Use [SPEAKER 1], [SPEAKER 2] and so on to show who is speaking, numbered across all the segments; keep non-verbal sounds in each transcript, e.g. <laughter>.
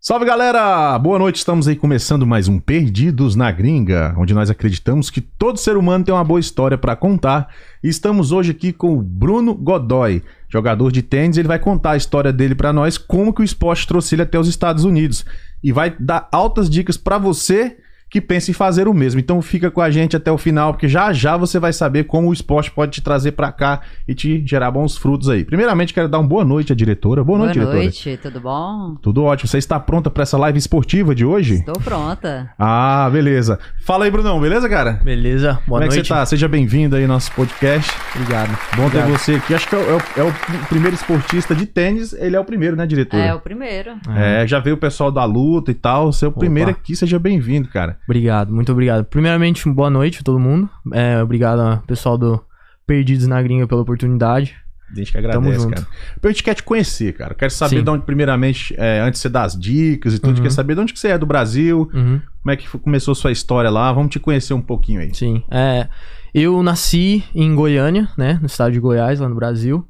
[SPEAKER 1] Salve galera! Boa noite, estamos aí começando mais um Perdidos na Gringa, onde nós acreditamos que todo ser humano tem uma boa história pra contar. E estamos hoje aqui com o Bruno Godoy, jogador de tênis. Ele vai contar a história dele pra nós, como que o esporte trouxe ele até os Estados Unidos e vai dar altas dicas pra você que pensa em fazer o mesmo. Então fica com a gente até o final, porque já já você vai saber como o esporte pode te trazer pra cá e te gerar bons frutos aí. Primeiramente, quero dar uma boa noite à diretora. Boa noite, diretora.
[SPEAKER 2] tudo bom?
[SPEAKER 1] Tudo ótimo. Você está pronta para essa live esportiva de hoje?
[SPEAKER 2] Estou pronta.
[SPEAKER 1] Ah, beleza. Fala aí, Brunão, beleza, cara?
[SPEAKER 3] Beleza, boa
[SPEAKER 1] Como é
[SPEAKER 3] noite.
[SPEAKER 1] que você tá? Seja bem-vindo aí ao nosso podcast.
[SPEAKER 3] Obrigado.
[SPEAKER 1] Bom ter
[SPEAKER 3] Obrigado.
[SPEAKER 1] você aqui. Acho que é o, é o- é o primeiro esportista de tênis. Ele é o primeiro, né, diretor?
[SPEAKER 2] É o primeiro.
[SPEAKER 1] É, já veio o pessoal da luta e tal. Seu
[SPEAKER 3] Opa.
[SPEAKER 1] primeiro aqui, seja bem-vindo, cara.
[SPEAKER 3] Obrigado, muito obrigado. Primeiramente, boa noite a todo mundo. É, obrigado ao pessoal do Perdidos na Gringa pela oportunidade.
[SPEAKER 1] A gente que
[SPEAKER 3] Tamo junto.
[SPEAKER 1] cara. Pra gente quer te conhecer, cara. Eu Quero saber
[SPEAKER 3] Sim.
[SPEAKER 1] de onde, primeiramente, é, antes de você dar as dicas e tudo, a gente
[SPEAKER 3] Uhum.
[SPEAKER 1] quer saber de onde que você é do Brasil,
[SPEAKER 3] Uhum,
[SPEAKER 1] como é que foi- começou sua história lá. Vamos te conhecer um pouquinho aí.
[SPEAKER 3] sim. É, eu nasci em Goiânia, né? No estado de Goiás, lá no Brasil.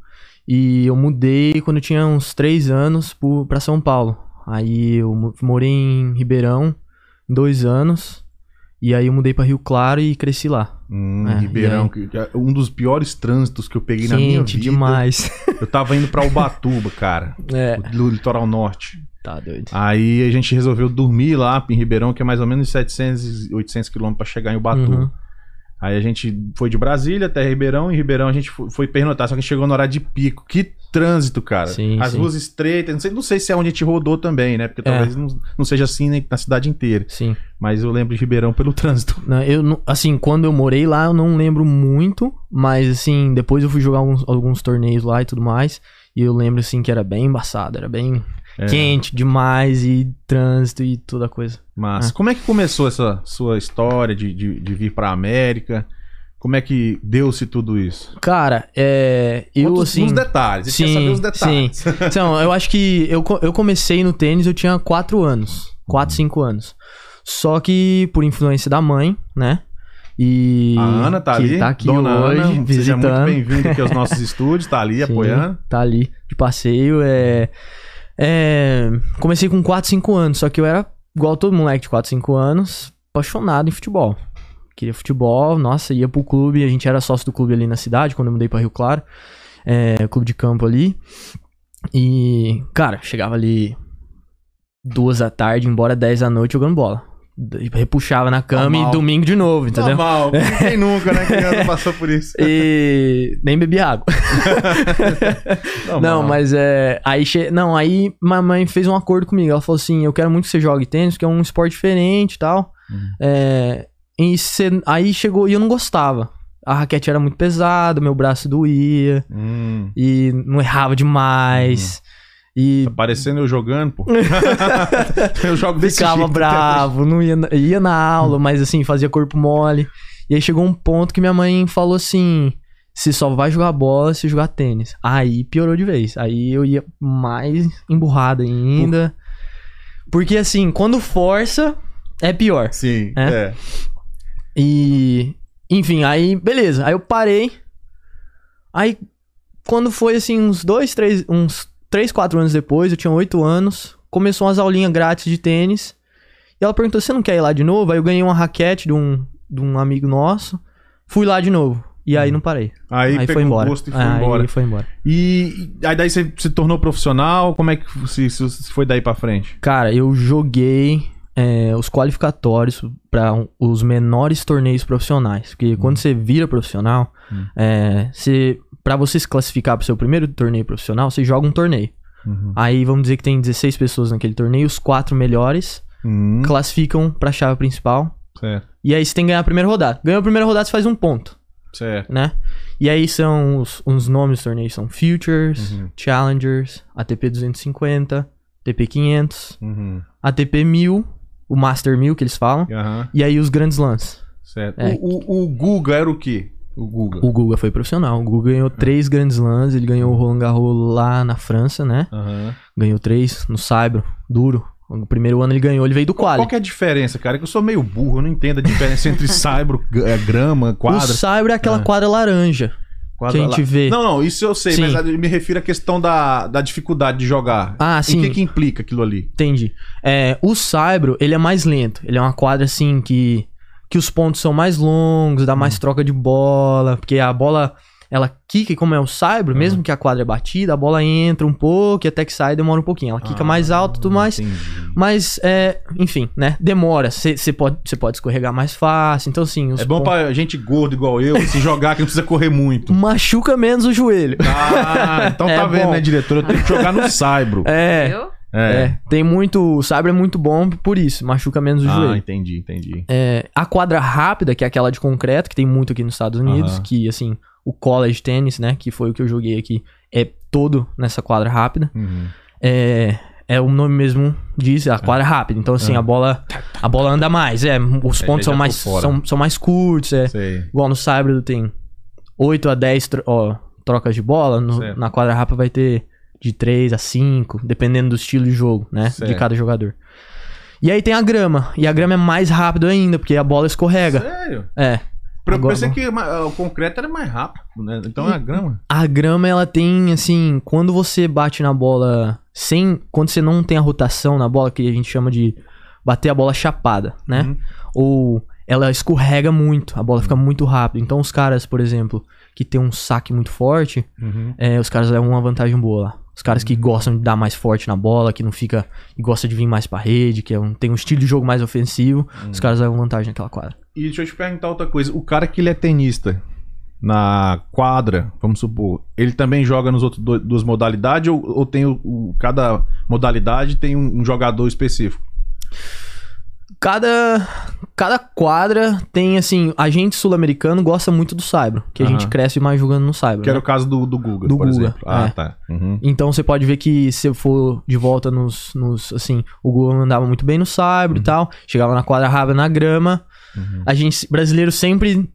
[SPEAKER 3] E eu mudei quando eu tinha uns três anos pro- pra São Paulo. Aí eu mo- morei em Ribeirão dois anos. E aí eu mudei pra Rio Claro e cresci lá.
[SPEAKER 1] Hum,
[SPEAKER 3] É, e
[SPEAKER 1] Ribeirão,
[SPEAKER 3] aí?
[SPEAKER 1] que- que é um dos piores trânsitos que eu peguei na minha
[SPEAKER 3] Quente
[SPEAKER 1] vida. <laughs>
[SPEAKER 3] demais.
[SPEAKER 1] Eu tava indo pra Ubatuba, cara,
[SPEAKER 3] É.
[SPEAKER 1] do litoral norte.
[SPEAKER 3] Tá doido.
[SPEAKER 1] Aí a gente resolveu dormir lá em Ribeirão, que é mais ou menos 700, 800 quilômetros pra chegar em Ubatuba.
[SPEAKER 3] Uhum.
[SPEAKER 1] Aí a gente foi de Brasília até Ribeirão, e em Ribeirão a gente fo- foi pernotar, só que a gente chegou na hora de pico. Que trânsito, cara.
[SPEAKER 3] Sim, É.
[SPEAKER 1] As
[SPEAKER 3] sim.
[SPEAKER 1] ruas estreitas, não sei, não sei se é onde a gente rodou também, né? Porque talvez não, não seja assim né, na cidade inteira.
[SPEAKER 3] Sim.
[SPEAKER 1] Mas eu lembro de Ribeirão pelo <laughs> trânsito.
[SPEAKER 3] Né, Eu, não- assim, quando eu morei lá, eu não lembro muito, mas assim, depois eu fui jogar alguns, alguns torneios lá e tudo mais, e eu lembro assim que era bem embaçado, era bem
[SPEAKER 1] É.
[SPEAKER 3] quente demais e trânsito e toda a coisa.
[SPEAKER 1] Mas como é que começou essa sua história de, de, de vir pra América? Como é que deu-se tudo isso?
[SPEAKER 3] Cara, é, eu
[SPEAKER 1] Conta os-
[SPEAKER 3] assim, <laughs>
[SPEAKER 1] Os detalhes, a gente quer
[SPEAKER 3] sim,
[SPEAKER 1] saber os detalhes. Sim.
[SPEAKER 3] então, eu acho que eu, co- eu comecei no tênis eu tinha 4 anos,
[SPEAKER 1] Uhum.
[SPEAKER 3] 4, 5 anos. Só que por influência da mãe, né? E
[SPEAKER 1] A Ana tá
[SPEAKER 3] que
[SPEAKER 1] ali,
[SPEAKER 3] tá aqui
[SPEAKER 1] Dona
[SPEAKER 3] hoje,
[SPEAKER 1] Ana, seja
[SPEAKER 3] visitando.
[SPEAKER 1] muito bem-vinda
[SPEAKER 3] <laughs>
[SPEAKER 1] aqui aos nossos estúdios, tá ali
[SPEAKER 3] Sim,
[SPEAKER 1] apoiando.
[SPEAKER 3] Tá ali de passeio. É, é, comecei com 4, 5 anos, só que eu era igual todo moleque de 4, 5 anos, apaixonado em futebol. Queria futebol, nossa, ia pro clube, a gente era sócio do clube ali na cidade, quando eu mudei pra Rio Claro, é, clube de campo ali. E, cara, chegava ali duas da tarde, embora 10 da noite jogando bola. E Repuxava na cama
[SPEAKER 1] Normal.
[SPEAKER 3] e domingo de novo, entendeu?
[SPEAKER 1] Normal, Tá
[SPEAKER 3] <laughs>
[SPEAKER 1] quem nunca, né? Criança passou por isso.
[SPEAKER 3] E nem bebia água.
[SPEAKER 1] Tá
[SPEAKER 3] Não, mas é. Aí che... Não, aí mamãe fez um acordo comigo. Ela falou assim: eu quero muito que você jogue tênis, que é um esporte diferente e tal.
[SPEAKER 1] Uhum.
[SPEAKER 3] É, e cê- Aí chegou e eu não gostava. A raquete era muito pesada, meu braço doía,
[SPEAKER 1] Hum,
[SPEAKER 3] e não errava demais. E
[SPEAKER 1] tá parecendo eu jogando,
[SPEAKER 3] <laughs>
[SPEAKER 1] pô. <laughs> eu jogo desse
[SPEAKER 3] ficava
[SPEAKER 1] jeito. né?
[SPEAKER 3] bravo, não ia, na- ia na aula, mas assim, fazia corpo mole. E aí chegou um ponto que minha mãe falou assim: se só vai jogar bola se jogar tênis. Aí piorou de vez. Aí eu ia mais emburrado ainda. Porque assim, quando força, é pior.
[SPEAKER 1] Sim, é.
[SPEAKER 3] É. E. Enfim, aí, beleza. Aí eu parei. Aí, quando foi assim, uns dois, três, uns três, quatro anos depois, eu tinha oito anos, começou umas aulinhas grátis de tênis. E ela perguntou: você não quer ir lá de novo? Aí eu ganhei uma raquete de um, de um amigo nosso. Fui lá de novo. E aí não parei.
[SPEAKER 1] Hum. Aí,
[SPEAKER 3] Aí,
[SPEAKER 1] pegou
[SPEAKER 3] foi embora. É,
[SPEAKER 1] o gosto e foi
[SPEAKER 3] aí
[SPEAKER 1] embora.
[SPEAKER 3] foi embora.
[SPEAKER 1] E e aí daí você se tornou profissional? Como é que se, se- se foi daí pra frente?
[SPEAKER 3] Cara, eu joguei é, os qualificatórios para os menores torneios profissionais. Porque quando você vira profissional,
[SPEAKER 1] Hum.
[SPEAKER 3] é, você, para você se classificar pro seu primeiro torneio profissional, você joga um torneio.
[SPEAKER 1] Uhum.
[SPEAKER 3] Aí vamos dizer que tem 16 pessoas naquele torneio, os quatro melhores
[SPEAKER 1] Hum,
[SPEAKER 3] classificam pra chave principal.
[SPEAKER 1] certo,
[SPEAKER 3] E aí você tem que ganhar a primeira rodada. Ganhou a primeira rodada, você faz um ponto
[SPEAKER 1] certo.
[SPEAKER 3] né? E aí são os, uns nomes dos torneios são Futures,
[SPEAKER 1] Uhum.
[SPEAKER 3] Challengers, ATP 250, ATP 500,
[SPEAKER 1] Uhum.
[SPEAKER 3] ATP 1000, o Master 1000 que eles falam,
[SPEAKER 1] Aham,
[SPEAKER 3] e aí os grandes lãs.
[SPEAKER 1] certo.
[SPEAKER 3] É.
[SPEAKER 1] O, o- o Guga era o quê? O Guga.
[SPEAKER 3] O Guga foi profissional, o Guga ganhou três grandes lãs, ele ganhou o Roland Garros lá na França, né?
[SPEAKER 1] Aham.
[SPEAKER 3] Ganhou três no Saibro, duro. No primeiro ano ele ganhou, ele veio do quali.
[SPEAKER 1] Qual que é a diferença, cara? É que eu sou meio
[SPEAKER 3] <laughs>
[SPEAKER 1] burro, eu não entendo a diferença entre saibro, g- é, grama,
[SPEAKER 3] O
[SPEAKER 1] quadra.
[SPEAKER 3] Saibro é aquela
[SPEAKER 1] Ah.
[SPEAKER 3] quadra laranja.
[SPEAKER 1] Quadra
[SPEAKER 3] a gente
[SPEAKER 1] lá.
[SPEAKER 3] vê.
[SPEAKER 1] Não, não, isso eu sei,
[SPEAKER 3] Sim.
[SPEAKER 1] mas eu me refiro à questão da, da dificuldade de jogar.
[SPEAKER 3] Ah,
[SPEAKER 1] E o
[SPEAKER 3] sim.
[SPEAKER 1] que, que implica aquilo ali?
[SPEAKER 3] Entendi. É, o Saibro, ele é mais lento. Ele é uma quadra assim que que os pontos são mais longos, dá
[SPEAKER 1] Uhum.
[SPEAKER 3] mais troca de bola, porque a bola ela quica, e como é o Saibro,
[SPEAKER 1] Uhum.
[SPEAKER 3] mesmo que a quadra é batida, a bola entra um pouco e até que sai demora um pouquinho. Ela quica mais alto e tudo mais.
[SPEAKER 1] Ah, Entendi.
[SPEAKER 3] Mas, é, enfim, né? Demora. Você pode, cê pode escorregar mais fácil. Então, assim, os
[SPEAKER 1] É bom
[SPEAKER 3] pontos-
[SPEAKER 1] pra gente gordo igual eu se jogar que não precisa correr muito.
[SPEAKER 3] Machuca menos o joelho.
[SPEAKER 1] Ah, então
[SPEAKER 3] É
[SPEAKER 1] tá vendo,
[SPEAKER 3] bom.
[SPEAKER 1] né, diretora? Eu tenho que jogar no saibro.
[SPEAKER 3] É,
[SPEAKER 2] Viu?
[SPEAKER 3] é.
[SPEAKER 1] É.
[SPEAKER 3] Tem muito. O sabre é muito bom por isso. Machuca menos o
[SPEAKER 1] Ah,
[SPEAKER 3] joelho.
[SPEAKER 1] entendi, entendi.
[SPEAKER 3] É, a quadra rápida, que é aquela de concreto, que tem muito aqui nos Estados Unidos,
[SPEAKER 1] Aham.
[SPEAKER 3] que assim, o college tênis, né, que foi o que eu joguei aqui, é todo nessa quadra rápida.
[SPEAKER 1] Uhum.
[SPEAKER 3] É, é o nome mesmo diz, é a quadra rápida. Então assim,
[SPEAKER 1] Ah.
[SPEAKER 3] a bola a bola anda mais, é, os
[SPEAKER 1] É, já
[SPEAKER 3] pontos são
[SPEAKER 1] tô
[SPEAKER 3] mais
[SPEAKER 1] fora.
[SPEAKER 3] são, são mais curtos, é.
[SPEAKER 1] Sei.
[SPEAKER 3] Igual no Saibro tem 8 a 10 tro- ó, trocas de bola, no-
[SPEAKER 1] Certo.
[SPEAKER 3] na quadra rápida vai ter de 3 a 5, dependendo do estilo de jogo, né? De
[SPEAKER 1] Certo.
[SPEAKER 3] cada jogador. E aí tem a grama, e a grama é mais rápido ainda, porque a bola escorrega.
[SPEAKER 1] Sério?
[SPEAKER 3] É.
[SPEAKER 1] Pra- Eu
[SPEAKER 3] Agora-
[SPEAKER 1] pensei que ma- o concreto era mais rápido, né? Então é a grama.
[SPEAKER 3] A grama, ela tem, assim, quando você bate na bola sem. Quando você não tem a rotação na bola, que a gente chama de bater a bola chapada, né?
[SPEAKER 1] Uhum.
[SPEAKER 3] Ou ela escorrega muito, a bola fica muito rápida. Então, os caras, por exemplo, que tem um saque muito forte, é, os caras levam uma vantagem boa lá. Os caras
[SPEAKER 1] Uhum.
[SPEAKER 3] que gostam de dar mais forte na bola, que não fica. e gosta de vir mais pra rede, que é um- tem um estilo de jogo mais ofensivo,
[SPEAKER 1] Uhum.
[SPEAKER 3] os caras levam vantagem naquela quadra.
[SPEAKER 1] E deixa eu te perguntar outra coisa. O cara que ele é tenista na quadra, vamos supor, ele também joga nos outros do- duas modalidades ou, ou tem o, o- cada modalidade tem um, um jogador específico?
[SPEAKER 3] Cada, cada quadra tem, assim, a gente sul-americano gosta muito do Saibro, que a
[SPEAKER 1] Aham.
[SPEAKER 3] gente cresce mais jogando no Saibro.
[SPEAKER 1] Que era
[SPEAKER 3] né?
[SPEAKER 1] o caso do, do Guga,
[SPEAKER 3] Do
[SPEAKER 1] por
[SPEAKER 3] Guga,
[SPEAKER 1] exemplo. Ah,
[SPEAKER 3] é.
[SPEAKER 1] tá. Uhum.
[SPEAKER 3] Então você pode ver que se eu for de volta nos, nos assim, o Gol andava muito bem no Saibro e tal, chegava na quadra rápida na grama.
[SPEAKER 1] Uhum.
[SPEAKER 3] A gente, brasileiro, sempre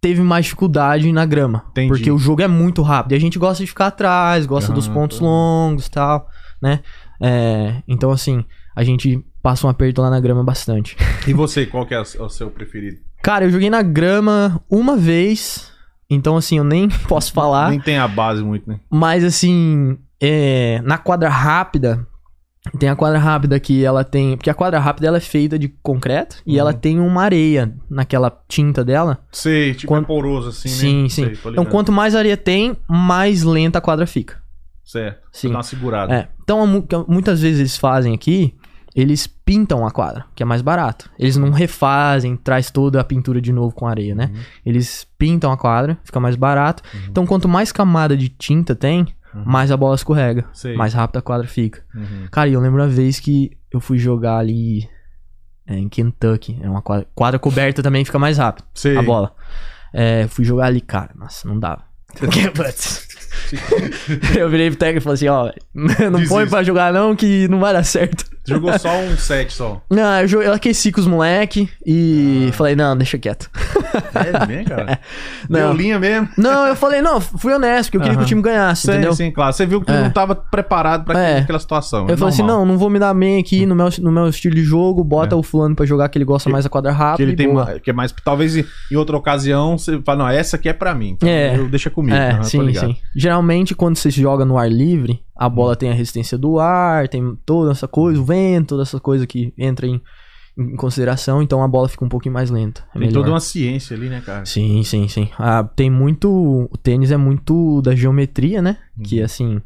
[SPEAKER 3] teve mais dificuldade na grama,
[SPEAKER 1] Entendi.
[SPEAKER 3] porque o jogo é muito rápido e a gente gosta de ficar atrás, gosta dos
[SPEAKER 1] Ah,
[SPEAKER 3] pontos
[SPEAKER 1] tá.
[SPEAKER 3] longos e tal, né? É, então, assim, a gente passa um aperto lá na grama bastante.
[SPEAKER 1] E você, qual que é o o seu preferido?
[SPEAKER 3] Cara, eu joguei na grama uma vez, então assim, eu nem <laughs> posso falar,
[SPEAKER 1] Nem tem a base muito, né?
[SPEAKER 3] mas assim, é, na quadra rápida, tem a quadra rápida que ela tem, porque a quadra rápida ela é feita de concreto e
[SPEAKER 1] Uhum.
[SPEAKER 3] ela tem uma areia naquela tinta dela.
[SPEAKER 1] Sei, tipo
[SPEAKER 3] Quando-
[SPEAKER 1] é poroso assim,
[SPEAKER 3] sim,
[SPEAKER 1] né?
[SPEAKER 3] sim.
[SPEAKER 1] Sei, tô
[SPEAKER 3] então
[SPEAKER 1] ligado.
[SPEAKER 3] quanto mais areia tem, mais lenta a quadra fica.
[SPEAKER 1] Certo. Sim.
[SPEAKER 3] Sim.
[SPEAKER 1] Dá uma segurada.
[SPEAKER 3] É, então mu- que muitas vezes eles fazem aqui, eles pintam a quadra, que é mais barato. Eles não refazem, traz toda a pintura de novo com areia, né?
[SPEAKER 1] Uhum.
[SPEAKER 3] Eles pintam a quadra, fica mais barato. Então, quanto mais camada de tinta tem,
[SPEAKER 1] Uhum.
[SPEAKER 3] mais a bola escorrega.
[SPEAKER 1] Sei.
[SPEAKER 3] Mais rápida a quadra fica.
[SPEAKER 1] Uhum.
[SPEAKER 3] Cara, e eu lembro uma vez que eu fui jogar ali é, em Kentucky. É uma quadra, quadra coberta também fica mais rápido
[SPEAKER 1] Sei.
[SPEAKER 3] a bola. É, fui jogar ali, cara. Nossa, não
[SPEAKER 1] <laughs>
[SPEAKER 3] dava. Porque, putz, eu virei pro técnico e falei assim, ó, <laughs> não põe
[SPEAKER 1] Desista.
[SPEAKER 3] pra jogar não que não vai dar certo.
[SPEAKER 1] Jogou só um set
[SPEAKER 3] <laughs>
[SPEAKER 1] só.
[SPEAKER 3] Não, eu, jo- eu aqueci com os moleque e
[SPEAKER 1] Ah.
[SPEAKER 3] falei, não, deixa quieto.
[SPEAKER 1] É bem, cara. Deu
[SPEAKER 3] Não.
[SPEAKER 1] linha mesmo.
[SPEAKER 3] Não, eu falei, não, fui honesto, porque eu queria que
[SPEAKER 1] Aham.
[SPEAKER 3] o time ganhasse,
[SPEAKER 1] Sim,
[SPEAKER 3] entendeu?
[SPEAKER 1] sim, claro. Você viu que tu
[SPEAKER 3] É.
[SPEAKER 1] não tava preparado pra
[SPEAKER 3] É.
[SPEAKER 1] aquela situação.
[SPEAKER 3] Eu falei assim, não, não vou me dar bem aqui no meu, no meu estilo de jogo, bota o fulano pra jogar que ele gosta mais da quadra
[SPEAKER 1] É. Que
[SPEAKER 3] rápida
[SPEAKER 1] ele
[SPEAKER 3] e
[SPEAKER 1] tem
[SPEAKER 3] tá boa.
[SPEAKER 1] mais, que é mais. Talvez em em outra ocasião você fala, não, essa aqui é pra mim. Então
[SPEAKER 3] É.
[SPEAKER 1] eu- deixa comigo.
[SPEAKER 3] É,
[SPEAKER 1] Aham, tô
[SPEAKER 3] sim,
[SPEAKER 1] ligado. Uhum.
[SPEAKER 3] sim. Geralmente quando você joga no ar livre, a bola tem a resistência do ar, tem toda essa coisa, o vento, toda essa coisa que entra em, em consideração, então a bola fica um pouquinho mais lenta. É
[SPEAKER 1] Tem
[SPEAKER 3] melhor.
[SPEAKER 1] toda uma ciência ali, né, cara?
[SPEAKER 3] Sim, sim, sim. Ah, tem muito. O tênis é muito da geometria, né?
[SPEAKER 1] Uhum.
[SPEAKER 3] Que assim.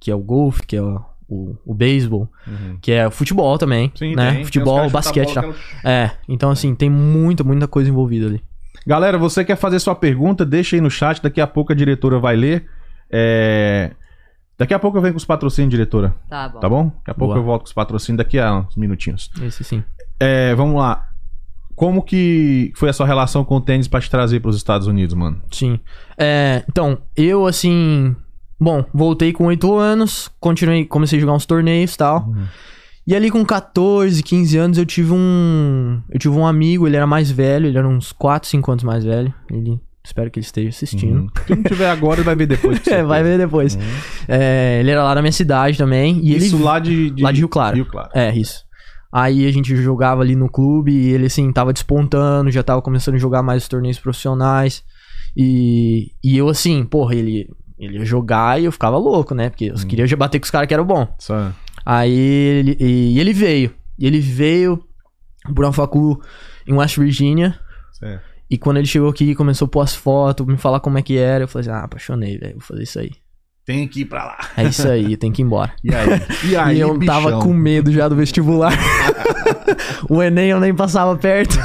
[SPEAKER 3] Que é o golfe, que é o, o, o beisebol,
[SPEAKER 1] Uhum.
[SPEAKER 3] que é o futebol também. né?
[SPEAKER 1] tem. Tem
[SPEAKER 3] futebol,
[SPEAKER 1] os caras que um-
[SPEAKER 3] basquete.
[SPEAKER 1] chutam
[SPEAKER 3] tá?
[SPEAKER 1] a bola, aquela-
[SPEAKER 3] É, então assim, tem muita, muita coisa envolvida ali.
[SPEAKER 1] Galera, você quer fazer sua pergunta? Deixa aí no chat. Daqui a pouco a diretora vai ler. É, Daqui a pouco eu venho com os patrocínios, diretora.
[SPEAKER 2] Tá bom.
[SPEAKER 1] Tá bom? Daqui a pouco
[SPEAKER 3] Boa.
[SPEAKER 1] eu volto com os patrocínios daqui a uns minutinhos.
[SPEAKER 3] Esse sim.
[SPEAKER 1] É, vamos lá. Como que foi a sua relação com o tênis pra te trazer pros Estados Unidos, mano?
[SPEAKER 3] Sim. É, então, eu assim. Bom, voltei com 8 anos, continuei, comecei a jogar uns torneios e tal.
[SPEAKER 1] Uhum.
[SPEAKER 3] E ali com 14, 15 anos eu tive um. Eu tive um amigo, ele era mais velho, ele era uns 4, 5 anos mais velho. Ele. Espero que ele esteja assistindo.
[SPEAKER 1] Uhum. Se não tiver agora, ele vai ver depois. com
[SPEAKER 3] É,
[SPEAKER 1] certeza.
[SPEAKER 3] <laughs>
[SPEAKER 1] Uhum.
[SPEAKER 3] vai ver depois. É, ele era lá na minha cidade também. E
[SPEAKER 1] Isso
[SPEAKER 3] ele...
[SPEAKER 1] lá de,
[SPEAKER 3] lá de Rio Claro.
[SPEAKER 1] Rio Claro.
[SPEAKER 3] É, isso. Aí a gente jogava ali no clube e ele, assim, tava despontando, já tava começando a jogar mais os torneios profissionais. E, e eu assim, porra, ele, ele ia jogar e eu ficava louco, né? Porque eu só queria já bater com os caras que eram bom.
[SPEAKER 1] Só-
[SPEAKER 3] Aí ele, e, e ele veio. E ele veio por uma facu em West Virginia.
[SPEAKER 1] Cê-
[SPEAKER 3] E quando ele chegou aqui e começou a pôr as fotos, me falar como é que era, eu falei assim, ah, apaixonei, velho, vou fazer isso aí.
[SPEAKER 1] Tem que ir pra lá.
[SPEAKER 3] É isso aí, <laughs> tem que ir embora.
[SPEAKER 1] E aí? E Tá aí,
[SPEAKER 3] <laughs> e eu tava
[SPEAKER 1] bichão?
[SPEAKER 3] com medo já do vestibular. <laughs> o Enem eu nem
[SPEAKER 1] <laughs>
[SPEAKER 3] passava perto.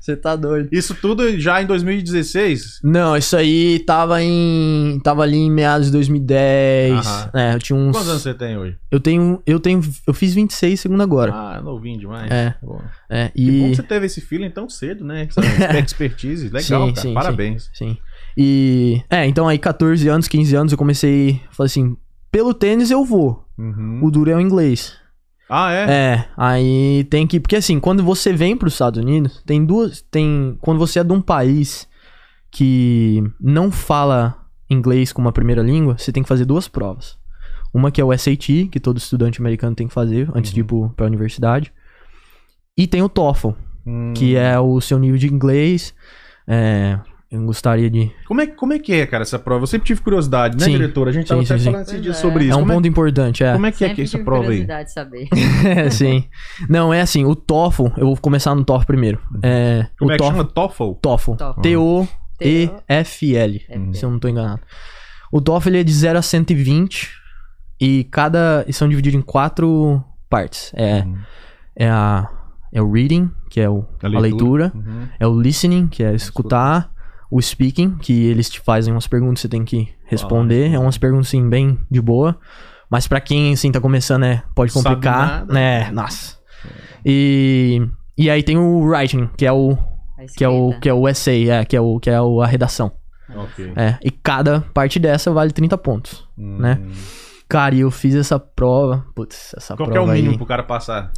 [SPEAKER 3] Você tá doido.
[SPEAKER 1] Isso tudo já em 2016?
[SPEAKER 3] Não, isso aí tava em. Tava ali em meados de 2010.
[SPEAKER 1] Aham.
[SPEAKER 3] É, eu tinha uns.
[SPEAKER 1] Quantos anos você tem hoje?
[SPEAKER 3] Eu tenho. Eu tenho. Eu fiz 26 segunda agora.
[SPEAKER 1] Ah, novinho demais.
[SPEAKER 3] É.
[SPEAKER 1] Pô.
[SPEAKER 3] É,
[SPEAKER 1] Que bom
[SPEAKER 3] e.
[SPEAKER 1] que você teve esse feeling tão cedo, né? Essa
[SPEAKER 3] <laughs>
[SPEAKER 1] expertise. Legal,
[SPEAKER 3] Sim,
[SPEAKER 1] cara.
[SPEAKER 3] sim,
[SPEAKER 1] Parabéns.
[SPEAKER 3] Sim. E. É, então aí 14 anos, 15 anos eu comecei. Falei assim: pelo tênis eu vou.
[SPEAKER 1] Uhum.
[SPEAKER 3] O duro é o inglês.
[SPEAKER 1] Ah, é?
[SPEAKER 3] É, aí tem que. Porque assim, quando você vem para os Estados Unidos, tem duas. Tem. Quando você é de um país que não fala inglês como a primeira língua, você tem que fazer duas provas. Uma que é o SAT, que todo estudante americano tem que fazer antes de ir
[SPEAKER 1] Uhum.
[SPEAKER 3] pro- pra universidade. E tem o TOEFL,
[SPEAKER 1] Hum.
[SPEAKER 3] que é o seu nível de inglês. É, eu gostaria de.
[SPEAKER 1] Como, é, como é que é, cara, essa prova? Eu sempre tive curiosidade, né,
[SPEAKER 3] Sim.
[SPEAKER 1] diretora? A gente
[SPEAKER 3] Sim,
[SPEAKER 1] tava
[SPEAKER 3] sim,
[SPEAKER 1] até
[SPEAKER 3] sim.
[SPEAKER 1] falando esses
[SPEAKER 2] Pois
[SPEAKER 1] dias
[SPEAKER 2] é.
[SPEAKER 1] sobre
[SPEAKER 3] É
[SPEAKER 1] isso.
[SPEAKER 3] um
[SPEAKER 1] como,
[SPEAKER 3] ponto importante,
[SPEAKER 1] é,
[SPEAKER 3] é. <laughs>
[SPEAKER 1] como é que é,
[SPEAKER 2] Sempre
[SPEAKER 1] que é essa
[SPEAKER 2] tive
[SPEAKER 1] prova aí?
[SPEAKER 2] curiosidade de
[SPEAKER 1] <laughs>
[SPEAKER 2] saber.
[SPEAKER 3] É, sim. Não, é assim, o TOEFL, eu vou começar no TOEFL primeiro. É,
[SPEAKER 1] Como é
[SPEAKER 3] o
[SPEAKER 1] que
[SPEAKER 3] TOEFL,
[SPEAKER 1] chama? TOEFL?
[SPEAKER 3] TOEFL.
[SPEAKER 2] Top. T-O.
[SPEAKER 3] T-O-E-F-L,
[SPEAKER 2] É,
[SPEAKER 1] Hum.
[SPEAKER 3] se eu não tô enganado. O TOEFL ele é de 0 a 120 e cada e são divididos em quatro partes. É,
[SPEAKER 1] Hum.
[SPEAKER 3] é a é o reading, que é o,
[SPEAKER 1] A
[SPEAKER 3] a,
[SPEAKER 1] leitura.
[SPEAKER 3] leitura.
[SPEAKER 1] Uhum.
[SPEAKER 3] é o listening, que é escutar, o speaking, que eles te fazem umas perguntas, você tem que responder, é umas perguntas assim, bem de boa. Mas pra quem assim tá começando, é, pode
[SPEAKER 1] Sabe
[SPEAKER 3] complicar,
[SPEAKER 1] nada.
[SPEAKER 3] né? Nossa. E e aí tem o writing, que é o
[SPEAKER 2] A
[SPEAKER 3] que é o
[SPEAKER 2] escrita.
[SPEAKER 3] que é o essay, é, que é o que é o- a redação.
[SPEAKER 1] Ok.
[SPEAKER 3] É, e cada parte dessa vale 30 pontos.
[SPEAKER 1] Hum.
[SPEAKER 3] né? Cara, e eu fiz essa prova, putz, essa
[SPEAKER 1] Qual que é o
[SPEAKER 3] prova
[SPEAKER 1] mínimo
[SPEAKER 3] aí.
[SPEAKER 1] pro cara passar?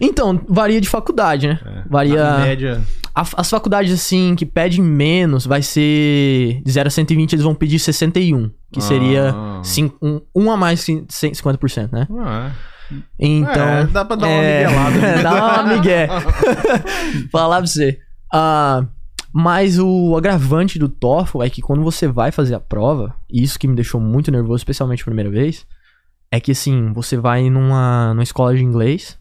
[SPEAKER 3] Então, varia de faculdade, né?
[SPEAKER 1] É. A
[SPEAKER 3] Varia
[SPEAKER 1] média.
[SPEAKER 3] a- as faculdades assim que pedem menos, vai ser de 0 a 120, eles vão pedir 61, que seria
[SPEAKER 1] Ah.
[SPEAKER 3] cinco- um, um a mais cin- cin- 50%, né?
[SPEAKER 1] Ah,
[SPEAKER 3] Então,
[SPEAKER 1] é, dá pra dar uma né?
[SPEAKER 3] é, <laughs>
[SPEAKER 1] miguelada.
[SPEAKER 3] dá uma
[SPEAKER 1] <laughs>
[SPEAKER 3] migué. Falar pra você. Ah, mas o agravante do TOEFL é que quando você vai fazer a prova, e isso que me deixou muito nervoso, especialmente a primeira vez, é que assim, você vai numa, numa escola de inglês,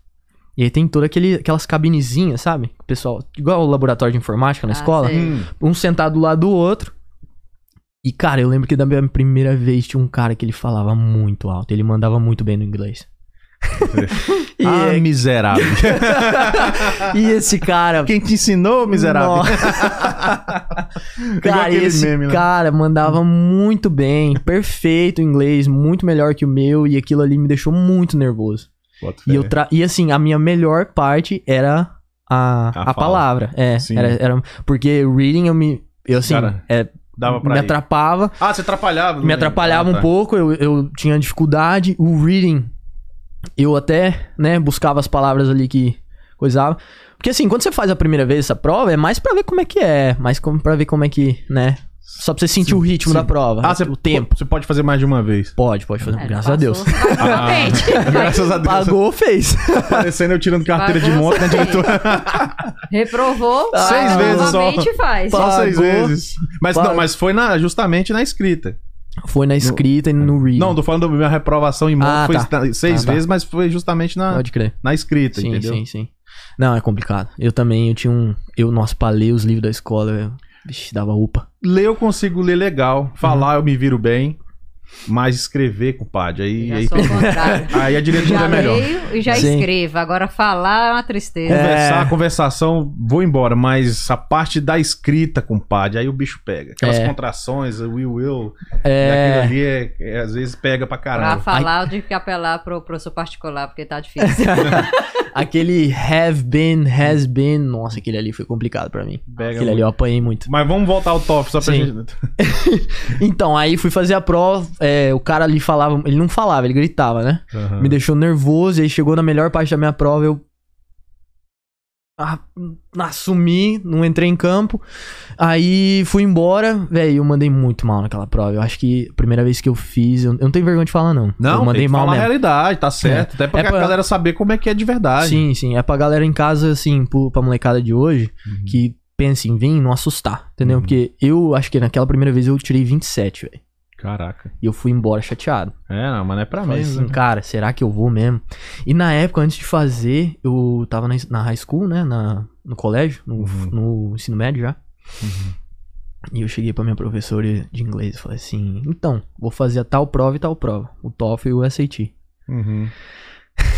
[SPEAKER 3] e aí tem toda aquele, aquelas cabinezinhas, sabe? O Pessoal, igual o laboratório de informática na
[SPEAKER 2] Ah,
[SPEAKER 3] escola,
[SPEAKER 2] sei.
[SPEAKER 1] Hum.
[SPEAKER 3] um sentado do lado do outro. E cara, eu lembro que da minha primeira vez tinha um cara que ele falava muito alto, ele mandava muito bem
[SPEAKER 1] <laughs>
[SPEAKER 3] no inglês. e, é
[SPEAKER 1] Ah,
[SPEAKER 3] <laughs>
[SPEAKER 1] miserável.
[SPEAKER 3] e esse cara,
[SPEAKER 1] Quem te ensinou, miserável? <laughs> Pegou
[SPEAKER 3] cara,
[SPEAKER 1] aquele
[SPEAKER 3] esse
[SPEAKER 1] meme, né?
[SPEAKER 3] cara mandava muito bem, perfeito o inglês, muito melhor que o meu, e aquilo ali me deixou muito nervoso.
[SPEAKER 1] <laughs> Bota
[SPEAKER 3] E,
[SPEAKER 1] fé.
[SPEAKER 3] eu tra- e assim, a minha melhor parte era a,
[SPEAKER 1] A fala.
[SPEAKER 3] a, palavra. É,
[SPEAKER 1] Sim.
[SPEAKER 3] era, era- porque reading eu me. Eu assim,
[SPEAKER 1] Cara,
[SPEAKER 3] é,
[SPEAKER 1] Dava pra ir.
[SPEAKER 3] me atrapava,
[SPEAKER 1] Ah, você atrapalhava. Ah,
[SPEAKER 3] me
[SPEAKER 1] tá,
[SPEAKER 3] atrapalhava um pouco, eu, eu tinha dificuldade. O reading, eu até, né, buscava as palavras ali que coisava. Porque assim, quando você faz a primeira vez essa prova, é mais pra ver como é que é, mais como pra ver como é que, né, só pra você sentir
[SPEAKER 1] Sim,
[SPEAKER 3] o ritmo
[SPEAKER 1] sim.
[SPEAKER 3] da prova,
[SPEAKER 1] Ah,
[SPEAKER 3] né,
[SPEAKER 1] você,
[SPEAKER 3] o tempo.
[SPEAKER 1] Você pode fazer mais de uma vez. Ah,
[SPEAKER 3] Pode, pode fazer,
[SPEAKER 2] É,
[SPEAKER 3] graças
[SPEAKER 2] passou,
[SPEAKER 3] a <laughs> Deus.
[SPEAKER 2] pagou
[SPEAKER 1] <laughs>
[SPEAKER 2] a pente.
[SPEAKER 1] Graças a Deus.
[SPEAKER 3] Pagou, fez.
[SPEAKER 1] Aparecendo eu tirando carteira de
[SPEAKER 2] Pagou,
[SPEAKER 1] moto, né,
[SPEAKER 2] você fez.
[SPEAKER 1] diretora?
[SPEAKER 2] Reprovou.
[SPEAKER 1] <laughs> Seis
[SPEAKER 2] vai
[SPEAKER 1] vezes só.
[SPEAKER 2] novamente faz.
[SPEAKER 1] Só seis
[SPEAKER 3] Pagou.
[SPEAKER 1] vezes. Mas não,
[SPEAKER 3] Pagou.
[SPEAKER 1] mas foi na, justamente na escrita.
[SPEAKER 3] Foi na escrita e no reading.
[SPEAKER 1] Não, tô falando da minha reprovação em moto,
[SPEAKER 3] Ah,
[SPEAKER 1] foi
[SPEAKER 3] tá.
[SPEAKER 1] esta- seis
[SPEAKER 3] Ah, tá.
[SPEAKER 1] vezes, mas foi justamente na,
[SPEAKER 3] pode crer.
[SPEAKER 1] na escrita,
[SPEAKER 3] Sim,
[SPEAKER 1] entendeu?
[SPEAKER 3] sim, sim. Não, é complicado. Eu também, eu tinha um, eu, nossa, palei os livros da escola, eu, vixe, dava upa.
[SPEAKER 1] Ler eu consigo ler legal,
[SPEAKER 3] Uhum.
[SPEAKER 1] falar eu me viro bem, mas escrever, compadre, aí,
[SPEAKER 2] Já
[SPEAKER 1] aí,
[SPEAKER 2] sou ao contrário.
[SPEAKER 1] aí <laughs> a diretora
[SPEAKER 2] Já
[SPEAKER 1] é melhor.
[SPEAKER 2] leio e já
[SPEAKER 3] Sim.
[SPEAKER 2] escrevo. Agora falar é uma tristeza.
[SPEAKER 3] É.
[SPEAKER 1] Conversar, conversação, vou embora, mas a parte da escrita, compadre, aí o bicho pega. Aquelas
[SPEAKER 3] É.
[SPEAKER 1] contrações, o will, will, aquilo
[SPEAKER 3] É,
[SPEAKER 1] ali é- é, às vezes pega pra
[SPEAKER 2] Pra
[SPEAKER 1] caralho.
[SPEAKER 2] falar, eu tive que apelar pro professor particular, porque
[SPEAKER 1] <laughs>
[SPEAKER 2] tá difícil.
[SPEAKER 3] aquele have been, has been, nossa, aquele ali foi complicado pra mim.
[SPEAKER 1] Pega
[SPEAKER 3] Aquele ali eu apanhei muito.
[SPEAKER 1] Mas vamos voltar ao TOEFL só pra
[SPEAKER 3] Sim.
[SPEAKER 1] gente.
[SPEAKER 3] Então, aí fui fazer a prova, é, o cara ali falava, ele não falava, ele gritava, né?
[SPEAKER 1] Aham.
[SPEAKER 3] Me deixou nervoso, e aí chegou na melhor parte da minha prova, eu ah, assumi, não entrei em campo. Aí fui embora, velho, eu mandei muito mal naquela prova. Eu acho que a primeira vez que eu fiz, eu, eu não tenho vergonha de falar não.
[SPEAKER 1] Não,
[SPEAKER 3] eu mandei
[SPEAKER 1] tem que
[SPEAKER 3] mal
[SPEAKER 1] falar a
[SPEAKER 3] mesmo.
[SPEAKER 1] realidade, tá certo. Até pra
[SPEAKER 3] É
[SPEAKER 1] que a
[SPEAKER 3] pra-
[SPEAKER 1] galera saber como é que é de verdade.
[SPEAKER 3] Sim, sim, é pra galera em casa assim, pro, pra molecada de hoje,
[SPEAKER 1] Uhum.
[SPEAKER 3] que pensa em vir, não assustar, entendeu?
[SPEAKER 1] Uhum.
[SPEAKER 3] Porque eu acho que naquela primeira vez eu tirei 27, velho.
[SPEAKER 1] Caraca.
[SPEAKER 3] E eu fui embora chateado.
[SPEAKER 1] É, não, mas não é pra
[SPEAKER 3] Falei
[SPEAKER 1] mesmo.
[SPEAKER 3] assim, cara, será que eu vou mesmo? E na época, antes de fazer, eu tava na, na high school, né? Na, no colégio, no,
[SPEAKER 1] Uhum.
[SPEAKER 3] no ensino médio já. E eu cheguei pra minha professora de inglês e falei assim: então, vou fazer a tal prova e tal prova, o TOEFL e o SAT.
[SPEAKER 1] Uhum. <laughs>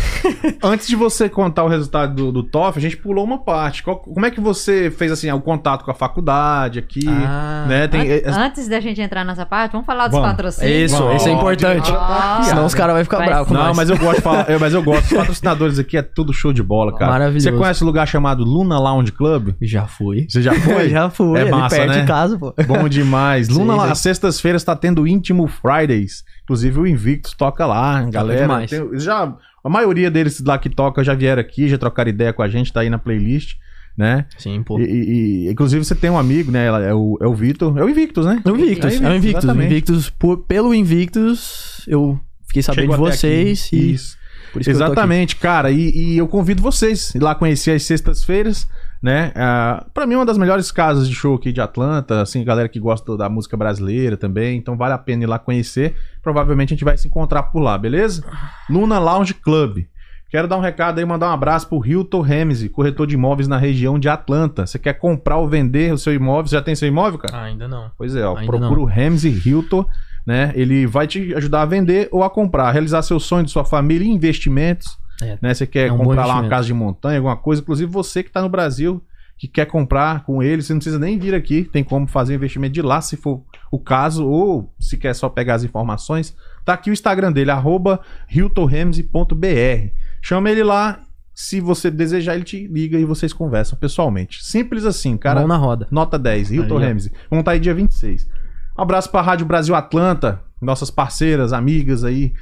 [SPEAKER 1] Antes de você contar o resultado do, do TOEFL, a gente pulou uma parte. Qual- como é que você fez assim o contato com a faculdade aqui?
[SPEAKER 3] ah,
[SPEAKER 1] né? Tem, é- é-
[SPEAKER 2] An- Antes da gente entrar nessa parte, vamos falar dos
[SPEAKER 1] Vamos.
[SPEAKER 2] patrocínios.
[SPEAKER 3] Isso,
[SPEAKER 1] Vamos.
[SPEAKER 3] isso é importante.
[SPEAKER 2] Ah,
[SPEAKER 3] Senão os caras vão ficar
[SPEAKER 2] Vai
[SPEAKER 3] bravos. com
[SPEAKER 1] Não,
[SPEAKER 3] nós.
[SPEAKER 1] mas eu gosto de falar, eu- mas eu gosto. Os
[SPEAKER 3] <laughs>
[SPEAKER 1] patrocinadores aqui é tudo show de bola, cara.
[SPEAKER 3] Maravilhoso.
[SPEAKER 1] Você conhece um lugar chamado Luna Lounge Club?
[SPEAKER 3] Já fui.
[SPEAKER 1] Você <laughs> já foi?
[SPEAKER 3] <laughs> Já fui.
[SPEAKER 1] É
[SPEAKER 3] ali
[SPEAKER 1] massa,
[SPEAKER 3] perto
[SPEAKER 1] né?
[SPEAKER 3] de casa, pô.
[SPEAKER 1] Bom demais. Luna,
[SPEAKER 3] Sim, sim.
[SPEAKER 1] às sextas-feiras tá tendo Íntimo Fridays. Inclusive o Invictus toca lá, galera.
[SPEAKER 3] demais.
[SPEAKER 1] Tem- já, a maioria deles lá que toca já vieram aqui, já trocaram ideia com a gente, tá aí na playlist, né?
[SPEAKER 3] Sim, pô.
[SPEAKER 1] E, e- e, inclusive você tem um amigo, né? É o, é o Vitor. É o Invictus, né?
[SPEAKER 3] É o Invictus,
[SPEAKER 1] É o Invictus,
[SPEAKER 3] é o Invictus. O
[SPEAKER 1] exatamente.
[SPEAKER 3] Invictus por- pelo Invictus, eu fiquei sabendo
[SPEAKER 1] Chegou
[SPEAKER 3] de
[SPEAKER 1] até
[SPEAKER 3] vocês
[SPEAKER 1] aqui.
[SPEAKER 3] e
[SPEAKER 1] Isso.
[SPEAKER 3] por isso que eu tô aqui.
[SPEAKER 1] Exatamente, cara. E, e eu convido vocês a ir lá conhecer as sextas-feiras, né? Ah, Pra mim, uma das melhores casas de show aqui de Atlanta, assim, galera que gosta da música brasileira também. Então vale a pena ir lá conhecer. Provavelmente a gente vai se encontrar por lá, beleza? Luna Lounge Club. Quero dar um recado aí, mandar um abraço pro Hilton Ramsey, corretor de imóveis na região de Atlanta. Você quer comprar ou vender o seu imóvel? Você já tem seu imóvel, cara?
[SPEAKER 3] Ah, ainda não.
[SPEAKER 1] Pois é, ó,
[SPEAKER 3] Ainda
[SPEAKER 1] procura
[SPEAKER 3] não.
[SPEAKER 1] o Ramsey Hilton, né? Ele vai te ajudar a vender ou a comprar, realizar seu sonho de sua família e investimentos.
[SPEAKER 3] É.
[SPEAKER 1] né? Você quer
[SPEAKER 3] É um bom
[SPEAKER 1] comprar lá uma
[SPEAKER 3] investimento.
[SPEAKER 1] casa de montanha, alguma coisa. Inclusive, você que está no Brasil, que quer comprar com ele, você não precisa nem vir aqui. Tem como fazer um investimento de lá, se for o caso, ou se quer só pegar as informações. Tá aqui o Instagram dele, arroba hiltonramsey.br. Chama ele lá. Se você desejar, ele te liga e vocês conversam pessoalmente. Simples assim, cara.
[SPEAKER 3] Mão na roda.
[SPEAKER 1] Nota 10, Hilton
[SPEAKER 3] Aí, ó.
[SPEAKER 1] Ramsey. Vamos estar aí dia 26. Um abraço para a Rádio Brasil Atlanta, nossas parceiras, amigas aí,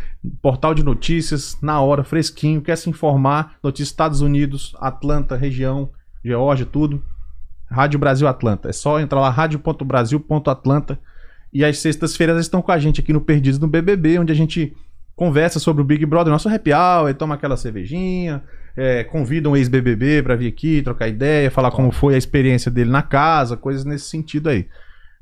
[SPEAKER 1] portal de notícias, na hora, fresquinho, quer se informar, notícias Estados Unidos, Atlanta, região, Geórgia, tudo. Rádio Brasil Atlanta. É só entrar lá, rádio.brasil.atlanta. E às sextas-feiras eles estão com a gente aqui no Perdidos no BBB, onde a gente conversa sobre o Big Brother, nosso happy hour, e toma aquela cervejinha, é, convida um ex-BBB pra vir aqui, trocar ideia, falar como foi a experiência dele na casa, coisas nesse sentido aí.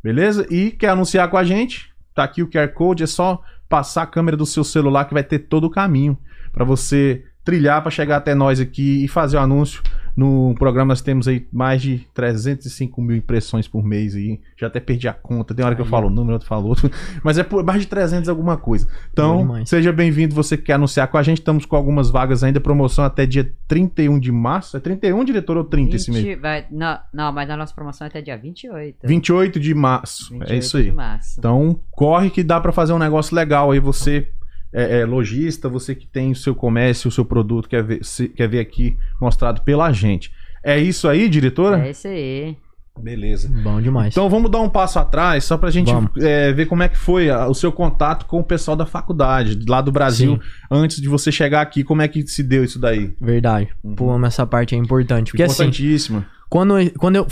[SPEAKER 1] Beleza? E quer anunciar com a gente? Tá aqui o QR Code, é só passar a câmera do seu celular que vai ter todo o caminho pra você trilhar pra chegar até nós aqui e fazer o anúncio. No programa nós temos aí mais de 305 mil impressões por mês aí. Já até perdi a conta. Tem hora que eu
[SPEAKER 3] Aí.
[SPEAKER 1] falo um número, outro falo outro. <laughs> Mas é por mais de 300 alguma coisa.
[SPEAKER 3] Bom
[SPEAKER 1] Então,
[SPEAKER 3] demais.
[SPEAKER 1] seja bem-vindo você que quer anunciar com a gente. Estamos com algumas vagas ainda. Promoção até dia 31 de março. É 31, diretor, ou 30 esse mês?
[SPEAKER 2] 20 vai- não, não, mas a nossa promoção é até dia 28.
[SPEAKER 1] 28 de março.
[SPEAKER 2] 28
[SPEAKER 1] é isso aí.
[SPEAKER 2] de março.
[SPEAKER 1] Então, corre que dá pra fazer um negócio legal aí. Você é, é lojista, você que tem o seu comércio, o seu produto, quer ver, se- quer ver aqui mostrado pela gente. É isso aí, diretora?
[SPEAKER 2] É isso aí.
[SPEAKER 1] Beleza.
[SPEAKER 3] Bom demais.
[SPEAKER 1] Então vamos dar um passo atrás, só pra gente
[SPEAKER 3] Vamos.
[SPEAKER 1] é, ver como é que foi a- o seu contato com o pessoal da faculdade, lá do Brasil, antes de você chegar aqui, como é que se deu isso daí?
[SPEAKER 3] Verdade.
[SPEAKER 1] Uhum.
[SPEAKER 3] Pô, mas essa parte é importante. Porque assim,
[SPEAKER 1] Tipo, Importantíssimo.
[SPEAKER 3] quando, eu- quando eu.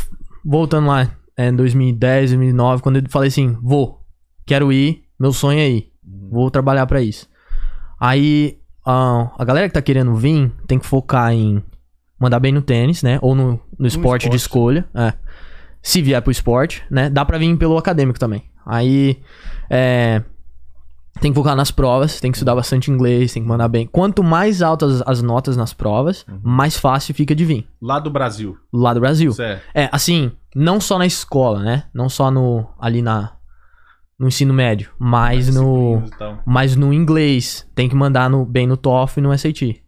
[SPEAKER 3] Voltando lá, é, em 2010, 2009, quando eu falei assim: vou, quero ir, meu sonho é ir, vou trabalhar pra isso. Aí, ah, a galera que tá querendo vir tem que focar em mandar bem no tênis, né? Ou no, no esporte,
[SPEAKER 1] esporte.
[SPEAKER 3] de escolha. é. Se vier pro esporte, né? Dá pra vir pelo acadêmico também. Aí, é, Tem que focar nas provas, tem que estudar bastante inglês, tem que mandar bem. Quanto mais altas as notas nas provas, mais fácil fica de vir.
[SPEAKER 1] Lá do Brasil.
[SPEAKER 3] Lá do Brasil.
[SPEAKER 1] Certo.
[SPEAKER 3] É, assim, não só na escola, né? Não só no ali na no ensino médio, mas no
[SPEAKER 1] Disciplinas e tal.
[SPEAKER 3] mas no inglês tem que mandar no bem no TOEFL e no SAT.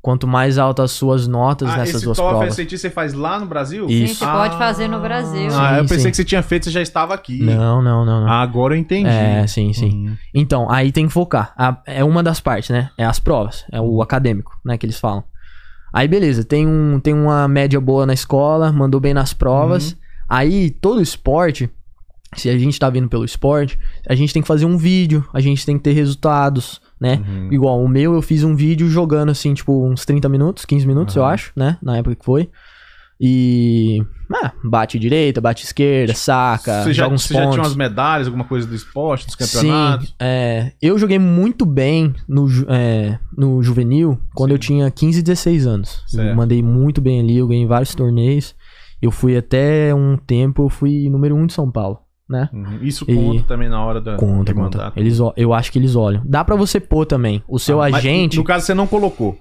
[SPEAKER 3] Quanto mais altas as suas notas
[SPEAKER 1] Ah,
[SPEAKER 3] nessas
[SPEAKER 1] esse
[SPEAKER 3] duas
[SPEAKER 1] TOEFL
[SPEAKER 3] provas.
[SPEAKER 1] SAT você faz lá no Brasil?
[SPEAKER 3] Isso.
[SPEAKER 2] Sim, você pode fazer no Brasil.
[SPEAKER 3] Sim,
[SPEAKER 1] Ah, eu
[SPEAKER 3] sim.
[SPEAKER 1] pensei que você tinha feito, você já estava aqui.
[SPEAKER 3] Não, não, não, não.
[SPEAKER 1] Agora eu Ah, entendi.
[SPEAKER 3] é, sim, sim.
[SPEAKER 1] Uhum.
[SPEAKER 3] Então, aí tem que focar. A- é uma das partes, né? É as provas, é o acadêmico, né, que eles falam. Aí beleza, tem, um, tem uma média boa na escola, mandou bem nas provas.
[SPEAKER 1] Uhum.
[SPEAKER 3] Aí todo esporte, se a gente tá vindo pelo esporte, a gente tem que fazer um vídeo, a gente tem que ter resultados, né?
[SPEAKER 1] Uhum.
[SPEAKER 3] Igual o meu, eu fiz um vídeo jogando assim, tipo, uns 30 minutos, 15 minutos, eu
[SPEAKER 1] Aham.
[SPEAKER 3] acho, né? Na época que foi. E. Ah, bate direita, bate esquerda, saca,
[SPEAKER 1] Você, já,
[SPEAKER 3] joga uns
[SPEAKER 1] você já tinha
[SPEAKER 3] pontos.
[SPEAKER 1] umas medalhas, alguma coisa do esporte, dos campeonatos?
[SPEAKER 3] Sim, é, eu joguei muito bem no, ju- é, no juvenil quando
[SPEAKER 1] Sim.
[SPEAKER 3] eu tinha 15, 16 anos. Eu
[SPEAKER 1] Certo.
[SPEAKER 3] mandei muito bem ali, eu ganhei vários torneios. Eu fui até um tempo, eu fui número um de São Paulo, né?
[SPEAKER 1] Uhum. Isso
[SPEAKER 3] E-
[SPEAKER 1] conta também na hora da,
[SPEAKER 3] Conta,
[SPEAKER 1] de
[SPEAKER 3] conta.
[SPEAKER 1] mandar.
[SPEAKER 3] Eles, ó- eu acho que eles olham. Dá pra você pôr também. O seu
[SPEAKER 1] Ah, mas
[SPEAKER 3] agente.
[SPEAKER 1] No caso, você não colocou.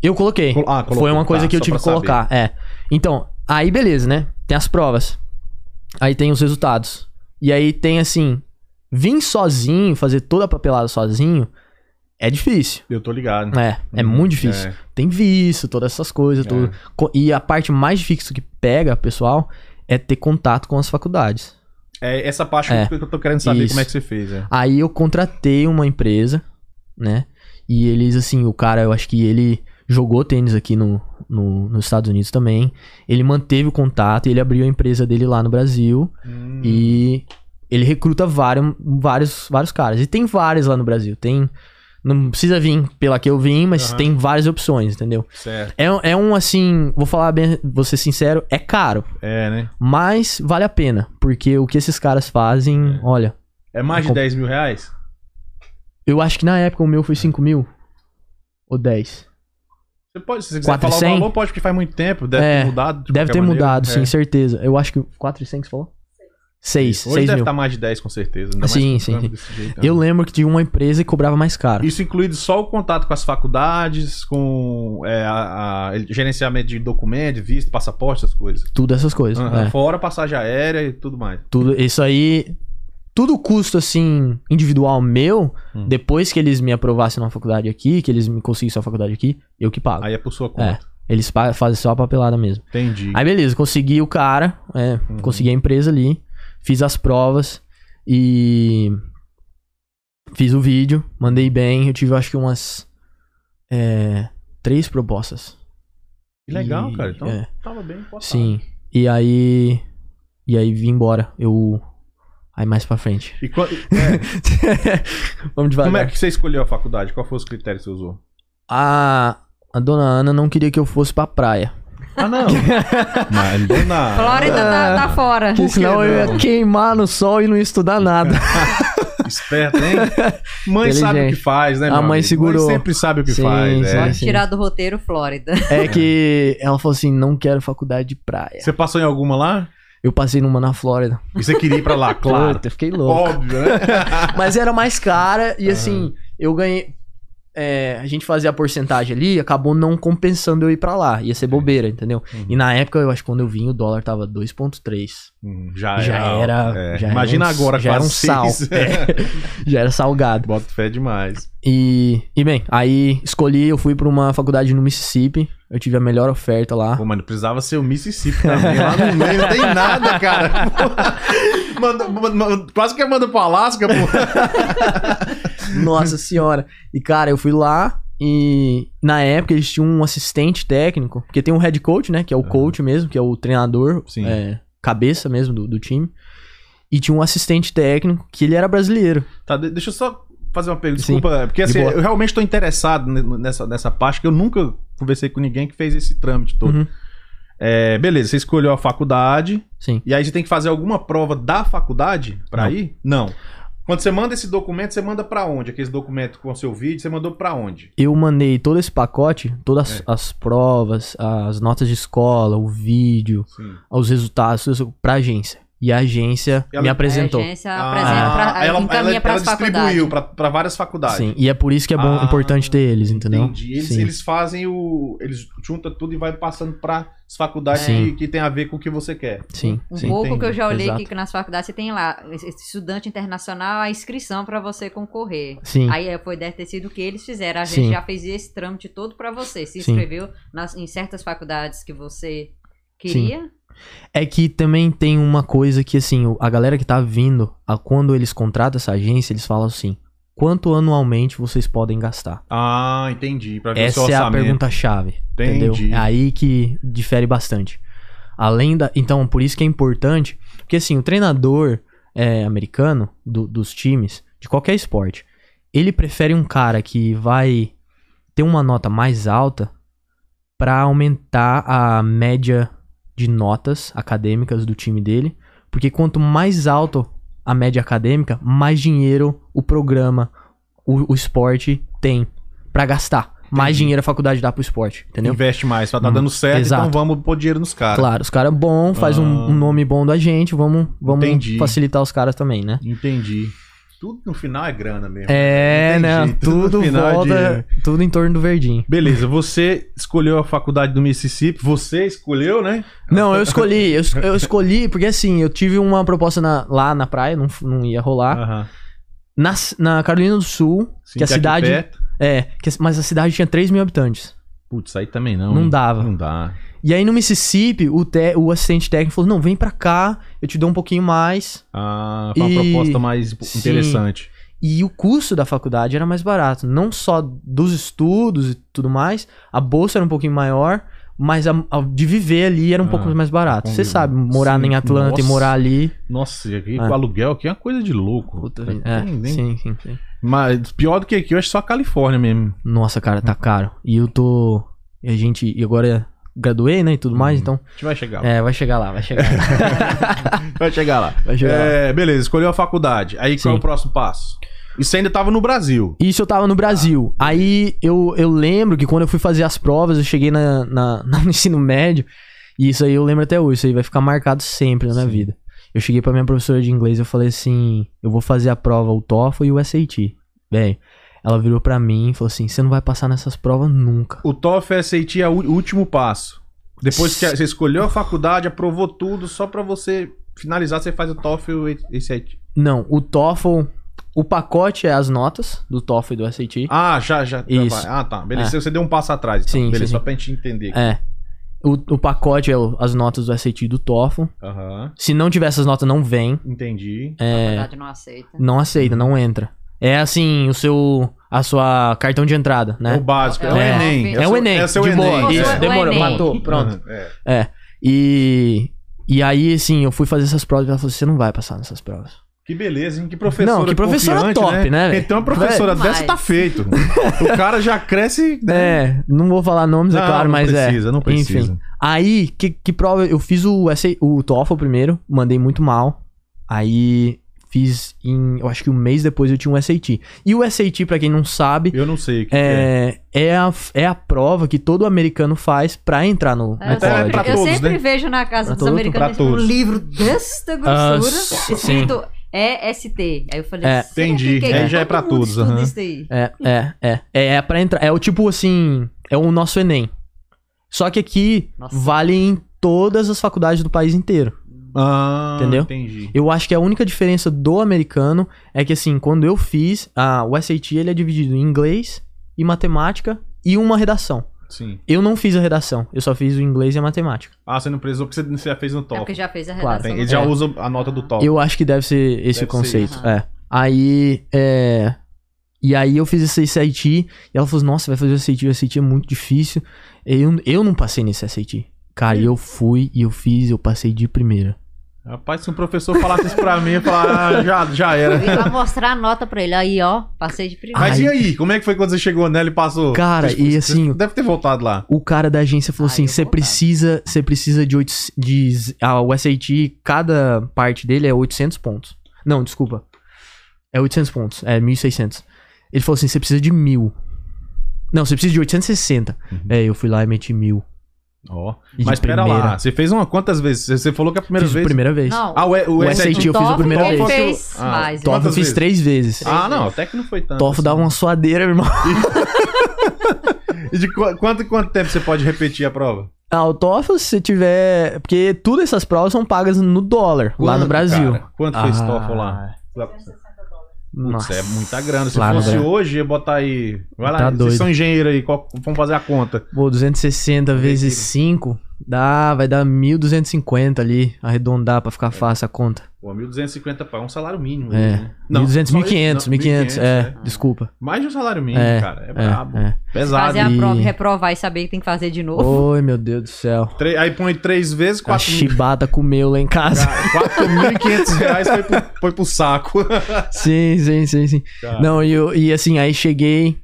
[SPEAKER 3] Eu coloquei.
[SPEAKER 1] Col- ah, colocou,
[SPEAKER 3] Foi uma coisa
[SPEAKER 1] tá,
[SPEAKER 3] que eu
[SPEAKER 1] só
[SPEAKER 3] tive que
[SPEAKER 1] pra saber.
[SPEAKER 3] colocar. É. Então, aí beleza, né? Tem as provas. Aí tem os resultados. E aí tem assim: vim sozinho, fazer toda a papelada sozinho. É difícil.
[SPEAKER 1] Eu tô ligado.
[SPEAKER 3] É, é
[SPEAKER 1] Hum,
[SPEAKER 3] muito difícil
[SPEAKER 1] é.
[SPEAKER 3] tem vício, todas essas coisas,
[SPEAKER 1] É.
[SPEAKER 3] tudo. Co- E a parte mais difícil que pega, pessoal, é ter contato com as faculdades.
[SPEAKER 1] É, essa parte
[SPEAKER 3] É.
[SPEAKER 1] que eu tô querendo saber
[SPEAKER 3] Isso.
[SPEAKER 1] como é que você fez. É.
[SPEAKER 3] Aí eu contratei uma empresa, né? E eles, assim, o cara, eu acho que ele jogou tênis aqui no, no- nos Estados Unidos também. Ele manteve o contato e ele abriu a empresa dele lá no Brasil.
[SPEAKER 1] Hum,
[SPEAKER 3] E ele recruta vários, vários, vários caras. E tem vários lá no Brasil. Tem. Não precisa vir pela que eu vim, mas
[SPEAKER 1] Aham.
[SPEAKER 3] tem várias opções, entendeu?
[SPEAKER 1] Certo.
[SPEAKER 3] É, um- é um assim, vou falar bem, vou ser sincero, é caro,
[SPEAKER 1] É, né?
[SPEAKER 3] mas vale a pena, porque o que esses caras fazem,
[SPEAKER 1] É.
[SPEAKER 3] olha,
[SPEAKER 1] É mais de
[SPEAKER 3] Com-
[SPEAKER 1] 10 mil reais?
[SPEAKER 3] eu acho que na época o meu foi 5 mil ou 10.
[SPEAKER 1] Você pode, se você quiser falar
[SPEAKER 3] 400?
[SPEAKER 1] o valor, pode, porque faz muito tempo. Deve
[SPEAKER 3] É,
[SPEAKER 1] ter mudado. de
[SPEAKER 3] deve
[SPEAKER 1] qualquer
[SPEAKER 3] ter
[SPEAKER 1] maneira.
[SPEAKER 3] mudado,
[SPEAKER 1] É.
[SPEAKER 3] sim, certeza. Eu acho que 4,100 que você falou? 6,
[SPEAKER 1] Hoje
[SPEAKER 3] 6
[SPEAKER 1] deve tá
[SPEAKER 3] mil.
[SPEAKER 1] estar mais de 10, com certeza. Ainda mais
[SPEAKER 3] Sim,
[SPEAKER 1] com
[SPEAKER 3] sim,
[SPEAKER 1] câmbio
[SPEAKER 3] sim.
[SPEAKER 1] desse jeito, né?
[SPEAKER 3] Eu lembro que tinha uma empresa que cobrava mais caro.
[SPEAKER 1] Isso incluído só o contato com as faculdades, com é, a- a- ele- gerenciamento de documento, visto, passaporte, essas coisas.
[SPEAKER 3] Tudo essas coisas.
[SPEAKER 1] Aham,
[SPEAKER 3] é.
[SPEAKER 1] Fora passagem aérea e tudo mais.
[SPEAKER 3] Tudo, isso aí, tudo custo assim, individual meu,
[SPEAKER 1] Hum.
[SPEAKER 3] depois que eles me aprovassem na faculdade aqui, que eles me conseguissem a faculdade aqui, eu que pago.
[SPEAKER 1] Aí é por sua conta.
[SPEAKER 3] Eles pa- fazem só a papelada mesmo.
[SPEAKER 1] Entendi.
[SPEAKER 3] Aí beleza, consegui o cara, é,
[SPEAKER 1] Uhum.
[SPEAKER 3] consegui a empresa ali, fiz as provas e fiz o vídeo, mandei bem, eu tive acho que umas é, três propostas.
[SPEAKER 1] que legal,
[SPEAKER 3] e-
[SPEAKER 1] cara. Então
[SPEAKER 3] é.
[SPEAKER 1] tava bem cotado.
[SPEAKER 3] Sim. E aí e aí vim embora. Eu aí mais pra frente.
[SPEAKER 1] E qua-
[SPEAKER 3] <laughs>
[SPEAKER 1] é,
[SPEAKER 3] Vamos devagar.
[SPEAKER 1] como é que você escolheu a faculdade? Qual foi os critérios que você usou?
[SPEAKER 3] a a dona Ana não queria que eu fosse pra praia.
[SPEAKER 1] Ah,
[SPEAKER 3] <laughs>
[SPEAKER 1] não. Mas, dona-
[SPEAKER 2] Flórida tá, tá fora.
[SPEAKER 1] é. Por que
[SPEAKER 3] Senão eu
[SPEAKER 1] não?
[SPEAKER 3] ia queimar no sol e não ia estudar nada.
[SPEAKER 1] Esperta,
[SPEAKER 3] <laughs>
[SPEAKER 1] hein? Mãe sabe o que
[SPEAKER 3] Inteligente.
[SPEAKER 1] faz, né?
[SPEAKER 3] A
[SPEAKER 1] meu
[SPEAKER 3] mãe
[SPEAKER 1] amigo?
[SPEAKER 3] segurou.
[SPEAKER 1] Mãe sempre sabe o que
[SPEAKER 3] Sim,
[SPEAKER 1] faz. é.
[SPEAKER 3] sim.
[SPEAKER 2] Pode tirar do roteiro Flórida.
[SPEAKER 3] <laughs> É que ela falou assim: não quero faculdade de praia.
[SPEAKER 1] Você passou em alguma lá?
[SPEAKER 3] Eu passei numa na Flórida.
[SPEAKER 1] E você queria ir pra
[SPEAKER 3] <laughs>
[SPEAKER 1] lá, claro.
[SPEAKER 3] Puta, eu fiquei louco.
[SPEAKER 1] Óbvio, né?
[SPEAKER 3] Mas era mais cara e assim, eu ganhei. é, a gente fazia a porcentagem ali, acabou não compensando eu ir pra lá. Ia ser bobeira, entendeu?
[SPEAKER 1] Uhum.
[SPEAKER 3] E na época, eu acho que quando eu vim, o dólar tava 2,3.
[SPEAKER 1] Hum, Já,
[SPEAKER 3] já era.
[SPEAKER 1] é.
[SPEAKER 3] já era
[SPEAKER 1] Imagina
[SPEAKER 3] um-
[SPEAKER 1] agora,
[SPEAKER 3] já era um
[SPEAKER 1] quase
[SPEAKER 3] sal.
[SPEAKER 1] seis.
[SPEAKER 3] <laughs>
[SPEAKER 1] né?
[SPEAKER 3] É, já era salgado.
[SPEAKER 1] Bota fé demais.
[SPEAKER 3] E, e bem, aí escolhi, eu fui pra uma faculdade no Mississippi. Eu tive a melhor oferta lá.
[SPEAKER 1] Pô, mano, precisava ser o Mississippi também. Lá no meio
[SPEAKER 3] <laughs>
[SPEAKER 1] não tem nada, cara. Pô. Manda- manda- manda- quase que manda pro Alasca, pô.
[SPEAKER 3] Nossa senhora. E cara, eu fui lá e na época eles tinham um assistente técnico, porque tem um head coach, né? Que é o coach mesmo, que é o treinador,
[SPEAKER 1] Sim.
[SPEAKER 3] é, cabeça mesmo do, do time. E tinha um assistente técnico que ele era brasileiro.
[SPEAKER 1] Tá, de- deixa eu só fazer uma pergunta.
[SPEAKER 3] Sim.
[SPEAKER 1] Desculpa, porque
[SPEAKER 3] De
[SPEAKER 1] assim,
[SPEAKER 3] boa.
[SPEAKER 1] eu realmente tô interessado ne- nessa, nessa parte, que eu nunca conversei com ninguém que fez esse trâmite todo.
[SPEAKER 3] Uhum.
[SPEAKER 1] É, beleza, você escolheu a faculdade.
[SPEAKER 3] Sim.
[SPEAKER 1] E aí você tem que fazer alguma prova da faculdade pra
[SPEAKER 3] Não.
[SPEAKER 1] ir? Não. Quando você manda esse documento, você manda pra onde? Aquele documento com o seu vídeo, você mandou pra onde?
[SPEAKER 3] Eu mandei todo esse pacote,
[SPEAKER 1] É.
[SPEAKER 3] todas as provas, as notas de escola, o vídeo,
[SPEAKER 1] Sim.
[SPEAKER 3] os resultados, tudo, pra agência. E a agência
[SPEAKER 1] Ela-
[SPEAKER 3] me
[SPEAKER 1] é
[SPEAKER 2] A
[SPEAKER 3] <laughs> apresentou. Ah.
[SPEAKER 2] agência apresenta Ah, pra,
[SPEAKER 1] Ah, ela,
[SPEAKER 2] encaminha
[SPEAKER 1] ela,
[SPEAKER 2] para
[SPEAKER 1] ela
[SPEAKER 2] as
[SPEAKER 1] distribuiu
[SPEAKER 2] faculdades.
[SPEAKER 1] pra, pra várias faculdades.
[SPEAKER 3] Sim, e é por isso que é bom,
[SPEAKER 1] Ah,
[SPEAKER 3] importante ter eles, entendeu?
[SPEAKER 1] Entendi. Eles,
[SPEAKER 3] Sim.
[SPEAKER 1] eles fazem o. Eles juntam tudo e vai passando pra as faculdades
[SPEAKER 3] Sim.
[SPEAKER 1] que, que tem a ver com o que você quer.
[SPEAKER 3] Sim,
[SPEAKER 2] Um
[SPEAKER 3] sim.
[SPEAKER 2] pouco
[SPEAKER 1] entendi.
[SPEAKER 2] que eu já olhei
[SPEAKER 3] Exato.
[SPEAKER 2] aqui que nas faculdades você tem lá, es- estudante internacional, a inscrição pra você concorrer.
[SPEAKER 3] Sim.
[SPEAKER 2] Aí é, foi deve ter sido o que eles fizeram. A gente
[SPEAKER 3] Sim.
[SPEAKER 2] já fez esse trâmite todo pra você. Se
[SPEAKER 3] Sim.
[SPEAKER 2] inscreveu nas, em certas faculdades que você queria.
[SPEAKER 3] É que também tem uma coisa que, assim, o- a galera que tá vindo, a- quando eles contratam essa agência, eles falam assim: quanto anualmente vocês podem gastar?
[SPEAKER 1] Ah, entendi. Pra ver o seu
[SPEAKER 3] Essa é a
[SPEAKER 1] orçamento.
[SPEAKER 3] pergunta-chave. Entendeu?
[SPEAKER 1] Entendi.
[SPEAKER 3] É aí que difere bastante. Além da. Então, por isso que é importante. Porque, assim, o treinador é, americano do- dos times, de qualquer esporte, ele prefere um cara que vai ter uma nota mais alta pra aumentar a média de notas acadêmicas do time dele. Porque quanto mais alto a média acadêmica, mais dinheiro o programa, o, o esporte tem pra gastar. mais dinheiro a faculdade dá pro esporte, entendeu? Hum,
[SPEAKER 1] Investe mais, só tá dando certo,
[SPEAKER 3] Exato.
[SPEAKER 1] então vamos pôr dinheiro nos caras.
[SPEAKER 3] Claro, os caras bom, faz um,
[SPEAKER 1] Ah.
[SPEAKER 3] um nome bom da gente, vamos, vamos
[SPEAKER 1] Entendi.
[SPEAKER 3] facilitar os caras também, né?
[SPEAKER 1] Entendi. Tudo no final é grana mesmo.
[SPEAKER 3] É,
[SPEAKER 1] Não tem
[SPEAKER 3] né?
[SPEAKER 1] jeito,
[SPEAKER 3] Tudo
[SPEAKER 1] no final é
[SPEAKER 3] volta, tudo em torno do verdinho.
[SPEAKER 1] Beleza, você escolheu a faculdade do Mississippi, você escolheu, né?
[SPEAKER 3] Não, eu escolhi, eu, eu escolhi porque assim, eu tive uma proposta na- lá na praia, não, f- não ia rolar.
[SPEAKER 1] Aham.
[SPEAKER 3] Na, c- na Carolina do Sul,
[SPEAKER 1] Sim,
[SPEAKER 3] que a
[SPEAKER 1] aqui
[SPEAKER 3] cidade.
[SPEAKER 1] perto.
[SPEAKER 3] É, que, a- mas a cidade tinha 3 mil habitantes.
[SPEAKER 1] Putz, aí também não.
[SPEAKER 3] Não
[SPEAKER 1] hein?
[SPEAKER 3] dava.
[SPEAKER 1] Não dá.
[SPEAKER 3] E aí no Mississippi, o, te- o assistente técnico falou: não, vem pra cá, eu te dou um pouquinho mais.
[SPEAKER 1] Ah, foi uma
[SPEAKER 3] E-
[SPEAKER 1] proposta mais
[SPEAKER 3] Sim.
[SPEAKER 1] interessante.
[SPEAKER 3] E o custo da faculdade era mais barato. Não só dos estudos e tudo mais, a bolsa era um pouquinho maior, mas a, a- de viver ali era um
[SPEAKER 1] Ah,
[SPEAKER 3] pouco mais barato. Você
[SPEAKER 1] convido.
[SPEAKER 3] sabe, morar
[SPEAKER 1] Sim,
[SPEAKER 3] em Atlanta e
[SPEAKER 1] nossa.
[SPEAKER 3] morar ali.
[SPEAKER 1] Nossa, e aqui,
[SPEAKER 3] Ah.
[SPEAKER 1] o aluguel aqui é uma coisa de louco.
[SPEAKER 3] Puta,
[SPEAKER 1] Nem-
[SPEAKER 3] é,
[SPEAKER 1] nem-
[SPEAKER 3] sim, sim, sim.
[SPEAKER 1] Mas pior do que aqui, eu acho só a Califórnia mesmo.
[SPEAKER 3] Nossa, cara, tá caro. E eu tô. E a gente. E agora graduei, né? E
[SPEAKER 1] Hum,
[SPEAKER 3] tudo mais, então.
[SPEAKER 1] A gente vai chegar lá.
[SPEAKER 3] É, vai chegar lá, vai chegar lá.
[SPEAKER 1] Vai chegar lá.
[SPEAKER 3] vai chegar lá.
[SPEAKER 1] É, beleza, escolheu a faculdade. Aí qual é
[SPEAKER 3] Sim.
[SPEAKER 1] o próximo passo? Isso ainda tava no Brasil.
[SPEAKER 3] Isso eu tava no Brasil. Aí eu, eu lembro que quando eu fui fazer as provas, eu cheguei na, na- <laughs> no ensino médio. E isso aí eu lembro até hoje, isso aí vai ficar marcado sempre na minha
[SPEAKER 1] Sim.
[SPEAKER 3] vida. Eu cheguei pra minha professora de inglês eu falei assim: eu vou fazer a prova, o TOEFL e o SAT. Véi, ela virou pra mim e falou assim: você não vai passar nessas provas nunca.
[SPEAKER 1] O TOEFL SAT é o ú- último passo. Depois que você escolheu a faculdade, aprovou tudo, só pra você finalizar, você faz o TOEFL e SAT.
[SPEAKER 3] Não, o TOEFL. O pacote é as notas do TOEFL e do SAT.
[SPEAKER 1] Ah, já, já. já
[SPEAKER 3] Isso. É.
[SPEAKER 1] vai. Ah, tá. Beleza, você deu um passo atrás. Então.
[SPEAKER 3] Sim, sim,
[SPEAKER 1] beleza,
[SPEAKER 3] sim.
[SPEAKER 1] só pra gente entender. aqui.
[SPEAKER 3] É. O, o pacote é o- as notas do SAT e do TOEFL.
[SPEAKER 1] Aham.
[SPEAKER 3] Se não tiver essas notas, não vem.
[SPEAKER 1] Entendi.
[SPEAKER 3] É,
[SPEAKER 2] A faculdade não aceita.
[SPEAKER 1] Tá.
[SPEAKER 3] Não aceita, não entra. É assim, o seu. A sua cartão de entrada,
[SPEAKER 1] É o
[SPEAKER 3] né?
[SPEAKER 1] básico. É, o
[SPEAKER 3] É.
[SPEAKER 1] Enem.
[SPEAKER 2] É
[SPEAKER 1] o
[SPEAKER 3] o Enem,
[SPEAKER 1] É o seu
[SPEAKER 3] de
[SPEAKER 1] Enem.
[SPEAKER 3] boa.
[SPEAKER 1] É.
[SPEAKER 2] Isso,
[SPEAKER 1] É.
[SPEAKER 2] demorou,
[SPEAKER 3] matou, pronto.
[SPEAKER 1] É.
[SPEAKER 3] E. E aí, assim, eu fui fazer essas provas e ela falou: você não vai passar nessas provas.
[SPEAKER 1] Que beleza, hein? Que professora
[SPEAKER 3] Não, que professora
[SPEAKER 1] confiante,
[SPEAKER 3] top, né, velho?
[SPEAKER 1] Então, a professora
[SPEAKER 2] Demais.
[SPEAKER 1] dessa tá
[SPEAKER 3] <laughs>
[SPEAKER 1] feito. o cara já cresce... né?
[SPEAKER 3] É, não vou falar nomes, é
[SPEAKER 1] Não,
[SPEAKER 3] claro,
[SPEAKER 1] não
[SPEAKER 3] mas é.
[SPEAKER 1] precisa, não precisa.
[SPEAKER 3] Enfim. Aí, que, que prova? Eu fiz o, SA o TOEFL primeiro, mandei muito mal. Aí fiz em. Eu acho que um mês depois eu tinha um SAT. E o SAT, pra quem não sabe,
[SPEAKER 1] Eu não sei o que é.
[SPEAKER 3] é, é, a, é a prova que todo americano faz pra entrar no, no
[SPEAKER 2] É, eu
[SPEAKER 1] Até
[SPEAKER 3] college.
[SPEAKER 2] sempre,
[SPEAKER 1] pra
[SPEAKER 2] eu
[SPEAKER 1] todos,
[SPEAKER 2] sempre
[SPEAKER 1] né?
[SPEAKER 2] vejo na casa
[SPEAKER 3] Pra
[SPEAKER 2] dos
[SPEAKER 3] todo-
[SPEAKER 1] pra
[SPEAKER 2] americanos um
[SPEAKER 1] todos.
[SPEAKER 2] livro desta
[SPEAKER 3] Ah,
[SPEAKER 2] grossura
[SPEAKER 3] sim.
[SPEAKER 2] escrito EST. Aí eu falei,
[SPEAKER 3] É.
[SPEAKER 2] "Será
[SPEAKER 1] Entendi.
[SPEAKER 2] que
[SPEAKER 1] Aí já é pra
[SPEAKER 2] todo mundo
[SPEAKER 1] todos,
[SPEAKER 2] estuda
[SPEAKER 1] aham.
[SPEAKER 2] isso daí?"
[SPEAKER 3] É, é, é. É, é pra entrar. É o tipo assim. É o nosso Enem. Só que aqui
[SPEAKER 2] Nossa.
[SPEAKER 3] vale em todas as faculdades do país inteiro.
[SPEAKER 1] Ah,
[SPEAKER 3] Entendeu?
[SPEAKER 1] entendi.
[SPEAKER 3] Eu acho que a única diferença do americano é que, assim, quando eu fiz, a, o SAT ele é dividido em inglês e matemática e uma redação.
[SPEAKER 1] Sim.
[SPEAKER 3] Eu não fiz a redação, eu só fiz o inglês e a matemática.
[SPEAKER 1] Ah, você não precisou porque você- você já fez no
[SPEAKER 2] É porque
[SPEAKER 1] TOEFL.
[SPEAKER 2] já fez a
[SPEAKER 3] Claro.
[SPEAKER 2] redação.
[SPEAKER 1] Tem-
[SPEAKER 2] no
[SPEAKER 1] Ele já
[SPEAKER 3] É.
[SPEAKER 1] usa a nota do TOEFL.
[SPEAKER 3] Eu acho que deve ser esse
[SPEAKER 1] Deve
[SPEAKER 3] o conceito.
[SPEAKER 2] ser isso.
[SPEAKER 3] é. Aí, é. Aí eu fiz esse SAT e ela falou: assim, Nossa, vai fazer o SAT, o SAT é muito difícil. Eu, eu não passei nesse SAT. Cara, e eu fui e eu fiz, eu passei de primeira.
[SPEAKER 1] Rapaz, se um professor falasse isso pra mim, eu ia falar, ah,
[SPEAKER 3] <laughs>
[SPEAKER 1] já, já
[SPEAKER 2] Eu
[SPEAKER 1] era.
[SPEAKER 2] vim lá mostrar a nota pra ele. Aí, ó, passei de primeiro.
[SPEAKER 1] Mas
[SPEAKER 3] Ai.
[SPEAKER 1] e aí? Como é que foi quando você chegou nela e passou?
[SPEAKER 3] Cara,
[SPEAKER 1] Você-
[SPEAKER 3] e
[SPEAKER 1] você
[SPEAKER 3] assim-
[SPEAKER 1] Deve ter voltado lá.
[SPEAKER 3] O cara da agência falou
[SPEAKER 2] Ah,
[SPEAKER 3] assim:
[SPEAKER 2] eu
[SPEAKER 3] você
[SPEAKER 2] vou dar."
[SPEAKER 3] precisa, você precisa de oito, de ah, o SAT, cada parte dele é 800 pontos. Não, desculpa. É 800 pontos, é 1600. Ele falou assim: você precisa de mil. Não, você precisa de 860. É, eu fui lá e meti mil.
[SPEAKER 1] Ó.
[SPEAKER 3] E de
[SPEAKER 1] Mas pera
[SPEAKER 3] primeira.
[SPEAKER 1] lá, você fez uma quantas vezes? Você- Você falou que é a primeira
[SPEAKER 3] fiz
[SPEAKER 1] vez.
[SPEAKER 3] a primeira vez.
[SPEAKER 2] Não,
[SPEAKER 1] Ah, o, e- o,
[SPEAKER 3] O
[SPEAKER 1] SAT.
[SPEAKER 3] SAT eu fiz a
[SPEAKER 2] TOEFL
[SPEAKER 3] primeira
[SPEAKER 2] ele
[SPEAKER 1] vez.
[SPEAKER 2] fez
[SPEAKER 1] Ah,
[SPEAKER 2] mais.
[SPEAKER 3] TOEFL eu
[SPEAKER 1] Quantas
[SPEAKER 3] fiz
[SPEAKER 1] vezes?
[SPEAKER 3] três vezes.
[SPEAKER 1] Ah, não, até que não foi tanto.
[SPEAKER 3] TOEFL dava uma suadeira, meu irmão. <laughs> um-
[SPEAKER 1] assim. E de qu- quanto em quanto tempo você pode repetir a prova?
[SPEAKER 3] Ah, o TOEFL, se você tiver... Porque todas essas provas são pagas no dólar, lá no
[SPEAKER 1] Quanto,
[SPEAKER 3] Brasil. Ah.
[SPEAKER 1] cara? Quanto foi esse TOEFL lá?
[SPEAKER 2] Ah.
[SPEAKER 1] Putz,
[SPEAKER 3] Nossa.
[SPEAKER 1] é muita grana. Se
[SPEAKER 3] Lá no
[SPEAKER 1] fosse
[SPEAKER 3] Brasil.
[SPEAKER 1] hoje, ia botar aí. Vai lá,
[SPEAKER 3] Tá
[SPEAKER 1] vocês
[SPEAKER 3] doido.
[SPEAKER 1] são engenheiro aí, qual- vamos fazer a conta.
[SPEAKER 3] Pô, 260 vezes 5 dá, vai dar 1.250 ali, arredondar pra ficar fácil a conta.
[SPEAKER 1] Pô, 1.250 pá, um salário mínimo.
[SPEAKER 3] É.
[SPEAKER 1] né? Não,
[SPEAKER 3] 1.200,
[SPEAKER 1] só
[SPEAKER 3] 1.500,
[SPEAKER 1] isso, não,
[SPEAKER 3] 1.500, é,
[SPEAKER 1] né?
[SPEAKER 3] desculpa.
[SPEAKER 1] Mais de um salário mínimo,
[SPEAKER 3] É,
[SPEAKER 1] cara. É,
[SPEAKER 3] É,
[SPEAKER 1] brabo.
[SPEAKER 3] é.
[SPEAKER 1] Pesado.
[SPEAKER 2] Fazer a
[SPEAKER 3] E-
[SPEAKER 2] prova, reprovar e saber que tem que fazer de novo.
[SPEAKER 3] Oi, meu Deus do céu.
[SPEAKER 1] Tre- Aí põe três vezes,
[SPEAKER 3] A
[SPEAKER 1] 4 <laughs> mil.
[SPEAKER 3] chibata comeu lá em casa.
[SPEAKER 1] Cara, 4.500 reais foi pro, foi pro saco.
[SPEAKER 3] <laughs> sim, sim, sim, sim.
[SPEAKER 1] Cara,
[SPEAKER 3] Não, e, eu- e assim, aí cheguei.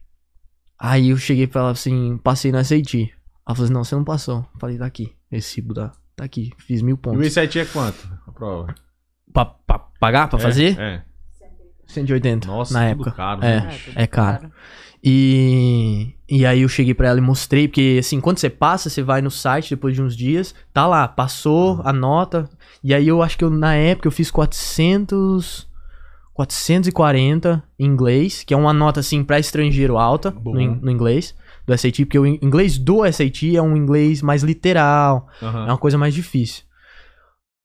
[SPEAKER 3] Aí eu cheguei pra ela assim, passei no SAT. Ela falou assim: não, você não passou. Eu falei, tá aqui. Recibo da. Tá aqui, fiz mil
[SPEAKER 1] E o
[SPEAKER 3] pontos.
[SPEAKER 1] I7 é quanto? A prova.
[SPEAKER 3] Pra, pra pagar, pra
[SPEAKER 1] É,
[SPEAKER 3] fazer?
[SPEAKER 1] É.
[SPEAKER 3] 180.
[SPEAKER 1] Nossa,
[SPEAKER 3] na
[SPEAKER 1] tudo
[SPEAKER 3] época.
[SPEAKER 1] caro,
[SPEAKER 3] É.
[SPEAKER 1] né, bicho?
[SPEAKER 3] É caro. E. E aí eu cheguei pra ela e mostrei, porque assim, quando você passa, você vai no site depois de uns dias, tá lá, passou a nota. E aí eu acho que eu, na época eu fiz 400 440 em inglês, que é uma nota assim pra estrangeiro alta no,
[SPEAKER 1] Boa.
[SPEAKER 3] in- no inglês do SAT, porque o in- inglês do SAT é um inglês mais literal,
[SPEAKER 1] Ah.
[SPEAKER 3] é uma coisa mais difícil.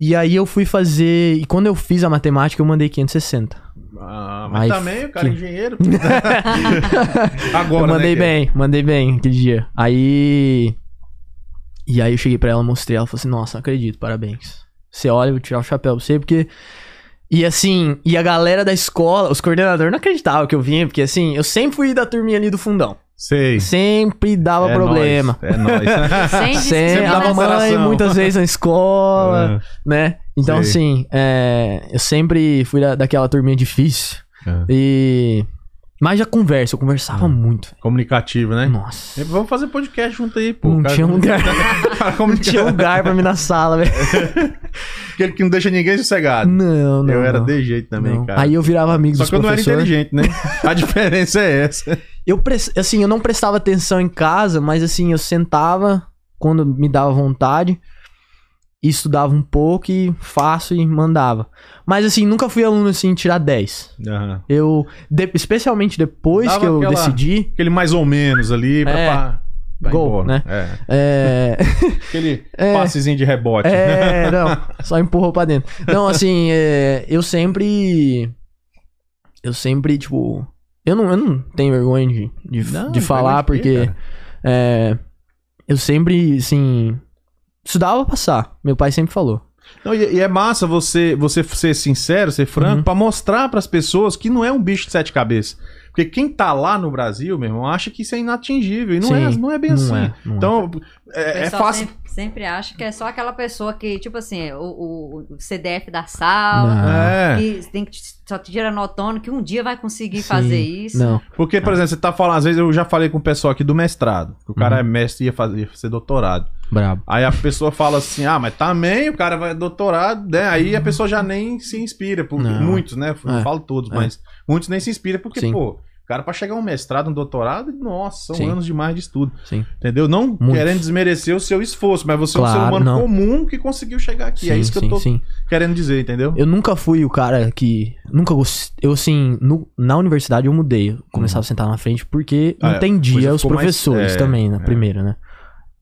[SPEAKER 3] E aí eu fui fazer, e quando eu fiz a matemática, eu mandei 560.
[SPEAKER 1] Ah, mas
[SPEAKER 3] Ai,
[SPEAKER 1] também, o cara é
[SPEAKER 3] que-
[SPEAKER 1] engenheiro.
[SPEAKER 3] <laughs> Eu
[SPEAKER 1] Agora,
[SPEAKER 3] mandei
[SPEAKER 1] né,
[SPEAKER 3] bem, mandei bem aquele dia. Aí. E aí eu cheguei pra ela, mostrei, ela falou assim: Nossa, não acredito, parabéns. Você olha, eu vou tirar o chapéu pra você, porque. E assim, e a galera da escola, os coordenadores não acreditavam que eu vinha, porque assim, eu sempre fui da turminha ali do fundão.
[SPEAKER 1] Sei.
[SPEAKER 3] Sempre dava
[SPEAKER 1] É
[SPEAKER 3] problema.
[SPEAKER 1] nóis, É nóis.
[SPEAKER 2] Sem né?
[SPEAKER 3] Sempre
[SPEAKER 1] dava
[SPEAKER 3] a
[SPEAKER 2] discriminação.
[SPEAKER 3] mãe,
[SPEAKER 1] alteração.
[SPEAKER 3] muitas vezes na
[SPEAKER 1] <laughs>
[SPEAKER 3] escola,
[SPEAKER 1] Ah,
[SPEAKER 3] né? Então, assim, é, eu sempre fui da- daquela turminha difícil.
[SPEAKER 1] ah.
[SPEAKER 3] E. Mas a conversa, eu conversava
[SPEAKER 1] Hum.
[SPEAKER 3] muito.
[SPEAKER 1] Comunicativo, né?
[SPEAKER 3] Nossa.
[SPEAKER 1] Vamos fazer podcast junto aí, pô.
[SPEAKER 3] Não tinha
[SPEAKER 1] <laughs>
[SPEAKER 3] lugar.
[SPEAKER 1] cara
[SPEAKER 3] Não <laughs> tinha lugar pra mim na sala, velho.
[SPEAKER 1] Aquele que não deixa ninguém sossegado.
[SPEAKER 3] <laughs> Não, não.
[SPEAKER 1] eu era
[SPEAKER 3] não,
[SPEAKER 1] de jeito também,
[SPEAKER 3] não.
[SPEAKER 1] cara.
[SPEAKER 3] Aí eu virava amigo
[SPEAKER 1] Só
[SPEAKER 3] dos
[SPEAKER 1] que eu não era
[SPEAKER 3] professores.
[SPEAKER 1] inteligente, né? A <laughs> diferença é essa.
[SPEAKER 3] Eu pres- assim, eu não prestava atenção em casa, mas assim, eu sentava quando me dava vontade, e estudava um pouco e faço e mandava. Mas assim, nunca fui aluno assim tirar 10.
[SPEAKER 1] Aham.
[SPEAKER 3] Eu de- especialmente depois
[SPEAKER 1] Dava
[SPEAKER 3] que eu
[SPEAKER 1] aquela-
[SPEAKER 3] decidi,
[SPEAKER 1] Aquele mais ou menos ali pra.
[SPEAKER 3] É.
[SPEAKER 1] pra- pra ir
[SPEAKER 3] Gol,
[SPEAKER 1] embora.
[SPEAKER 3] né?
[SPEAKER 1] É.
[SPEAKER 3] é,
[SPEAKER 1] Aquele
[SPEAKER 3] É.
[SPEAKER 1] passezinho de rebote. <laughs>
[SPEAKER 3] É, não, só empurrou pra dentro. Não, assim, é, eu sempre. Eu sempre, tipo. Eu não, eu não tenho vergonha de, de,
[SPEAKER 1] Não,
[SPEAKER 3] de falar,
[SPEAKER 1] vergonha de quê,
[SPEAKER 3] porque. é, eu sempre, assim. Estudava pra passar. Meu pai sempre falou.
[SPEAKER 1] Não, e, e é massa você, você ser sincero, ser franco,
[SPEAKER 3] Uhum.
[SPEAKER 1] pra mostrar pras pessoas que não é um bicho de sete cabeças. Porque quem tá lá no Brasil, meu irmão, acha que isso é inatingível. E não, é,
[SPEAKER 3] Sim,
[SPEAKER 1] não é bem
[SPEAKER 3] não
[SPEAKER 1] assim.
[SPEAKER 3] é, não é.
[SPEAKER 1] então,
[SPEAKER 2] O
[SPEAKER 1] é, é
[SPEAKER 2] pessoal
[SPEAKER 1] fácil.
[SPEAKER 2] Sempre, sempre acha que é só aquela pessoa que, tipo assim, o, o- o CDF da sala,
[SPEAKER 1] É.
[SPEAKER 2] que tem que só tira notando que um dia vai conseguir
[SPEAKER 3] Sim,
[SPEAKER 2] fazer isso.
[SPEAKER 3] Não.
[SPEAKER 1] Porque, por exemplo, você tá falando, às vezes eu já falei com o pessoal aqui do mestrado. Que o cara
[SPEAKER 3] Uhum.
[SPEAKER 1] é mestre e ia, fazer, ia ser doutorado.
[SPEAKER 3] Brabo.
[SPEAKER 1] Aí a pessoa fala assim: ah, mas também o cara vai doutorado, né? Aí a pessoa já nem se inspira. Por,
[SPEAKER 3] Não.
[SPEAKER 1] muitos, né? Eu
[SPEAKER 3] É.
[SPEAKER 1] falo todos,
[SPEAKER 3] É.
[SPEAKER 1] mas muitos nem se inspiram, porque,
[SPEAKER 3] Sim.
[SPEAKER 1] pô, o cara pra chegar a um mestrado, um doutorado, nossa, são
[SPEAKER 3] Sim.
[SPEAKER 1] anos demais de estudo.
[SPEAKER 3] Sim.
[SPEAKER 1] Entendeu? Não
[SPEAKER 3] Muitos.
[SPEAKER 1] querendo desmerecer o seu esforço, mas você é um ser
[SPEAKER 3] Claro,
[SPEAKER 1] humano
[SPEAKER 3] não.
[SPEAKER 1] comum que conseguiu chegar aqui.
[SPEAKER 3] sim,
[SPEAKER 1] é isso que
[SPEAKER 3] sim,
[SPEAKER 1] eu tô
[SPEAKER 3] sim.
[SPEAKER 1] querendo dizer, entendeu?
[SPEAKER 3] Eu nunca fui o cara que. Nunca gostei. Eu, assim, no- na universidade eu mudei. Eu começava a sentar na frente porque
[SPEAKER 1] Uhum. Ah, é.
[SPEAKER 3] entendia
[SPEAKER 1] Coisa
[SPEAKER 3] os
[SPEAKER 1] ficou mais-
[SPEAKER 3] professores
[SPEAKER 1] é,
[SPEAKER 3] também, na
[SPEAKER 1] é.
[SPEAKER 3] primeira, né?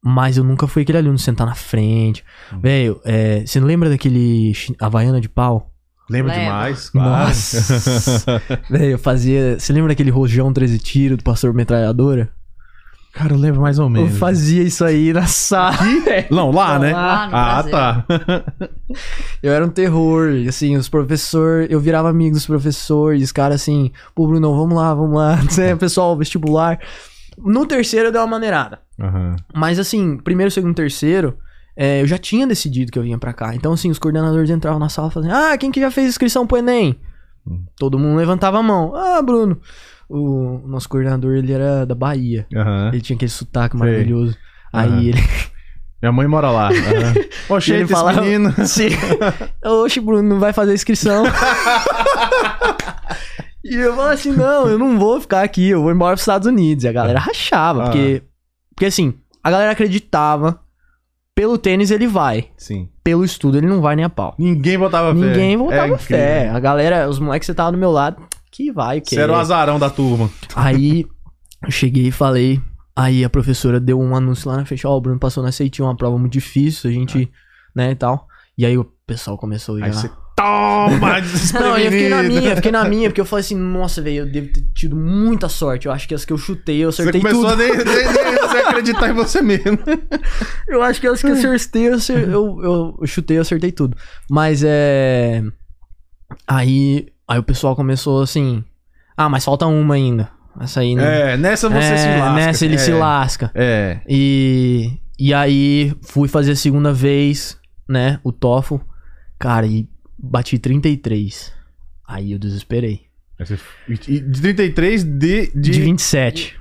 [SPEAKER 3] Mas eu nunca fui aquele aluno sentar na frente.
[SPEAKER 1] Uhum.
[SPEAKER 3] Velho, é, você não lembra daquele chi- Havaiana de pau?
[SPEAKER 1] Lembro
[SPEAKER 2] Leva.
[SPEAKER 1] demais, claro. <laughs>
[SPEAKER 3] Nossa! Velho, eu fazia. Você lembra daquele rojão 13 tiro do pastor metralhadora?
[SPEAKER 1] Cara, eu lembro mais ou
[SPEAKER 3] Eu fazia isso aí na sala.
[SPEAKER 1] Não, lá, né?
[SPEAKER 2] Lá no
[SPEAKER 1] Ah,
[SPEAKER 2] Brasil.
[SPEAKER 1] tá.
[SPEAKER 3] Eu era um terror, e, assim, os professores, eu virava amigo dos professores, os caras assim, pô, Bruno, vamos lá, vamos lá, <laughs> Né, pessoal, vestibular. No terceiro eu dei uma maneirada.
[SPEAKER 1] Aham.
[SPEAKER 3] Mas assim, primeiro, segundo, terceiro, é, eu já tinha decidido que eu vinha pra cá. Então, assim, os coordenadores entravam na sala e falavam, ah, quem que já fez inscrição pro Enem?
[SPEAKER 1] Hum.
[SPEAKER 3] Todo mundo levantava a mão. Ah, Bruno. O nosso coordenador, ele era da Bahia.
[SPEAKER 1] Aham.
[SPEAKER 3] Ele tinha aquele sotaque maravilhoso.
[SPEAKER 1] Aham.
[SPEAKER 3] Aí ele
[SPEAKER 1] Minha mãe mora lá.
[SPEAKER 3] <laughs>
[SPEAKER 1] Aham. Oxe,
[SPEAKER 3] Ele
[SPEAKER 1] eita, esse
[SPEAKER 3] falava-
[SPEAKER 1] menino. <laughs>
[SPEAKER 3] Sim. Oxe, Bruno, não vai fazer inscrição. e eu falo assim, não, eu não vou ficar aqui, eu vou embora pros Estados Unidos. E a galera rachava,
[SPEAKER 1] Ah.
[SPEAKER 3] porque... Porque assim, a galera acreditava, pelo tênis ele vai,
[SPEAKER 1] Sim.
[SPEAKER 3] pelo estudo ele não vai nem a pau.
[SPEAKER 1] Ninguém botava fé.
[SPEAKER 3] Ninguém
[SPEAKER 1] É
[SPEAKER 3] voltava
[SPEAKER 1] incrível.
[SPEAKER 3] fé. A galera, os moleques que estavam do meu lado, que vai, que... é."
[SPEAKER 1] Você era o azarão da turma.
[SPEAKER 3] Aí eu cheguei e falei. Aí a professora deu um anúncio lá na frente, ó, o Bruno passou na CET, uma prova muito difícil, a gente, né, e tal. E aí o pessoal começou já.
[SPEAKER 1] É. Aí você toma, desprevenido.
[SPEAKER 3] <laughs> Não, eu fiquei na minha, eu fiquei na minha, porque eu falei assim, nossa, velho, eu devo ter tido muita sorte. Eu acho que as que eu chutei, eu
[SPEAKER 1] Você
[SPEAKER 3] acertei
[SPEAKER 1] começou
[SPEAKER 3] tudo.
[SPEAKER 1] a nem, nem, nem você acreditar em você mesmo.
[SPEAKER 3] <laughs> Eu acho que as que eu
[SPEAKER 1] Hum.
[SPEAKER 3] acertei, eu, acer- eu, eu- eu chutei, eu acertei tudo. Mas é. Aí. Aí o pessoal começou assim. Ah, mas falta uma ainda. Essa aí, né?
[SPEAKER 1] É, nessa você se
[SPEAKER 3] É,
[SPEAKER 1] lasca.
[SPEAKER 3] Nessa ele
[SPEAKER 1] é.
[SPEAKER 3] se lasca.
[SPEAKER 1] É.
[SPEAKER 3] E, e aí fui fazer a segunda vez, né? O TOEFL. Cara, e bati 33. Aí eu desesperei.
[SPEAKER 1] E De 33 de...
[SPEAKER 3] De,
[SPEAKER 1] de...
[SPEAKER 3] 27.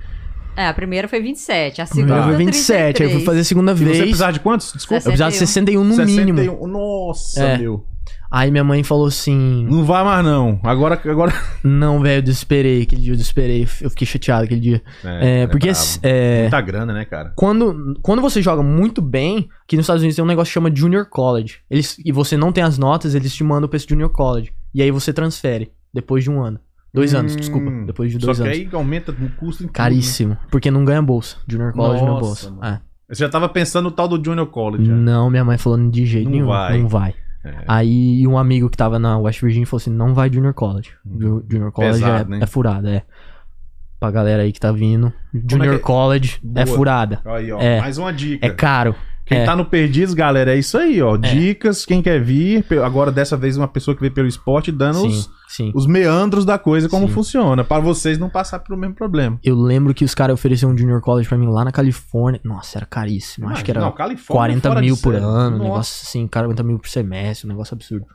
[SPEAKER 2] É, a primeira foi 27, a
[SPEAKER 3] Primeiro
[SPEAKER 2] segunda
[SPEAKER 1] Tá.
[SPEAKER 3] foi 27, aí eu fui fazer a segunda
[SPEAKER 1] E você
[SPEAKER 3] vez.
[SPEAKER 1] precisava de quantos? Desculpa.
[SPEAKER 3] Eu precisava de 61 no mínimo.
[SPEAKER 1] um. Nossa,
[SPEAKER 3] É.
[SPEAKER 1] meu.
[SPEAKER 3] um Aí minha mãe falou assim:
[SPEAKER 1] Não vai mais, não. Agora. agora...
[SPEAKER 3] Não, velho, eu desesperei. Aquele dia eu desesperei. Eu fiquei chateado aquele dia.
[SPEAKER 1] <laughs>
[SPEAKER 3] É, porque
[SPEAKER 1] brabo.
[SPEAKER 3] é,
[SPEAKER 1] Muita grana, né, cara?
[SPEAKER 3] quando, quando você joga muito bem, aqui nos Estados Unidos tem um negócio que chama Junior College. Eles, e você não tem as notas, eles te mandam pra esse Junior College. E aí você transfere depois de um ano. Dois
[SPEAKER 1] Hum,
[SPEAKER 3] anos, desculpa. Depois de dois
[SPEAKER 1] Só que
[SPEAKER 3] anos.
[SPEAKER 1] aí aumenta o custo em tudo, né?
[SPEAKER 3] Caríssimo. Porque não ganha bolsa. Junior College não é
[SPEAKER 1] Nossa,
[SPEAKER 3] bolsa.
[SPEAKER 1] mano.
[SPEAKER 3] É.
[SPEAKER 1] né? Você já tava pensando no tal do Junior College. já.
[SPEAKER 3] Não, minha mãe falou de jeito
[SPEAKER 1] Não
[SPEAKER 3] nenhum.
[SPEAKER 1] vai.
[SPEAKER 3] Não vai.
[SPEAKER 1] É.
[SPEAKER 3] Aí um amigo que tava na West Virginia falou assim: não vai Junior College. Ju- Junior College
[SPEAKER 1] Hum. Pesado,
[SPEAKER 3] é,
[SPEAKER 1] né?
[SPEAKER 3] é furada, é. Pra galera aí que tá vindo. Junior
[SPEAKER 1] que é?
[SPEAKER 3] College é
[SPEAKER 1] Boa.
[SPEAKER 3] furada.
[SPEAKER 1] Aí, ó.
[SPEAKER 3] É.
[SPEAKER 1] Mais uma dica.
[SPEAKER 3] É caro.
[SPEAKER 1] Quem
[SPEAKER 3] é.
[SPEAKER 1] tá no Perdidos, galera, é isso aí, ó. Dicas, quem quer vir. pe- Agora, dessa vez, uma pessoa que veio pelo esporte dando os,
[SPEAKER 3] Sim, sim.
[SPEAKER 1] os meandros da coisa, como
[SPEAKER 3] Sim.
[SPEAKER 1] funciona. Pra vocês não passar pelo mesmo problema.
[SPEAKER 3] Eu lembro que os caras ofereciam um Junior College pra mim lá na Califórnia. Nossa, era caríssimo. Acho que era
[SPEAKER 1] Não, Califórnia é
[SPEAKER 3] 40
[SPEAKER 1] fora de
[SPEAKER 3] mil por
[SPEAKER 1] série.
[SPEAKER 3] ano, um
[SPEAKER 1] Nossa,
[SPEAKER 3] negócio assim, 40 mil por semestre, um negócio absurdo.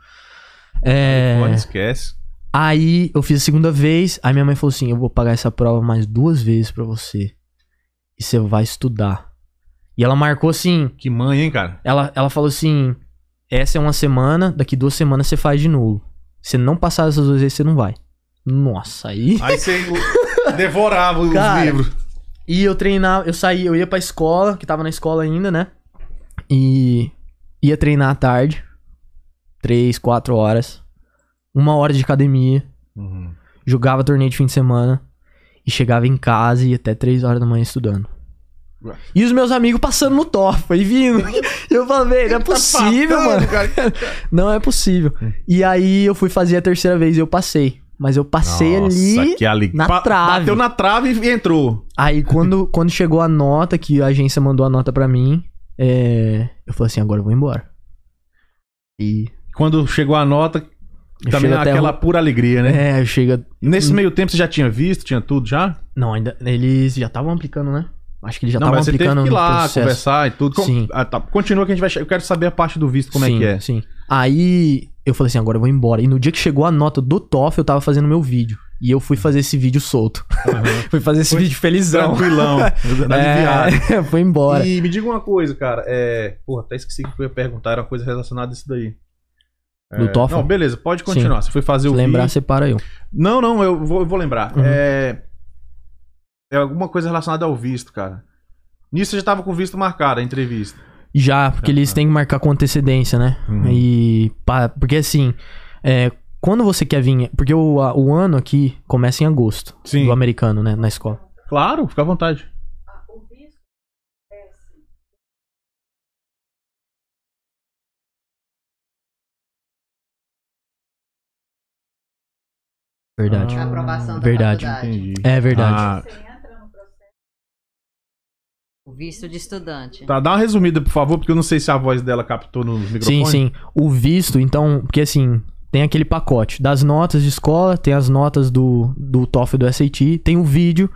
[SPEAKER 3] É,
[SPEAKER 1] Califórnia, esquece.
[SPEAKER 3] aí eu fiz a segunda vez, aí minha mãe falou assim: eu vou pagar essa prova mais duas vezes pra você. E você vai estudar. E ela marcou assim:
[SPEAKER 1] Que mãe, hein, cara?
[SPEAKER 3] ela, ela falou assim: essa é uma semana, daqui duas semanas você faz de novo. Se não passar essas duas vezes, você não vai. Nossa, aí.
[SPEAKER 1] Aí
[SPEAKER 3] <laughs>
[SPEAKER 1] você devorava os
[SPEAKER 3] Cara,
[SPEAKER 1] livros.
[SPEAKER 3] E eu treinava, eu saía, eu ia pra escola, que tava na escola ainda, né? E ia treinar à tarde. Três, quatro horas. Uma hora de academia.
[SPEAKER 1] Uhum.
[SPEAKER 3] Jogava torneio de fim de semana. E chegava em casa e ia até três horas da manhã estudando.
[SPEAKER 1] Ué.
[SPEAKER 3] E os meus amigos passando no tofa
[SPEAKER 1] <laughs>
[SPEAKER 3] e vindo. E eu falei, velho, não é possível,
[SPEAKER 1] Tá Hum.
[SPEAKER 3] mano.
[SPEAKER 1] passando, cara.
[SPEAKER 3] Não é possível. E aí eu fui fazer a terceira vez e eu passei. Mas eu passei
[SPEAKER 1] Nossa,
[SPEAKER 3] ali
[SPEAKER 1] que ali...
[SPEAKER 3] na
[SPEAKER 1] pa-
[SPEAKER 3] trave.
[SPEAKER 1] Bateu na trave e entrou.
[SPEAKER 3] Aí
[SPEAKER 1] <laughs>
[SPEAKER 3] quando, quando chegou a nota, que a agência mandou a nota pra mim, é, eu falei assim, agora eu vou embora. E
[SPEAKER 1] Quando chegou a nota,
[SPEAKER 3] eu
[SPEAKER 1] também é
[SPEAKER 3] chego até
[SPEAKER 1] aquela
[SPEAKER 3] ru-
[SPEAKER 1] pura alegria, né?
[SPEAKER 3] É, chega.
[SPEAKER 1] Nesse meio tempo você já tinha visto, tinha tudo já?
[SPEAKER 3] Não, ainda. Eles já estavam aplicando, né? Acho que eles já
[SPEAKER 1] não,
[SPEAKER 3] estavam
[SPEAKER 1] mas você teve
[SPEAKER 3] aplicando
[SPEAKER 1] que ir
[SPEAKER 3] no
[SPEAKER 1] lá
[SPEAKER 3] processo.
[SPEAKER 1] conversar e tudo. Com-
[SPEAKER 3] Sim.
[SPEAKER 1] Ah, tá. Continua que a gente vai. che- Eu quero saber a parte do visto, como
[SPEAKER 3] sim,
[SPEAKER 1] é que é.
[SPEAKER 3] Sim. Aí eu falei assim, agora eu vou embora. E no dia que chegou a nota do TOEFL, eu tava fazendo meu vídeo. E eu fui fazer esse vídeo solto. <laughs> fui fazer esse
[SPEAKER 1] Foi
[SPEAKER 3] vídeo felizão. <laughs>
[SPEAKER 1] Tranquilão. aliviado.
[SPEAKER 3] Então, É, <laughs> foi embora.
[SPEAKER 1] E me diga uma coisa, cara. É... Porra, até esqueci o que eu ia perguntar. Era uma coisa relacionada a isso daí.
[SPEAKER 3] Do TOEFL?
[SPEAKER 1] Não, beleza, pode continuar. Você foi fazer
[SPEAKER 3] Se
[SPEAKER 1] o
[SPEAKER 3] lembrar,
[SPEAKER 1] vídeo.
[SPEAKER 3] separa eu.
[SPEAKER 1] Não, não, eu vou, eu vou lembrar.
[SPEAKER 3] Uhum.
[SPEAKER 1] É... é alguma coisa relacionada ao visto, cara. Nisso você já tava com o visto marcado, a entrevista.
[SPEAKER 3] Já, porque eles têm que marcar com antecedência, né?
[SPEAKER 1] Uhum.
[SPEAKER 3] E pá, porque assim, é, quando você quer vir, porque o, a- o ano aqui começa em agosto
[SPEAKER 1] Sim. Ah.
[SPEAKER 3] do americano, né, na escola.
[SPEAKER 1] Claro, fica à vontade.
[SPEAKER 3] Verdade.
[SPEAKER 1] Ah,
[SPEAKER 2] A aprovação da
[SPEAKER 3] Verdade.
[SPEAKER 2] faculdade.
[SPEAKER 1] Entendi.
[SPEAKER 3] É
[SPEAKER 1] Ah.
[SPEAKER 3] verdade.
[SPEAKER 2] O visto de estudante.
[SPEAKER 3] Então,
[SPEAKER 1] Tá, dá uma resumida, por favor, porque eu não sei se a voz dela captou no microfone.
[SPEAKER 3] sim, sim. O visto, então, porque assim, tem aquele pacote das notas de escola, tem as notas do do TOEFL e do SAT, tem o vídeo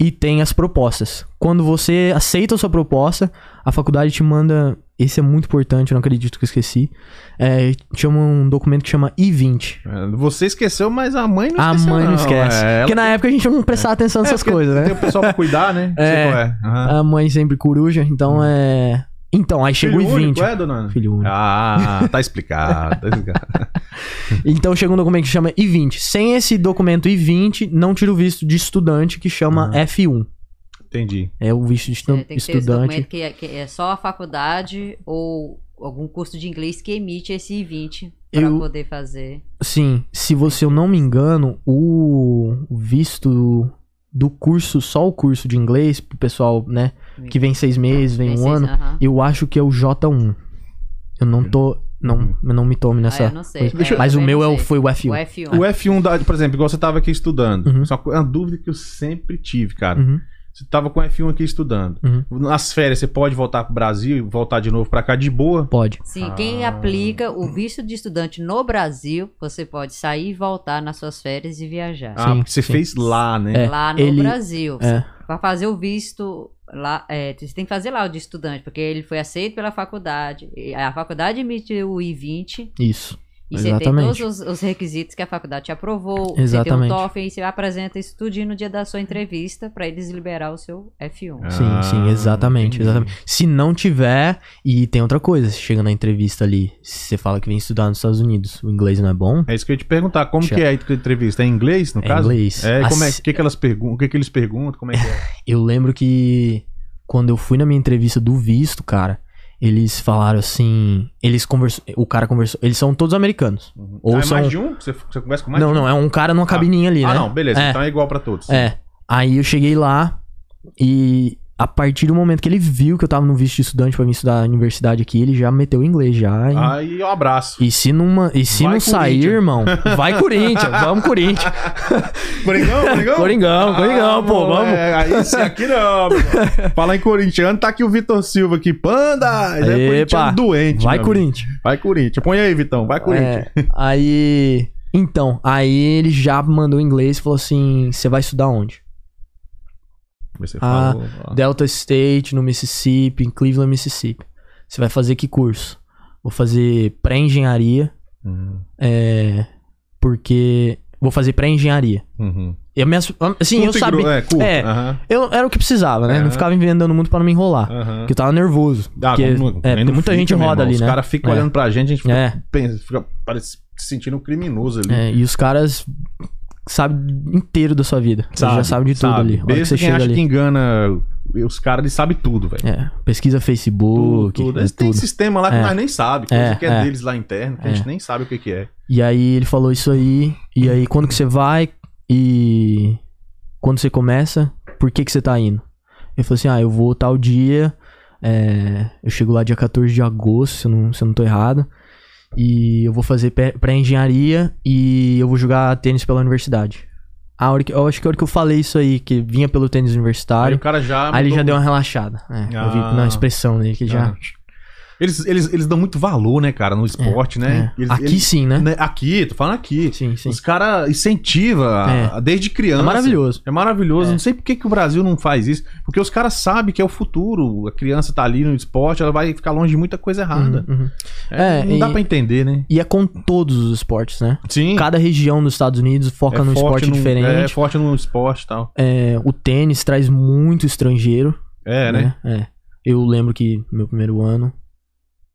[SPEAKER 3] e tem as propostas. Quando você aceita a sua proposta, a faculdade te manda. Esse é muito importante, eu não acredito que eu esqueci. É, chama um documento que chama I-20.
[SPEAKER 1] É, Você esqueceu, mas a mãe não
[SPEAKER 3] A
[SPEAKER 1] esqueceu.
[SPEAKER 3] mãe não esquece.
[SPEAKER 1] É, ela-
[SPEAKER 3] Porque na época a gente não prestava atenção nessas
[SPEAKER 1] É, porque
[SPEAKER 3] coisas,
[SPEAKER 1] Tem
[SPEAKER 3] né?
[SPEAKER 1] o pessoal pra cuidar, né? Não sei
[SPEAKER 3] É.
[SPEAKER 1] qual é. Aham.
[SPEAKER 3] A mãe sempre coruja, então é. Então, aí chegou o
[SPEAKER 1] Hum. Filho único,
[SPEAKER 3] I-20.
[SPEAKER 1] é, dona? Ana?
[SPEAKER 3] Filho único.
[SPEAKER 1] Ah, tá explicado. tá explicado.
[SPEAKER 3] Então chegou um documento que chama I-20. Sem esse documento I-20, não tira o visto de estudante que chama
[SPEAKER 1] Aham.
[SPEAKER 3] F1.
[SPEAKER 1] Entendi.
[SPEAKER 3] É o visto de estu-
[SPEAKER 2] É, tem que ter esse
[SPEAKER 3] estudante.
[SPEAKER 2] documento que é, que é só a faculdade ou algum curso de inglês que emite esse I-20 para
[SPEAKER 3] Eu-
[SPEAKER 2] poder fazer.
[SPEAKER 3] Sim, se você eu não me engano, o o visto do curso, só o curso de inglês, pro pessoal, né? Que vem seis meses, vem um
[SPEAKER 2] Esses,
[SPEAKER 3] ano.
[SPEAKER 2] aham.
[SPEAKER 3] Eu acho que é o J1. Eu não tô. Não, eu não me tome nessa.
[SPEAKER 2] Ah, eu não sei.
[SPEAKER 3] coisa.
[SPEAKER 2] É, eu
[SPEAKER 3] Mas o
[SPEAKER 2] também
[SPEAKER 3] meu
[SPEAKER 2] não
[SPEAKER 3] é o,
[SPEAKER 2] sei.
[SPEAKER 3] foi o F1.
[SPEAKER 2] O F1.
[SPEAKER 1] O F1, da, por exemplo, igual você tava aqui estudando.
[SPEAKER 3] É. Uhum.
[SPEAKER 1] Só que é uma dúvida que eu sempre tive, cara.
[SPEAKER 3] Uhum,
[SPEAKER 1] Você tava com o F1 aqui estudando.
[SPEAKER 3] uhum.
[SPEAKER 1] Nas férias, você pode voltar pro Brasil e voltar de novo pra cá de boa.
[SPEAKER 3] Pode.
[SPEAKER 2] Sim,
[SPEAKER 1] Ah.
[SPEAKER 2] quem aplica o visto de estudante no Brasil, você pode sair e voltar nas suas férias e viajar.
[SPEAKER 1] Ah,
[SPEAKER 3] Sim,
[SPEAKER 1] porque você
[SPEAKER 3] sim.
[SPEAKER 1] fez lá, né?
[SPEAKER 3] É,
[SPEAKER 2] lá no
[SPEAKER 3] ele-
[SPEAKER 2] Brasil.
[SPEAKER 3] é.
[SPEAKER 2] Para fazer o visto lá, é, você tem que fazer lá o de estudante, porque ele foi aceito pela faculdade. e A faculdade emite o I-20
[SPEAKER 3] Isso.
[SPEAKER 2] E você tem
[SPEAKER 3] Exatamente.
[SPEAKER 2] todos os, os requisitos que a faculdade te aprovou. Você
[SPEAKER 3] Exatamente.
[SPEAKER 2] tem o TOEFL e você apresenta isso tudinho no dia da sua entrevista pra eles liberar o seu F1.
[SPEAKER 1] Ah,
[SPEAKER 3] É. Sim, sim, exatamente,
[SPEAKER 1] entendi.
[SPEAKER 3] exatamente. Se não tiver, e tem outra coisa, você chega na entrevista ali, você fala que vem estudar nos Estados Unidos, o inglês não é bom,
[SPEAKER 1] É isso que eu ia te perguntar. Como
[SPEAKER 3] Já.
[SPEAKER 1] que é a entrevista? É em inglês, no
[SPEAKER 3] É
[SPEAKER 1] caso?
[SPEAKER 3] inglês.
[SPEAKER 1] É, e como é,
[SPEAKER 3] As-
[SPEAKER 1] o que, que elas perguntam, o que, que eles perguntam, como é que
[SPEAKER 3] <laughs>
[SPEAKER 1] é?
[SPEAKER 3] eu lembro que quando eu fui na minha entrevista do visto, cara, eles falaram assim, eles conversou, o cara conversou, eles são todos americanos. Ou
[SPEAKER 1] Ah, é
[SPEAKER 3] são-
[SPEAKER 1] mais de um? Você, você conversa com mais
[SPEAKER 3] não,
[SPEAKER 1] de um?
[SPEAKER 3] não, é um cara numa cabininha ali,
[SPEAKER 1] Ah,
[SPEAKER 3] né?
[SPEAKER 1] não, beleza.
[SPEAKER 3] É.
[SPEAKER 1] Então é igual pra todos.
[SPEAKER 3] É. Aí eu cheguei lá e a partir do momento que ele viu que eu tava no visto de estudante pra vir estudar na universidade aqui, ele já meteu inglês já. e-
[SPEAKER 1] Aí eu
[SPEAKER 3] <laughs>
[SPEAKER 1] abraço.
[SPEAKER 3] E se não, ma- e se
[SPEAKER 1] Vai,
[SPEAKER 3] não sair,
[SPEAKER 1] Corinthians.
[SPEAKER 3] irmão, vai Corinthians, vamos Corinthians.
[SPEAKER 1] Coringão, Coringão?
[SPEAKER 3] Coringão, Coringão, pô, vamos.
[SPEAKER 1] É, aí esse aqui não.
[SPEAKER 3] <laughs>
[SPEAKER 1] meu irmão. Falar em corintiano, tá aqui o Vitor Silva aqui. Panda! Ele É
[SPEAKER 3] Epa.
[SPEAKER 1] corintiano doente.
[SPEAKER 3] Vai
[SPEAKER 1] meu amigo.
[SPEAKER 3] Corinthians.
[SPEAKER 1] Vai Corinthians. Põe aí, Vitão. Vai Corinthians.
[SPEAKER 3] É, aí, então, aí ele já mandou em inglês e falou assim, você vai estudar onde?
[SPEAKER 1] Você
[SPEAKER 3] Ah,
[SPEAKER 1] falou, ó.
[SPEAKER 3] Delta State, no Mississippi, em Cleveland, Mississippi. Você vai fazer que curso? Vou fazer pré-engenharia,
[SPEAKER 1] Uhum,
[SPEAKER 3] é, porque... Vou fazer pré-engenharia.
[SPEAKER 1] uhum.
[SPEAKER 3] E a minha- Assim, eu
[SPEAKER 1] Curto e gru-
[SPEAKER 3] sabia...
[SPEAKER 1] É, curto.
[SPEAKER 3] É.
[SPEAKER 1] Aham,
[SPEAKER 3] Eu, era o que precisava, né?
[SPEAKER 1] É.
[SPEAKER 3] Não ficava inventando muito pra não me enrolar.
[SPEAKER 1] aham.
[SPEAKER 3] Porque eu tava nervoso.
[SPEAKER 1] Ah,
[SPEAKER 3] porque,
[SPEAKER 1] como-
[SPEAKER 3] é,
[SPEAKER 1] nem no
[SPEAKER 3] muita gente
[SPEAKER 1] meu
[SPEAKER 3] roda
[SPEAKER 1] irmão.
[SPEAKER 3] ali,
[SPEAKER 1] Os
[SPEAKER 3] né?
[SPEAKER 1] caras ficam
[SPEAKER 3] É.
[SPEAKER 1] olhando pra gente, a gente fica,
[SPEAKER 3] É.
[SPEAKER 1] pensa- fica parece, se sentindo um criminoso ali.
[SPEAKER 3] É, e os caras sabem inteiro da sua vida. Eles já sabem de tudo
[SPEAKER 1] sabe.
[SPEAKER 3] ali. A hora que
[SPEAKER 1] Besta
[SPEAKER 3] você
[SPEAKER 1] quem
[SPEAKER 3] chega
[SPEAKER 1] acha
[SPEAKER 3] ali.
[SPEAKER 1] que engana os caras, eles sabem tudo, velho.
[SPEAKER 3] É, pesquisa Facebook,
[SPEAKER 1] tudo.
[SPEAKER 3] é
[SPEAKER 1] Eles têm
[SPEAKER 3] tudo.
[SPEAKER 1] sistema lá que
[SPEAKER 3] É.
[SPEAKER 1] nós nem sabe, coisa
[SPEAKER 3] É,
[SPEAKER 1] que é,
[SPEAKER 3] é.
[SPEAKER 1] deles lá interno, que a gente nem sabe o que que é.
[SPEAKER 3] E aí ele falou isso aí. E aí, quando que você vai? E quando você começa, por que que você tá indo? Ele falou assim: ah, eu vou tal dia. é, eu chego lá dia 14 de agosto, se eu não, se eu não tô errado. E eu vou fazer pé- pré-engenharia e eu vou jogar tênis pela universidade. A hora que, eu acho que a hora que eu falei isso aí, que vinha pelo tênis
[SPEAKER 1] Aí
[SPEAKER 3] universitário.
[SPEAKER 1] o cara já.
[SPEAKER 3] Aí ele
[SPEAKER 1] mudou
[SPEAKER 3] já deu
[SPEAKER 1] muito.
[SPEAKER 3] uma relaxada. né? Eu vi
[SPEAKER 1] Tá Ah.
[SPEAKER 3] na expressão dele que ele já.
[SPEAKER 1] né? eles, eles, eles dão muito valor, né, cara, no esporte, né?
[SPEAKER 3] É.
[SPEAKER 1] Eles-
[SPEAKER 3] Aqui
[SPEAKER 1] eles-
[SPEAKER 3] sim, né?
[SPEAKER 1] né? Aqui, tô falando aqui.
[SPEAKER 3] Sim, sim.
[SPEAKER 1] Os caras incentivam desde
[SPEAKER 3] É
[SPEAKER 1] criança.
[SPEAKER 3] maravilhoso.
[SPEAKER 1] É maravilhoso.
[SPEAKER 3] É.
[SPEAKER 1] Não sei por que, que o Brasil não faz isso. Porque os caras sabem que é o futuro. A criança tá ali no esporte, ela vai ficar longe de muita coisa errada.
[SPEAKER 3] Uhum, uhum.
[SPEAKER 1] É,
[SPEAKER 3] É,
[SPEAKER 1] não dá
[SPEAKER 3] e-
[SPEAKER 1] pra entender, né?
[SPEAKER 3] E é com todos os esportes, né?
[SPEAKER 1] Sim. É
[SPEAKER 3] Cada região dos Estados Unidos foca num esporte
[SPEAKER 1] num- É
[SPEAKER 3] diferente.
[SPEAKER 1] forte no esporte e tal.
[SPEAKER 3] É, o tênis traz muito estrangeiro.
[SPEAKER 1] É, né?
[SPEAKER 3] né? É. Eu lembro que no meu primeiro ano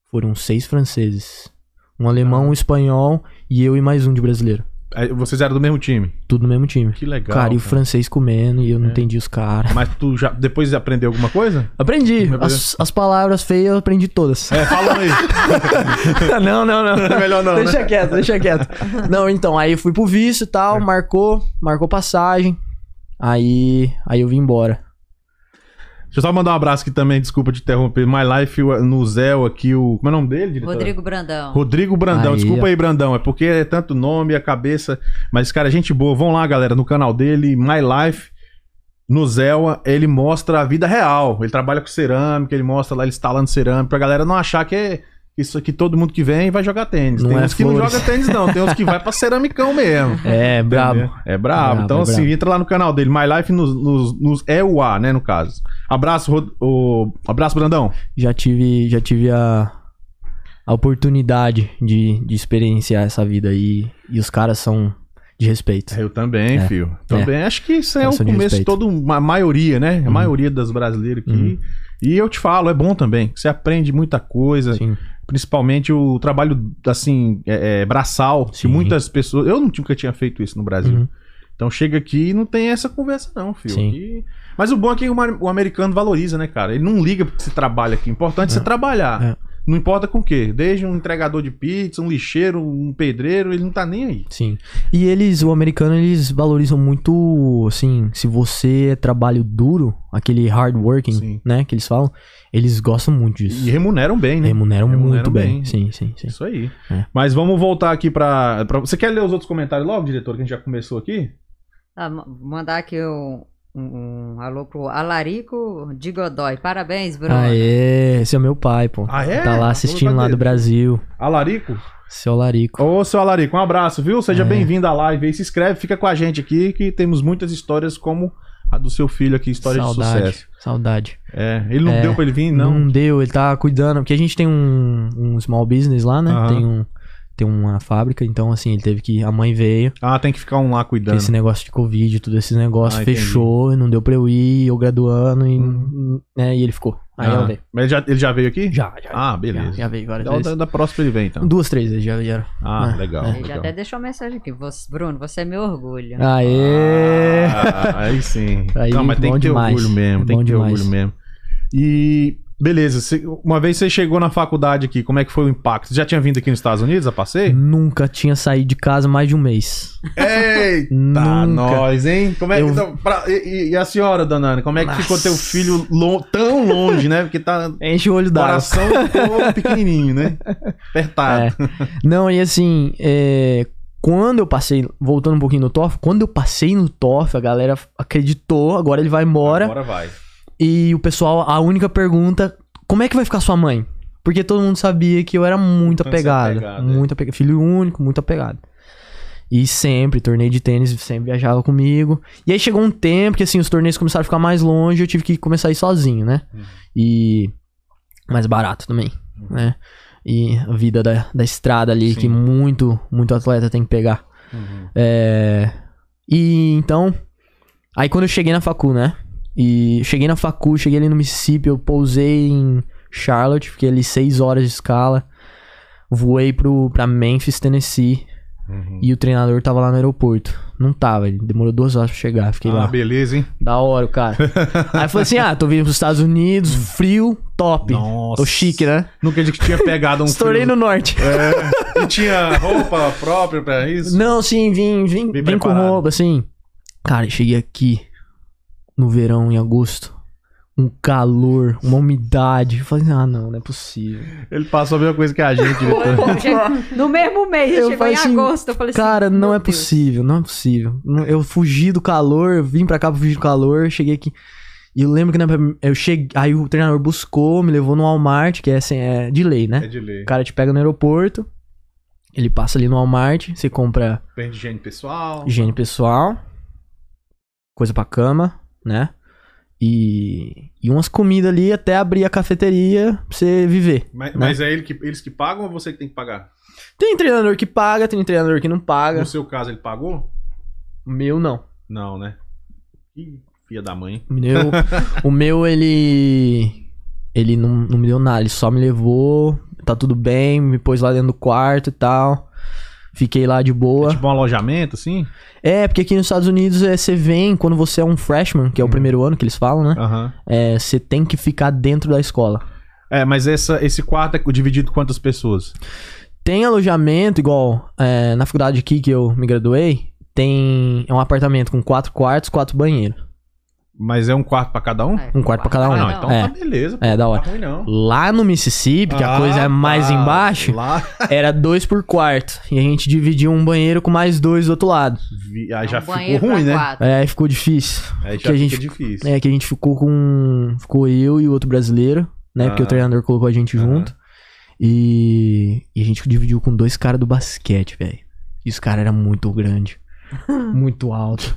[SPEAKER 3] foram seis franceses. Um
[SPEAKER 1] Ah.
[SPEAKER 3] alemão, um espanhol e eu e mais um de brasileiro.
[SPEAKER 1] Aí Vocês eram do mesmo time.
[SPEAKER 3] Tudo no mesmo time.
[SPEAKER 1] Que legal.
[SPEAKER 3] cara, e o
[SPEAKER 1] cara.
[SPEAKER 3] francês comendo e eu não
[SPEAKER 1] É.
[SPEAKER 3] entendi os caras.
[SPEAKER 1] Mas tu já depois aprendeu alguma coisa?
[SPEAKER 3] Aprendi.
[SPEAKER 1] Meu
[SPEAKER 3] As, as palavras feias eu aprendi todas.
[SPEAKER 1] É, fala <laughs> aí.
[SPEAKER 3] <laughs> não, não, não.
[SPEAKER 1] É <laughs> melhor não, né?
[SPEAKER 3] deixa quieto,
[SPEAKER 1] <laughs>
[SPEAKER 3] deixa quieto. Não, então, aí eu fui pro visto e
[SPEAKER 1] É.
[SPEAKER 3] tal, marcou, marcou passagem. Aí, aí eu vim embora.
[SPEAKER 1] Deixa eu só mandar um abraço aqui também, desculpa te interromper. My Life o- no Zéu aqui, o. Como é o nome dele, diretor?
[SPEAKER 2] Rodrigo Brandão.
[SPEAKER 1] Rodrigo Brandão,
[SPEAKER 3] Aí,
[SPEAKER 1] desculpa aí, Brandão, é porque é tanto nome, a cabeça. Mas, cara, gente boa. Vão lá, galera, no canal dele, My Life no Zelwa, ele mostra a vida real. Ele trabalha com cerâmica, ele mostra lá, ele instalando cerâmica, pra galera não achar que é isso aqui todo mundo que vem vai jogar tênis.
[SPEAKER 3] Não
[SPEAKER 1] tem
[SPEAKER 3] é
[SPEAKER 1] uns que não
[SPEAKER 3] flores.
[SPEAKER 1] joga tênis, não, tem uns que
[SPEAKER 3] <laughs>
[SPEAKER 1] vai pra ceramicão mesmo. <laughs>
[SPEAKER 3] É, brabo.
[SPEAKER 1] É brabo.
[SPEAKER 3] Brabo,
[SPEAKER 1] Então,
[SPEAKER 3] é
[SPEAKER 1] assim,
[SPEAKER 3] brabo.
[SPEAKER 1] entra lá no canal dele. My Life nos, nos, nos é o A, né, no caso. Abraço, Rod... o- Abraço, Brandão.
[SPEAKER 3] Já tive, já tive a, a oportunidade de, de experienciar essa vida aí. E os caras são de respeito.
[SPEAKER 1] Eu também,
[SPEAKER 3] É.
[SPEAKER 1] filho. Também. Acho que isso é
[SPEAKER 3] Eu
[SPEAKER 1] o
[SPEAKER 3] sou de
[SPEAKER 1] começo de
[SPEAKER 3] respeito.
[SPEAKER 1] toda uma maioria, né? A maioria das brasileiras aqui.
[SPEAKER 3] Uhum.
[SPEAKER 1] E eu te falo, é bom também. Você aprende muita coisa.
[SPEAKER 3] Sim.
[SPEAKER 1] Principalmente o trabalho, assim, é, é, braçal. Que
[SPEAKER 3] Sim.
[SPEAKER 1] muitas pessoas... Eu nunca tinha feito isso no Brasil.
[SPEAKER 3] Uhum.
[SPEAKER 1] Então chega aqui e não tem essa conversa, não, filho.
[SPEAKER 3] Sim.
[SPEAKER 1] Aqui- Mas o bom é que o ma- o americano valoriza, né, cara? Ele não liga porque você trabalha aqui. O importante é você trabalhar.
[SPEAKER 3] É.
[SPEAKER 1] Não importa com o quê. Desde um entregador de pizza, um lixeiro, um pedreiro, ele não tá nem aí.
[SPEAKER 3] Sim. E eles, o americano, eles valorizam muito, assim, se você é trabalho duro, aquele hard working,
[SPEAKER 1] Sim.
[SPEAKER 3] né, que eles falam, eles gostam muito disso.
[SPEAKER 1] E remuneram bem, né?
[SPEAKER 3] Remuneram,
[SPEAKER 1] Remuneram
[SPEAKER 3] muito bem.
[SPEAKER 1] bem.
[SPEAKER 3] Sim, sim, sim.
[SPEAKER 1] Isso aí.
[SPEAKER 3] É.
[SPEAKER 1] Mas vamos voltar aqui pra, pra- Você quer ler os outros comentários logo, diretor, que a gente já começou aqui?
[SPEAKER 2] Ah, ma- mandar aqui um, um- um alô pro Alarico de Godoy. Parabéns, Bruno.
[SPEAKER 3] Aê, esse é meu pai, pô.
[SPEAKER 1] Ah, é?
[SPEAKER 3] Tá lá assistindo lá do Brasil.
[SPEAKER 1] Alarico?
[SPEAKER 3] Seu Larico.
[SPEAKER 1] Ô, seu Alarico, um abraço, viu? Seja
[SPEAKER 3] É.
[SPEAKER 1] bem-vindo à live aí. Se inscreve, fica com a gente aqui, que temos muitas histórias como a do seu filho aqui, história de
[SPEAKER 3] saudade,
[SPEAKER 1] sucesso.
[SPEAKER 3] saudade.
[SPEAKER 1] É, ele não
[SPEAKER 3] É,
[SPEAKER 1] deu pra ele vir,
[SPEAKER 3] Não.
[SPEAKER 1] não.
[SPEAKER 3] deu, ele tá cuidando, porque a gente tem um, um small business lá, né?
[SPEAKER 1] Aham.
[SPEAKER 3] Tem um ter uma fábrica, então assim, ele teve que. A mãe veio,
[SPEAKER 1] Ah, tem que ficar um lá
[SPEAKER 3] porque
[SPEAKER 1] cuidando.
[SPEAKER 3] esse negócio de Covid, tudo esse negócio,
[SPEAKER 1] Ah, entendi.
[SPEAKER 3] fechou, não deu pra eu ir, eu graduando, e, né, e ele ficou. Aí
[SPEAKER 1] Ah,
[SPEAKER 3] ela veio.
[SPEAKER 1] Mas ele já, ele já veio aqui?
[SPEAKER 3] Já, já.
[SPEAKER 1] Uhum. Ah, beleza.
[SPEAKER 3] Já, já veio várias
[SPEAKER 1] Da,
[SPEAKER 3] vezes.
[SPEAKER 1] da, da próxima ele vem, então.
[SPEAKER 3] Duas, três vezes já vieram.
[SPEAKER 1] Ah,
[SPEAKER 3] Ah,
[SPEAKER 1] legal.
[SPEAKER 3] é.
[SPEAKER 2] Ele já
[SPEAKER 1] legal.
[SPEAKER 2] até deixou uma mensagem aqui. Você, Bruno, você é meu
[SPEAKER 3] Ah,
[SPEAKER 2] orgulho.
[SPEAKER 3] Aê!
[SPEAKER 1] Ah, aí sim.
[SPEAKER 3] Aí,
[SPEAKER 1] não, mas tem
[SPEAKER 3] bom
[SPEAKER 1] que ter
[SPEAKER 3] demais.
[SPEAKER 1] orgulho mesmo.
[SPEAKER 3] É
[SPEAKER 1] Tem
[SPEAKER 3] bom
[SPEAKER 1] que ter
[SPEAKER 3] demais.
[SPEAKER 1] orgulho mesmo. E beleza, você- uma vez você chegou na faculdade aqui, como é que foi o impacto? Você já tinha vindo aqui nos Estados Unidos a
[SPEAKER 3] Hum.
[SPEAKER 1] passeio?
[SPEAKER 3] Nunca tinha saído de casa mais de um mês.
[SPEAKER 1] Eita,
[SPEAKER 3] Nunca.
[SPEAKER 1] nós, hein? Como é que,
[SPEAKER 3] Eu-
[SPEAKER 1] então, pra- e, e- e a senhora, dona Ana, como é que
[SPEAKER 3] Nossa.
[SPEAKER 1] ficou teu filho lo- tão longe, né? Porque tá.
[SPEAKER 3] Enche o olho d'água.
[SPEAKER 1] Coração ficou pequenininho,
[SPEAKER 3] <laughs>
[SPEAKER 1] né? Apertado.
[SPEAKER 3] É. Não, e assim, é, quando eu passei, voltando um pouquinho no TOF, quando eu passei no TOF, a galera acreditou, agora ele vai embora.
[SPEAKER 1] Agora vai.
[SPEAKER 3] E o pessoal, a única pergunta, como é que vai ficar sua mãe? Porque todo mundo sabia que eu era muito
[SPEAKER 1] Tanto
[SPEAKER 3] apegado.
[SPEAKER 1] apegado, é.
[SPEAKER 3] muito apegado. Filho único, muito apegado. E sempre, torneio de tênis, sempre viajava comigo. E aí chegou um tempo que, assim, os torneios começaram a ficar mais longe, eu tive que começar a ir sozinho, né?
[SPEAKER 1] Uhum.
[SPEAKER 3] E. Mais barato também, né? E a vida da, da estrada ali,
[SPEAKER 1] Sim.
[SPEAKER 3] que muito, muito atleta tem que pegar. É... E então. Aí quando eu cheguei na facu, né? E cheguei na facu, cheguei ali no Mississippi, eu pousei em Charlotte, fiquei ali 6 horas de escala. Voei pro, pra Memphis, Tennessee.
[SPEAKER 1] Uhum.
[SPEAKER 3] E o treinador tava lá no aeroporto. Não tava, ele demorou duas horas pra chegar. Fiquei
[SPEAKER 1] Ah,
[SPEAKER 3] lá.
[SPEAKER 1] beleza, hein?
[SPEAKER 3] Da hora, o
[SPEAKER 1] <laughs>
[SPEAKER 3] cara. Aí eu falei assim: ah, tô vindo pros Estados Unidos, frio, top.
[SPEAKER 1] Nossa.
[SPEAKER 3] Tô chique, né?
[SPEAKER 1] Nunca disse que tinha pegado um
[SPEAKER 3] Estourei
[SPEAKER 1] frio.
[SPEAKER 3] no norte.
[SPEAKER 1] É, e tinha roupa própria pra isso?
[SPEAKER 3] Não, sim, vim,
[SPEAKER 1] Vim
[SPEAKER 3] vim, vim, com
[SPEAKER 1] preparado.
[SPEAKER 3] roupa, assim. Cara, eu cheguei aqui no verão, em agosto. Um calor, uma umidade. Eu falei, assim, ah, não, não é possível.
[SPEAKER 1] Ele passou a mesma coisa que a gente. Vitor.
[SPEAKER 2] Eu cheguei- No mesmo mês,
[SPEAKER 3] Eu
[SPEAKER 2] chegou
[SPEAKER 3] falei
[SPEAKER 2] em
[SPEAKER 3] assim,
[SPEAKER 2] agosto. Eu falei assim,
[SPEAKER 3] Cara, não
[SPEAKER 2] meu
[SPEAKER 3] é
[SPEAKER 2] Deus.
[SPEAKER 3] possível, não é possível. Não- Eu fugi do calor, eu vim pra cá pra fugir do calor, cheguei aqui. E eu lembro que na, eu cheguei. Aí o treinador buscou, me levou no Walmart, que é, assim, é de lei, né?
[SPEAKER 1] É de ler.
[SPEAKER 3] O cara te pega no aeroporto, ele passa ali no Walmart, você compra
[SPEAKER 1] Perde higiene pessoal.
[SPEAKER 3] higiene pessoal, coisa pra cama, né? E, e umas comidas ali até abrir a cafeteria pra você viver.
[SPEAKER 1] Mas,
[SPEAKER 3] né?
[SPEAKER 1] mas é ele que, eles que pagam ou você que tem que pagar?
[SPEAKER 3] Tem treinador que paga, tem treinador que não paga.
[SPEAKER 1] No seu caso, ele pagou?
[SPEAKER 3] O meu não.
[SPEAKER 1] Não, né? Ih, filha da mãe.
[SPEAKER 3] O meu, o meu ele. Ele não, não me deu nada, ele só me levou, tá tudo bem, me pôs lá dentro do quarto e tal. Fiquei lá de
[SPEAKER 1] É
[SPEAKER 3] boa.
[SPEAKER 1] tipo um alojamento, assim?
[SPEAKER 3] É, porque aqui nos Estados Unidos é, você vem quando você é um freshman, que é o
[SPEAKER 1] Hum.
[SPEAKER 3] primeiro ano que eles falam, né?
[SPEAKER 1] Aham.
[SPEAKER 3] É, você tem que ficar dentro da escola.
[SPEAKER 1] É, mas essa, esse quarto é dividido em quantas pessoas?
[SPEAKER 3] Tem alojamento, igual é, na faculdade aqui que eu me graduei, tem é um apartamento com quatro quartos, quatro banheiros.
[SPEAKER 1] Mas é um quarto pra cada um?
[SPEAKER 2] É,
[SPEAKER 3] Um quarto pra cada um.
[SPEAKER 1] Ah,
[SPEAKER 3] Ah,
[SPEAKER 1] não.
[SPEAKER 3] não.
[SPEAKER 1] Então
[SPEAKER 3] É.
[SPEAKER 1] tá beleza. pô.
[SPEAKER 3] É, da
[SPEAKER 1] Não
[SPEAKER 3] hora.
[SPEAKER 1] tá ruim, não.
[SPEAKER 3] Lá no Mississippi, que a coisa é
[SPEAKER 1] Ah,
[SPEAKER 3] mais
[SPEAKER 1] tá.
[SPEAKER 3] embaixo,
[SPEAKER 1] Lá,
[SPEAKER 3] era dois por quarto. E a gente dividia um banheiro com mais dois do outro lado.
[SPEAKER 1] vi- aí
[SPEAKER 2] É um
[SPEAKER 1] já ficou
[SPEAKER 2] banheiro
[SPEAKER 1] ruim,
[SPEAKER 2] pra
[SPEAKER 1] né?
[SPEAKER 2] quatro.
[SPEAKER 3] É, aí ficou difícil.
[SPEAKER 1] Aí
[SPEAKER 3] Porque
[SPEAKER 1] já
[SPEAKER 3] a
[SPEAKER 1] fica
[SPEAKER 3] gente-
[SPEAKER 1] difícil.
[SPEAKER 3] É que a gente ficou com. Ficou eu e o outro brasileiro, né? Porque
[SPEAKER 1] Ah.
[SPEAKER 3] o treinador colocou a gente
[SPEAKER 1] Aham.
[SPEAKER 3] junto. E, e a gente dividiu com dois caras do basquete, velho. E os caras eram
[SPEAKER 2] <laughs>
[SPEAKER 3] muito grande, muito alto.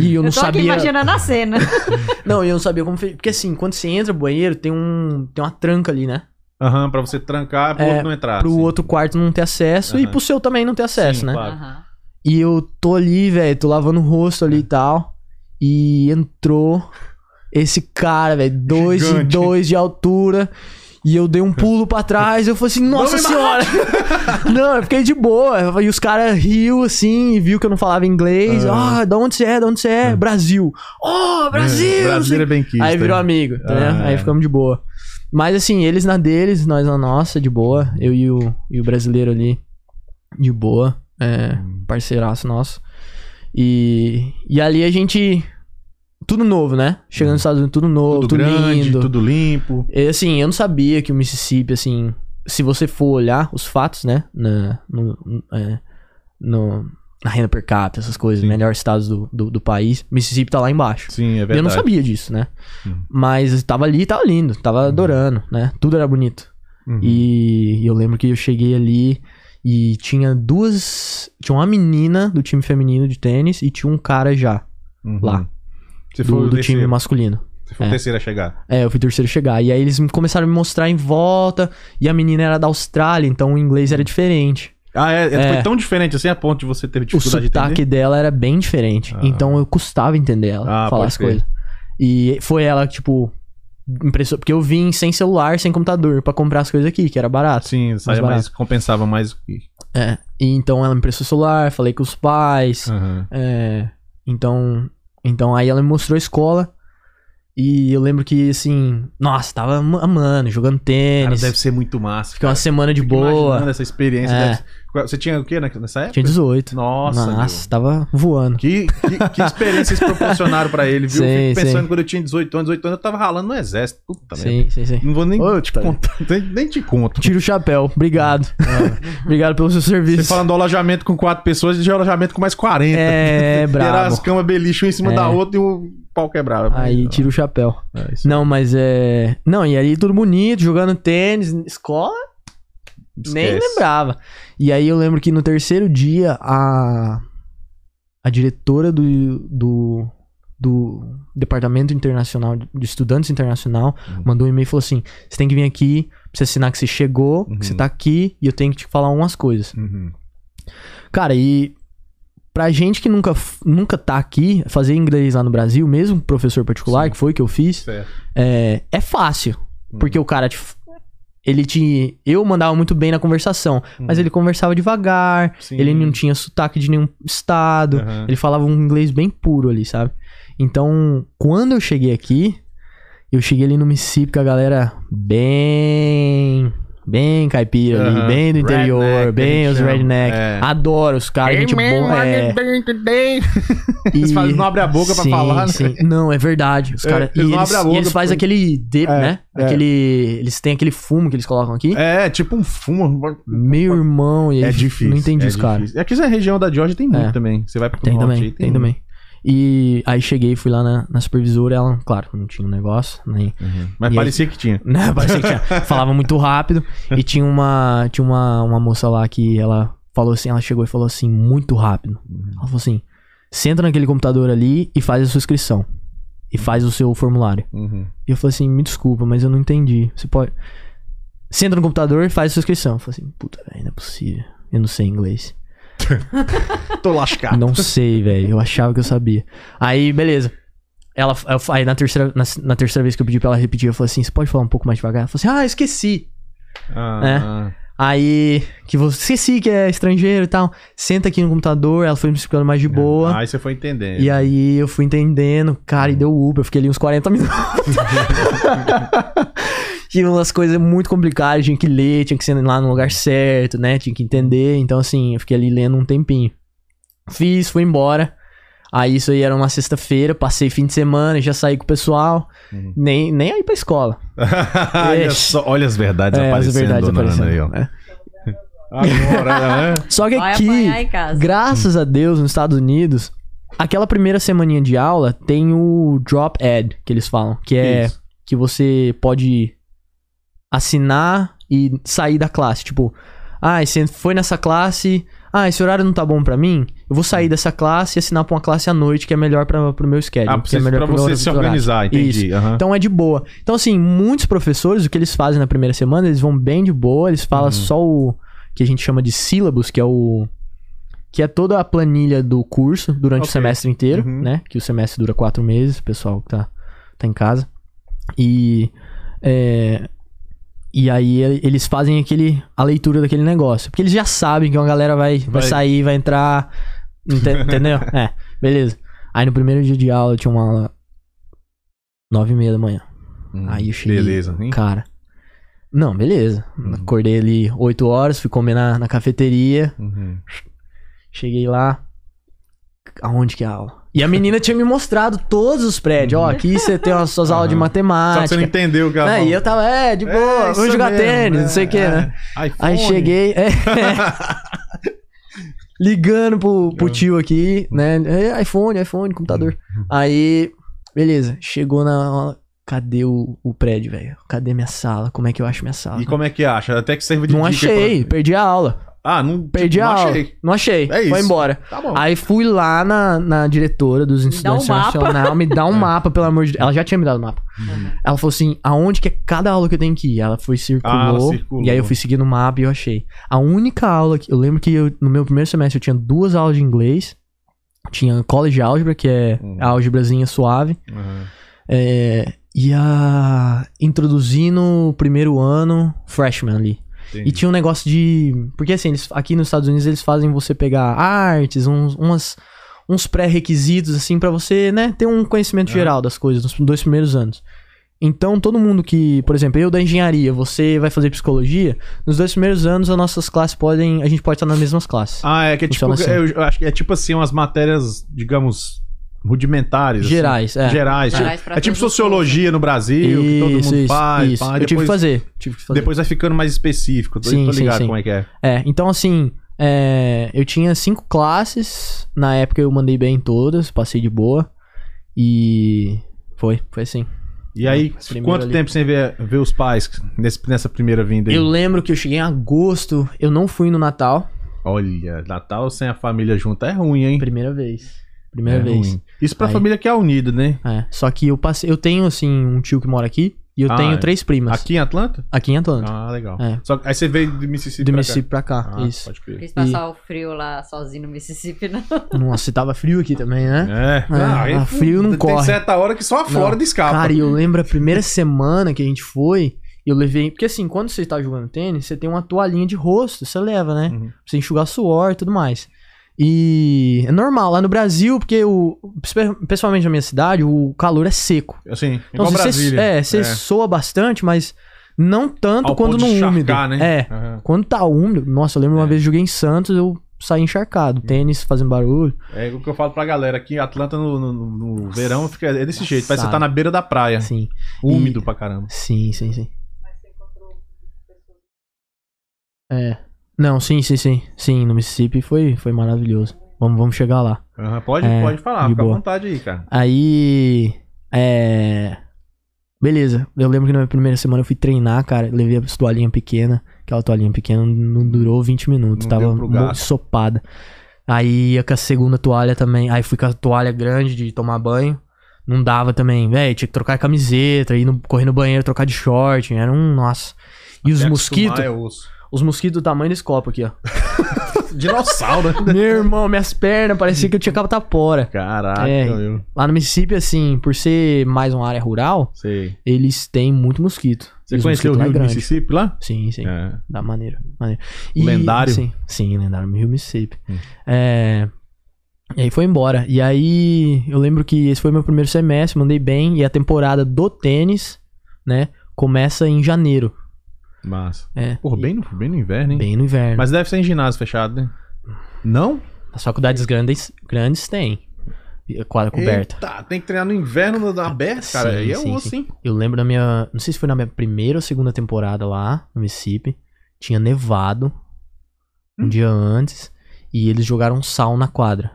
[SPEAKER 3] E eu não
[SPEAKER 2] eu tô
[SPEAKER 3] sabia.
[SPEAKER 2] aqui imaginando a cena.
[SPEAKER 3] Não, eu não sabia como fez. Porque assim, quando você entra no banheiro, tem um. Tem uma tranca ali, né?
[SPEAKER 1] Aham, pra você trancar pro
[SPEAKER 3] É,
[SPEAKER 1] outro não entrar.
[SPEAKER 3] Pro
[SPEAKER 1] assim.
[SPEAKER 3] outro quarto não ter acesso e
[SPEAKER 1] Aham.
[SPEAKER 3] pro seu também não ter acesso,
[SPEAKER 1] Sim, <laughs>
[SPEAKER 3] né?
[SPEAKER 1] claro.
[SPEAKER 2] Aham.
[SPEAKER 3] E eu tô ali, velho, tô lavando o rosto ali e tal. E entrou esse cara, velho, dois e
[SPEAKER 1] Gigante.
[SPEAKER 3] dois de altura. E eu dei um pulo pra trás, eu falei assim, nossa
[SPEAKER 1] me
[SPEAKER 3] senhora! <laughs> não, eu fiquei de boa. E os caras riu assim, e viu que eu não falava inglês.
[SPEAKER 1] Ah.
[SPEAKER 3] Ah, da onde você é? Da onde você é? Brasil. Oh, Brasil!
[SPEAKER 1] É,
[SPEAKER 3] não sei
[SPEAKER 1] Brasília é bem quista,
[SPEAKER 3] Aí virou
[SPEAKER 1] hein?
[SPEAKER 3] amigo, tá ligado?
[SPEAKER 1] Ah, é.
[SPEAKER 3] Aí ficamos de boa. Mas assim, eles na deles, nós na nossa, de boa. Eu e o, e o brasileiro ali, de boa. É,
[SPEAKER 1] Hum.
[SPEAKER 3] parceiraço nosso. E, e ali a gente. Tudo novo, né? Chegando nos Estados Unidos, tudo novo,
[SPEAKER 1] Hum. Tudo,
[SPEAKER 3] tudo,
[SPEAKER 1] grande,
[SPEAKER 3] lindo.
[SPEAKER 1] tudo limpo.
[SPEAKER 3] E, assim, eu não sabia que o Mississippi, assim. Se você for olhar os fatos, né? Na, no, é, no- na renda per capita, essas coisas,
[SPEAKER 1] Sim.
[SPEAKER 3] melhores estados do, do, do país, Mississippi tá lá embaixo.
[SPEAKER 1] Sim, é
[SPEAKER 3] E
[SPEAKER 1] verdade.
[SPEAKER 3] Eu não sabia disso, né?
[SPEAKER 1] Uhum.
[SPEAKER 3] Mas tava ali, tava lindo,
[SPEAKER 1] Hum.
[SPEAKER 3] tava adorando, né? Tudo era bonito.
[SPEAKER 1] Uhum.
[SPEAKER 3] E eu lembro que eu cheguei ali e tinha duas. Tinha uma menina do time feminino de tênis e tinha um cara já
[SPEAKER 1] Uhum.
[SPEAKER 3] lá.
[SPEAKER 1] Você foi,
[SPEAKER 3] do,
[SPEAKER 1] o
[SPEAKER 3] do time
[SPEAKER 1] terceiro,
[SPEAKER 3] masculino.
[SPEAKER 1] você foi o
[SPEAKER 3] é.
[SPEAKER 1] terceiro a chegar.
[SPEAKER 3] É, eu fui o terceiro a chegar. E aí eles me- começaram a me mostrar em volta. E a menina era da Austrália, então o inglês era diferente.
[SPEAKER 1] Ah, é, é, Foi
[SPEAKER 3] É.
[SPEAKER 1] tão diferente assim a ponto de você ter
[SPEAKER 3] o
[SPEAKER 1] dificuldade de
[SPEAKER 3] sotaque
[SPEAKER 1] entender?
[SPEAKER 3] dela era bem diferente.
[SPEAKER 1] Ah.
[SPEAKER 3] Então eu custava entender ela
[SPEAKER 1] Ah,
[SPEAKER 3] falar
[SPEAKER 1] pode
[SPEAKER 3] as
[SPEAKER 1] crer.
[SPEAKER 3] coisas. E foi ela que, tipo, impressionou. Porque eu vim sem celular, sem computador, pra comprar as coisas aqui, que era barato.
[SPEAKER 1] Sim, saia mais,
[SPEAKER 3] barato.
[SPEAKER 1] compensava mais o que.
[SPEAKER 3] É. E então ela me emprestou o celular, falei com os pais.
[SPEAKER 1] Aham.
[SPEAKER 3] É, então, então aí ela me mostrou a escola. E eu lembro que, assim, nossa, tava ama- amando, jogando
[SPEAKER 1] Cara,
[SPEAKER 3] tênis.
[SPEAKER 1] deve ser muito massa.
[SPEAKER 3] Fiquei uma semana de
[SPEAKER 1] Fico imaginando né?
[SPEAKER 3] boa.
[SPEAKER 1] Essa experiência.
[SPEAKER 3] É.
[SPEAKER 1] deve ser- Você tinha o quê na- nessa época?
[SPEAKER 3] Tinha 18.
[SPEAKER 1] Nossa, meu.
[SPEAKER 3] tava voando.
[SPEAKER 1] Que, que, que experiência eles proporcionaram pra ele, viu? eu
[SPEAKER 3] Sim,
[SPEAKER 1] fico pensando
[SPEAKER 3] sim.
[SPEAKER 1] quando eu tinha 18 anos, 18 anos eu tava ralando no exército. Puta merda.
[SPEAKER 3] Sim, sim, sim.
[SPEAKER 1] Não vou nem
[SPEAKER 3] Ô,
[SPEAKER 1] te
[SPEAKER 3] tá.
[SPEAKER 1] contar, nem, nem te conto.
[SPEAKER 3] Tira o chapéu, obrigado. <laughs> obrigado pelo seu
[SPEAKER 1] É. Você
[SPEAKER 3] serviço.
[SPEAKER 1] falando do alojamento com quatro pessoas, ele já é alojamento com mais 40.
[SPEAKER 3] É,
[SPEAKER 1] <laughs> Era
[SPEAKER 3] brabo.
[SPEAKER 1] as camas beliche um em cima
[SPEAKER 3] É.
[SPEAKER 1] da outra e o pau quebrava.
[SPEAKER 3] Aí tira o chapéu.
[SPEAKER 1] É, isso.
[SPEAKER 3] Não, mas é. Não, e aí tudo bonito, jogando tênis, escola, nem
[SPEAKER 1] Esquece.
[SPEAKER 3] lembrava. E aí eu lembro que no terceiro dia, a. A diretora do. do do Departamento Internacional de Estudantes Internacional
[SPEAKER 1] Uhum.
[SPEAKER 3] mandou um e-mail e falou assim: você tem que vir aqui pra você assinar que você chegou, que você
[SPEAKER 1] Uhum.
[SPEAKER 3] tá aqui e eu tenho que te falar umas coisas.
[SPEAKER 1] Uhum.
[SPEAKER 3] Cara, e pra gente que nunca, f- nunca tá aqui, fazer inglês lá no Brasil, mesmo professor particular,
[SPEAKER 1] Sim. Uhum.
[SPEAKER 3] que foi que eu fiz,
[SPEAKER 1] Certo.
[SPEAKER 3] é, é fácil. Porque o cara te f- Ele te. Eu mandava muito bem na conversação, mas ele conversava devagar,
[SPEAKER 1] Uhum. Sim. É.
[SPEAKER 3] ele não tinha sotaque de nenhum estado,
[SPEAKER 1] Aham.
[SPEAKER 3] ele falava um inglês bem puro ali, sabe? Então, quando eu cheguei aqui, eu cheguei ali no Mississippi com a galera bem. Bem caipira ali,
[SPEAKER 1] Aham.
[SPEAKER 3] bem do interior,
[SPEAKER 1] Redneck, que
[SPEAKER 3] bem
[SPEAKER 1] a gente
[SPEAKER 3] os
[SPEAKER 1] chama.
[SPEAKER 3] redneck.
[SPEAKER 1] É.
[SPEAKER 3] Adoro os caras, gente boa. É,
[SPEAKER 1] Eles
[SPEAKER 3] e-
[SPEAKER 1] fazem- não abrem a boca pra
[SPEAKER 3] Sim,
[SPEAKER 1] falar, né?
[SPEAKER 3] sim. Não, é verdade. Os
[SPEAKER 1] É,
[SPEAKER 3] caras. e
[SPEAKER 1] eles
[SPEAKER 3] eles,
[SPEAKER 1] não abrem a
[SPEAKER 3] e
[SPEAKER 1] boca
[SPEAKER 3] eles fazem
[SPEAKER 1] porque-
[SPEAKER 3] aquele dip,
[SPEAKER 1] É,
[SPEAKER 3] né?
[SPEAKER 1] é.
[SPEAKER 3] Aquele. Eles têm aquele fumo que eles colocam aqui.
[SPEAKER 1] É, tipo um fumo.
[SPEAKER 3] Meu irmão, e
[SPEAKER 1] É
[SPEAKER 3] aí
[SPEAKER 1] difícil.
[SPEAKER 3] Não entendi
[SPEAKER 1] é
[SPEAKER 3] os caras.
[SPEAKER 1] difícil. É que essa região da Georgia tem muito
[SPEAKER 3] É.
[SPEAKER 1] também. Você vai pro
[SPEAKER 3] Tem
[SPEAKER 1] norte
[SPEAKER 3] também,
[SPEAKER 1] aí,
[SPEAKER 3] tem, também. E aí cheguei, fui lá na, na supervisora, ela, claro, não tinha um negócio, nem.
[SPEAKER 1] Uhum. Mas
[SPEAKER 3] E
[SPEAKER 1] parecia que
[SPEAKER 3] <laughs>
[SPEAKER 1] tinha.
[SPEAKER 3] Não, parecia Né, que tinha. Falava muito rápido. E tinha uma. Tinha uma, uma moça lá que ela falou assim, ela chegou e falou assim, muito rápido. Ela falou assim: senta naquele computador ali e faz a sua inscrição. E faz o seu formulário.
[SPEAKER 1] Uhum.
[SPEAKER 3] E eu falei assim, me desculpa, mas eu não entendi. Você pode. Você entra no computador e faz a sua inscrição. Eu falei assim, puta, velho, não é possível. Eu não sei inglês.
[SPEAKER 1] <laughs> Tô
[SPEAKER 3] <laughs>
[SPEAKER 1] lascado.
[SPEAKER 3] Não sei, velho. Eu achava que eu sabia. Aí, beleza. Ela, eu- aí na terceira, na, na terceira vez que eu pedi pra ela repetir, eu falei assim, você pode falar um pouco mais devagar? Ela falou assim, ah, esqueci. É,
[SPEAKER 1] Ah,
[SPEAKER 3] Aí, que você esqueci que é estrangeiro e tal. Senta aqui no computador, ela foi me explicando mais de boa.
[SPEAKER 1] Aí você foi entendendo.
[SPEAKER 3] E aí eu fui entendendo, cara, e deu Uber, eu fiquei ali uns 40 minutos. Tinha umas coisas muito complicadas, tinha que ler, tinha que ser lá no lugar certo, né? Tinha que entender. Então, assim, eu fiquei ali lendo um tempinho. Fiz, fui embora. Aí isso aí era uma sexta-feira, passei fim de semana, já saí com o pessoal.
[SPEAKER 1] Uhum.
[SPEAKER 3] Nem, nem aí pra escola.
[SPEAKER 1] <laughs> olha, só- olha as verdades
[SPEAKER 3] É, as
[SPEAKER 1] aparecendo.
[SPEAKER 3] verdades
[SPEAKER 1] dona Ana,
[SPEAKER 3] aparecendo.
[SPEAKER 1] aí, ó.
[SPEAKER 3] É. <laughs>
[SPEAKER 1] Agora, né?
[SPEAKER 3] Só que
[SPEAKER 2] Vai
[SPEAKER 3] aqui.
[SPEAKER 2] apanhar em casa.
[SPEAKER 3] Graças a Deus, nos Estados Unidos, aquela primeira semaninha de aula tem o drop ad que eles falam, que é
[SPEAKER 1] Isso.
[SPEAKER 3] que você pode assinar e sair da classe, tipo, ah, você foi nessa classe, ah, esse horário não tá bom pra mim, eu vou sair dessa classe e assinar pra uma classe à noite que é melhor para pro meu schedule,
[SPEAKER 1] Ah, pra
[SPEAKER 3] que é
[SPEAKER 1] você,
[SPEAKER 3] melhor
[SPEAKER 1] pra
[SPEAKER 3] pro meu
[SPEAKER 1] você se
[SPEAKER 3] horário.
[SPEAKER 1] organizar, entendi. Aham.
[SPEAKER 3] Então é de boa. Então, assim, muitos professores, o que eles fazem na primeira semana, eles vão bem de boa, eles falam
[SPEAKER 1] Uhum.
[SPEAKER 3] só o que a gente chama de sílabus, que é o. Que é toda a planilha do curso durante
[SPEAKER 1] Ok.
[SPEAKER 3] o semestre inteiro,
[SPEAKER 1] Uhum.
[SPEAKER 3] né? Que o semestre dura quatro meses, o pessoal que tá, tá em casa. E. é, e aí e- eles fazem aquele a leitura daquele negócio. Porque eles já sabem que uma galera vai, vai.
[SPEAKER 1] Vai.
[SPEAKER 3] sair, vai entrar.
[SPEAKER 1] <laughs>
[SPEAKER 3] ente- entendeu? É, beleza. Aí no primeiro dia de aula eu tinha uma aula. Nove e meia da manhã.
[SPEAKER 1] Hum,
[SPEAKER 3] Aí eu cheguei.
[SPEAKER 1] Beleza. hein? Uhum.
[SPEAKER 3] Cara. Não, beleza. Acordei ali 8 horas, fui comer na, na cafeteria.
[SPEAKER 1] Uhum.
[SPEAKER 3] Cheguei lá. Aonde que é a aula? E a menina tinha me mostrado todos os prédios. Ó, aqui você tem as suas aulas
[SPEAKER 1] <laughs>
[SPEAKER 3] de
[SPEAKER 1] Aham. Só
[SPEAKER 3] matemática.
[SPEAKER 1] que você não entendeu o que ela
[SPEAKER 3] É, e ah, eu tava, é, de boa, vamos jogar tênis, não
[SPEAKER 1] é,
[SPEAKER 3] sei o que, né? Aí cheguei.
[SPEAKER 1] <laughs>
[SPEAKER 3] é. ligando pro,
[SPEAKER 1] Ah.
[SPEAKER 3] pro tio aqui, né? É, iPhone, iPhone, computador.
[SPEAKER 1] Uhum.
[SPEAKER 3] Aí, beleza. Chegou na. Cadê o, o prédio, velho? Cadê minha sala? Como é que eu acho minha sala?
[SPEAKER 1] E como é que acha? Até que serve de
[SPEAKER 3] Não
[SPEAKER 1] dica
[SPEAKER 3] achei,
[SPEAKER 1] pra-
[SPEAKER 3] perdi a aula.
[SPEAKER 1] Ah, não
[SPEAKER 3] Perdi
[SPEAKER 1] não
[SPEAKER 3] a aula.
[SPEAKER 1] achei.
[SPEAKER 3] Não achei.
[SPEAKER 1] É isso.
[SPEAKER 3] Foi embora.
[SPEAKER 1] Tá bom.
[SPEAKER 3] Aí fui lá na, na diretora dos Estudantes
[SPEAKER 2] um mapa. Uhum.
[SPEAKER 3] Nacional, me dá um
[SPEAKER 1] É.
[SPEAKER 3] mapa, pelo amor de Deus. Ela já tinha me dado o mapa. Ela falou assim: aonde que é cada aula que eu tenho que ir? Ela foi circulou,
[SPEAKER 1] Ah, ela circulou.
[SPEAKER 3] E aí eu fui seguindo o mapa e eu achei. A única aula que. Eu lembro que eu- no meu primeiro semestre eu tinha duas aulas de inglês. Tinha college álgebra, que é
[SPEAKER 1] Hum.
[SPEAKER 3] a álgebrazinha suave.
[SPEAKER 1] Aham.
[SPEAKER 3] É, e a. Introduzindo o primeiro ano, freshman ali. E
[SPEAKER 1] Entendi.
[SPEAKER 3] tinha um negócio de. Porque assim, eles- aqui nos Estados Unidos eles fazem você pegar artes, uns, umas- uns pré-requisitos, assim, pra você, né, ter um conhecimento
[SPEAKER 1] Ah.
[SPEAKER 3] geral das coisas nos dois primeiros anos. Então, todo mundo que, por exemplo, eu da engenharia, você vai fazer psicologia, nos dois primeiros anos as nossas classes podem. A gente pode estar nas mesmas classes.
[SPEAKER 1] Ah, é que é tipo.
[SPEAKER 3] Funciona assim.
[SPEAKER 1] é, Eu acho que é tipo assim, umas matérias, digamos, rudimentares. assim.
[SPEAKER 3] Gerais, é.
[SPEAKER 1] Gerais.
[SPEAKER 2] Gerais
[SPEAKER 1] tipo-
[SPEAKER 2] pra
[SPEAKER 1] é tipo
[SPEAKER 2] todos os
[SPEAKER 1] sociologia no Brasil, que todo mundo faz. pá,
[SPEAKER 3] eu tive que
[SPEAKER 1] depois-
[SPEAKER 3] fazer. Tive que fazer.
[SPEAKER 1] Depois vai ficando mais específico. Tô,
[SPEAKER 3] Sim,
[SPEAKER 1] tô
[SPEAKER 3] sim,
[SPEAKER 1] ligado
[SPEAKER 3] sim.
[SPEAKER 1] como é que é.
[SPEAKER 3] É, então assim, é, eu tinha cinco classes, na época eu mandei bem em todas, passei de boa. E foi, foi assim.
[SPEAKER 1] E aí,
[SPEAKER 3] Primeiro
[SPEAKER 1] quanto
[SPEAKER 3] ali.
[SPEAKER 1] tempo sem ver, ver os pais nesse- nessa primeira vinda aí?
[SPEAKER 3] Eu lembro que eu cheguei em agosto, eu não fui no Natal.
[SPEAKER 1] Olha, Natal sem a família junto é ruim, hein?
[SPEAKER 3] Primeira vez. Primeira
[SPEAKER 1] É
[SPEAKER 3] vez.
[SPEAKER 1] ruim. Isso pra
[SPEAKER 3] Aí.
[SPEAKER 1] família que é unida, né?
[SPEAKER 3] É, só que eu passei, eu tenho assim um tio que mora aqui e eu
[SPEAKER 1] Ah, é.
[SPEAKER 3] tenho três primas aqui,
[SPEAKER 1] Aqui em Atlanta?
[SPEAKER 3] em Atlanta.
[SPEAKER 1] Ah, legal.
[SPEAKER 3] É.
[SPEAKER 1] Só, que- aí você veio de Mississippi
[SPEAKER 3] do
[SPEAKER 1] pra cá.
[SPEAKER 3] Mississippi pra cá,
[SPEAKER 1] Ah,
[SPEAKER 3] isso.
[SPEAKER 1] pode crer.
[SPEAKER 2] Quis passar o frio lá sozinho no Mississippi, não.
[SPEAKER 3] Nossa, e tava frio aqui também, né?
[SPEAKER 1] É, Ah, aí
[SPEAKER 3] a frio não
[SPEAKER 1] tem
[SPEAKER 3] corre.
[SPEAKER 1] certa hora que só a Flórida escapa.
[SPEAKER 3] Cara, e eu lembro
[SPEAKER 1] <laughs>
[SPEAKER 3] a primeira semana que a gente foi, eu levei. Porque assim, quando você tá jogando tênis, você tem uma toalhinha de rosto, você leva, né?
[SPEAKER 1] Uhum.
[SPEAKER 3] Pra você enxugar suor e tudo mais. E é normal, lá no Brasil, porque o. Principalmente na minha cidade, o calor é seco.
[SPEAKER 1] Assim,
[SPEAKER 3] Então,
[SPEAKER 1] igual
[SPEAKER 3] se você,
[SPEAKER 1] Brasília.
[SPEAKER 3] é, você soa bastante, mas não tanto
[SPEAKER 1] Ao
[SPEAKER 3] quanto
[SPEAKER 1] ponto
[SPEAKER 3] no
[SPEAKER 1] de encharcar,
[SPEAKER 3] úmido.
[SPEAKER 1] né?
[SPEAKER 3] É.
[SPEAKER 1] Aham.
[SPEAKER 3] Quando tá úmido, nossa, eu lembro
[SPEAKER 1] É. Uhum.
[SPEAKER 3] uma vez eu joguei em Santos, eu saí encharcado, tênis fazendo barulho.
[SPEAKER 1] É o que eu falo pra galera. Aqui em Atlanta, no, no- no- no verão, fica, é desse jeito. Parece que você
[SPEAKER 3] Sabe.
[SPEAKER 1] tá na beira da praia.
[SPEAKER 3] Sim.
[SPEAKER 1] úmido pra caramba.
[SPEAKER 3] Sim, sim, sim. É. Não, sim, sim, sim. Sim, no Mississippi foi, foi maravilhoso. Vamos, vamos chegar lá.
[SPEAKER 1] Aham, Pode,
[SPEAKER 3] É,
[SPEAKER 1] pode falar,
[SPEAKER 3] de
[SPEAKER 1] fica à
[SPEAKER 3] boa.
[SPEAKER 1] vontade aí, cara.
[SPEAKER 3] Aí. É. Beleza. Eu lembro que na minha primeira semana eu fui treinar, cara. Eu Levei a toalhinha pequena. Aquela toalhinha pequena não durou 20 minutos.
[SPEAKER 1] Não
[SPEAKER 3] tava
[SPEAKER 1] deu pro gasto.
[SPEAKER 3] muito sopada. Aí ia com a segunda toalha também. Aí fui com a toalha grande de tomar banho. Não dava também, velho. Tinha que trocar a camiseta, ir no, correr no banheiro, trocar de short. Era um. Nossa. E os
[SPEAKER 1] Até acostumar
[SPEAKER 3] mosquitos?
[SPEAKER 1] é osso.
[SPEAKER 3] Os mosquitos do tamanho desse copo aqui, ó.
[SPEAKER 1] <laughs> Dinossauro, né?
[SPEAKER 3] Meu irmão, minhas pernas parecia que eu tinha capotapora.
[SPEAKER 1] Caraca,
[SPEAKER 3] É.
[SPEAKER 1] eu
[SPEAKER 3] Lá no Mississippi, assim, por ser mais uma área rural,
[SPEAKER 1] sei.
[SPEAKER 3] eles têm muito mosquito. E
[SPEAKER 1] Você
[SPEAKER 3] os
[SPEAKER 1] conheceu o
[SPEAKER 3] mosquitos lá é
[SPEAKER 1] Rio do
[SPEAKER 3] grande.
[SPEAKER 1] Mississippi lá?
[SPEAKER 3] Sim, sim.
[SPEAKER 1] É.
[SPEAKER 3] Dá maneira.
[SPEAKER 1] Lendário?
[SPEAKER 3] Sim, sim, lendário Rio Mississippi.
[SPEAKER 1] Hum.
[SPEAKER 3] É, E aí foi embora. E aí eu lembro que esse foi meu primeiro semestre, mandei bem. E a temporada do tênis, né, começa em janeiro.
[SPEAKER 1] Massa.
[SPEAKER 3] É.
[SPEAKER 1] Porra, bem no, bem no inverno, hein?
[SPEAKER 3] Bem no inverno.
[SPEAKER 1] Mas deve ser em ginásio fechado, né? Não?
[SPEAKER 3] As faculdades grandes, grandes têm quadra coberta.
[SPEAKER 1] Tá, tem que treinar no inverno no- no aberto, cara.
[SPEAKER 3] Sim,
[SPEAKER 1] Aí é
[SPEAKER 3] sim,
[SPEAKER 1] osso,
[SPEAKER 3] sim.
[SPEAKER 1] hein?
[SPEAKER 3] Eu lembro da minha. Não sei se foi na minha primeira ou segunda temporada lá, no Mississippi. Tinha nevado um
[SPEAKER 1] Hum.
[SPEAKER 3] dia antes. E eles jogaram sal na quadra.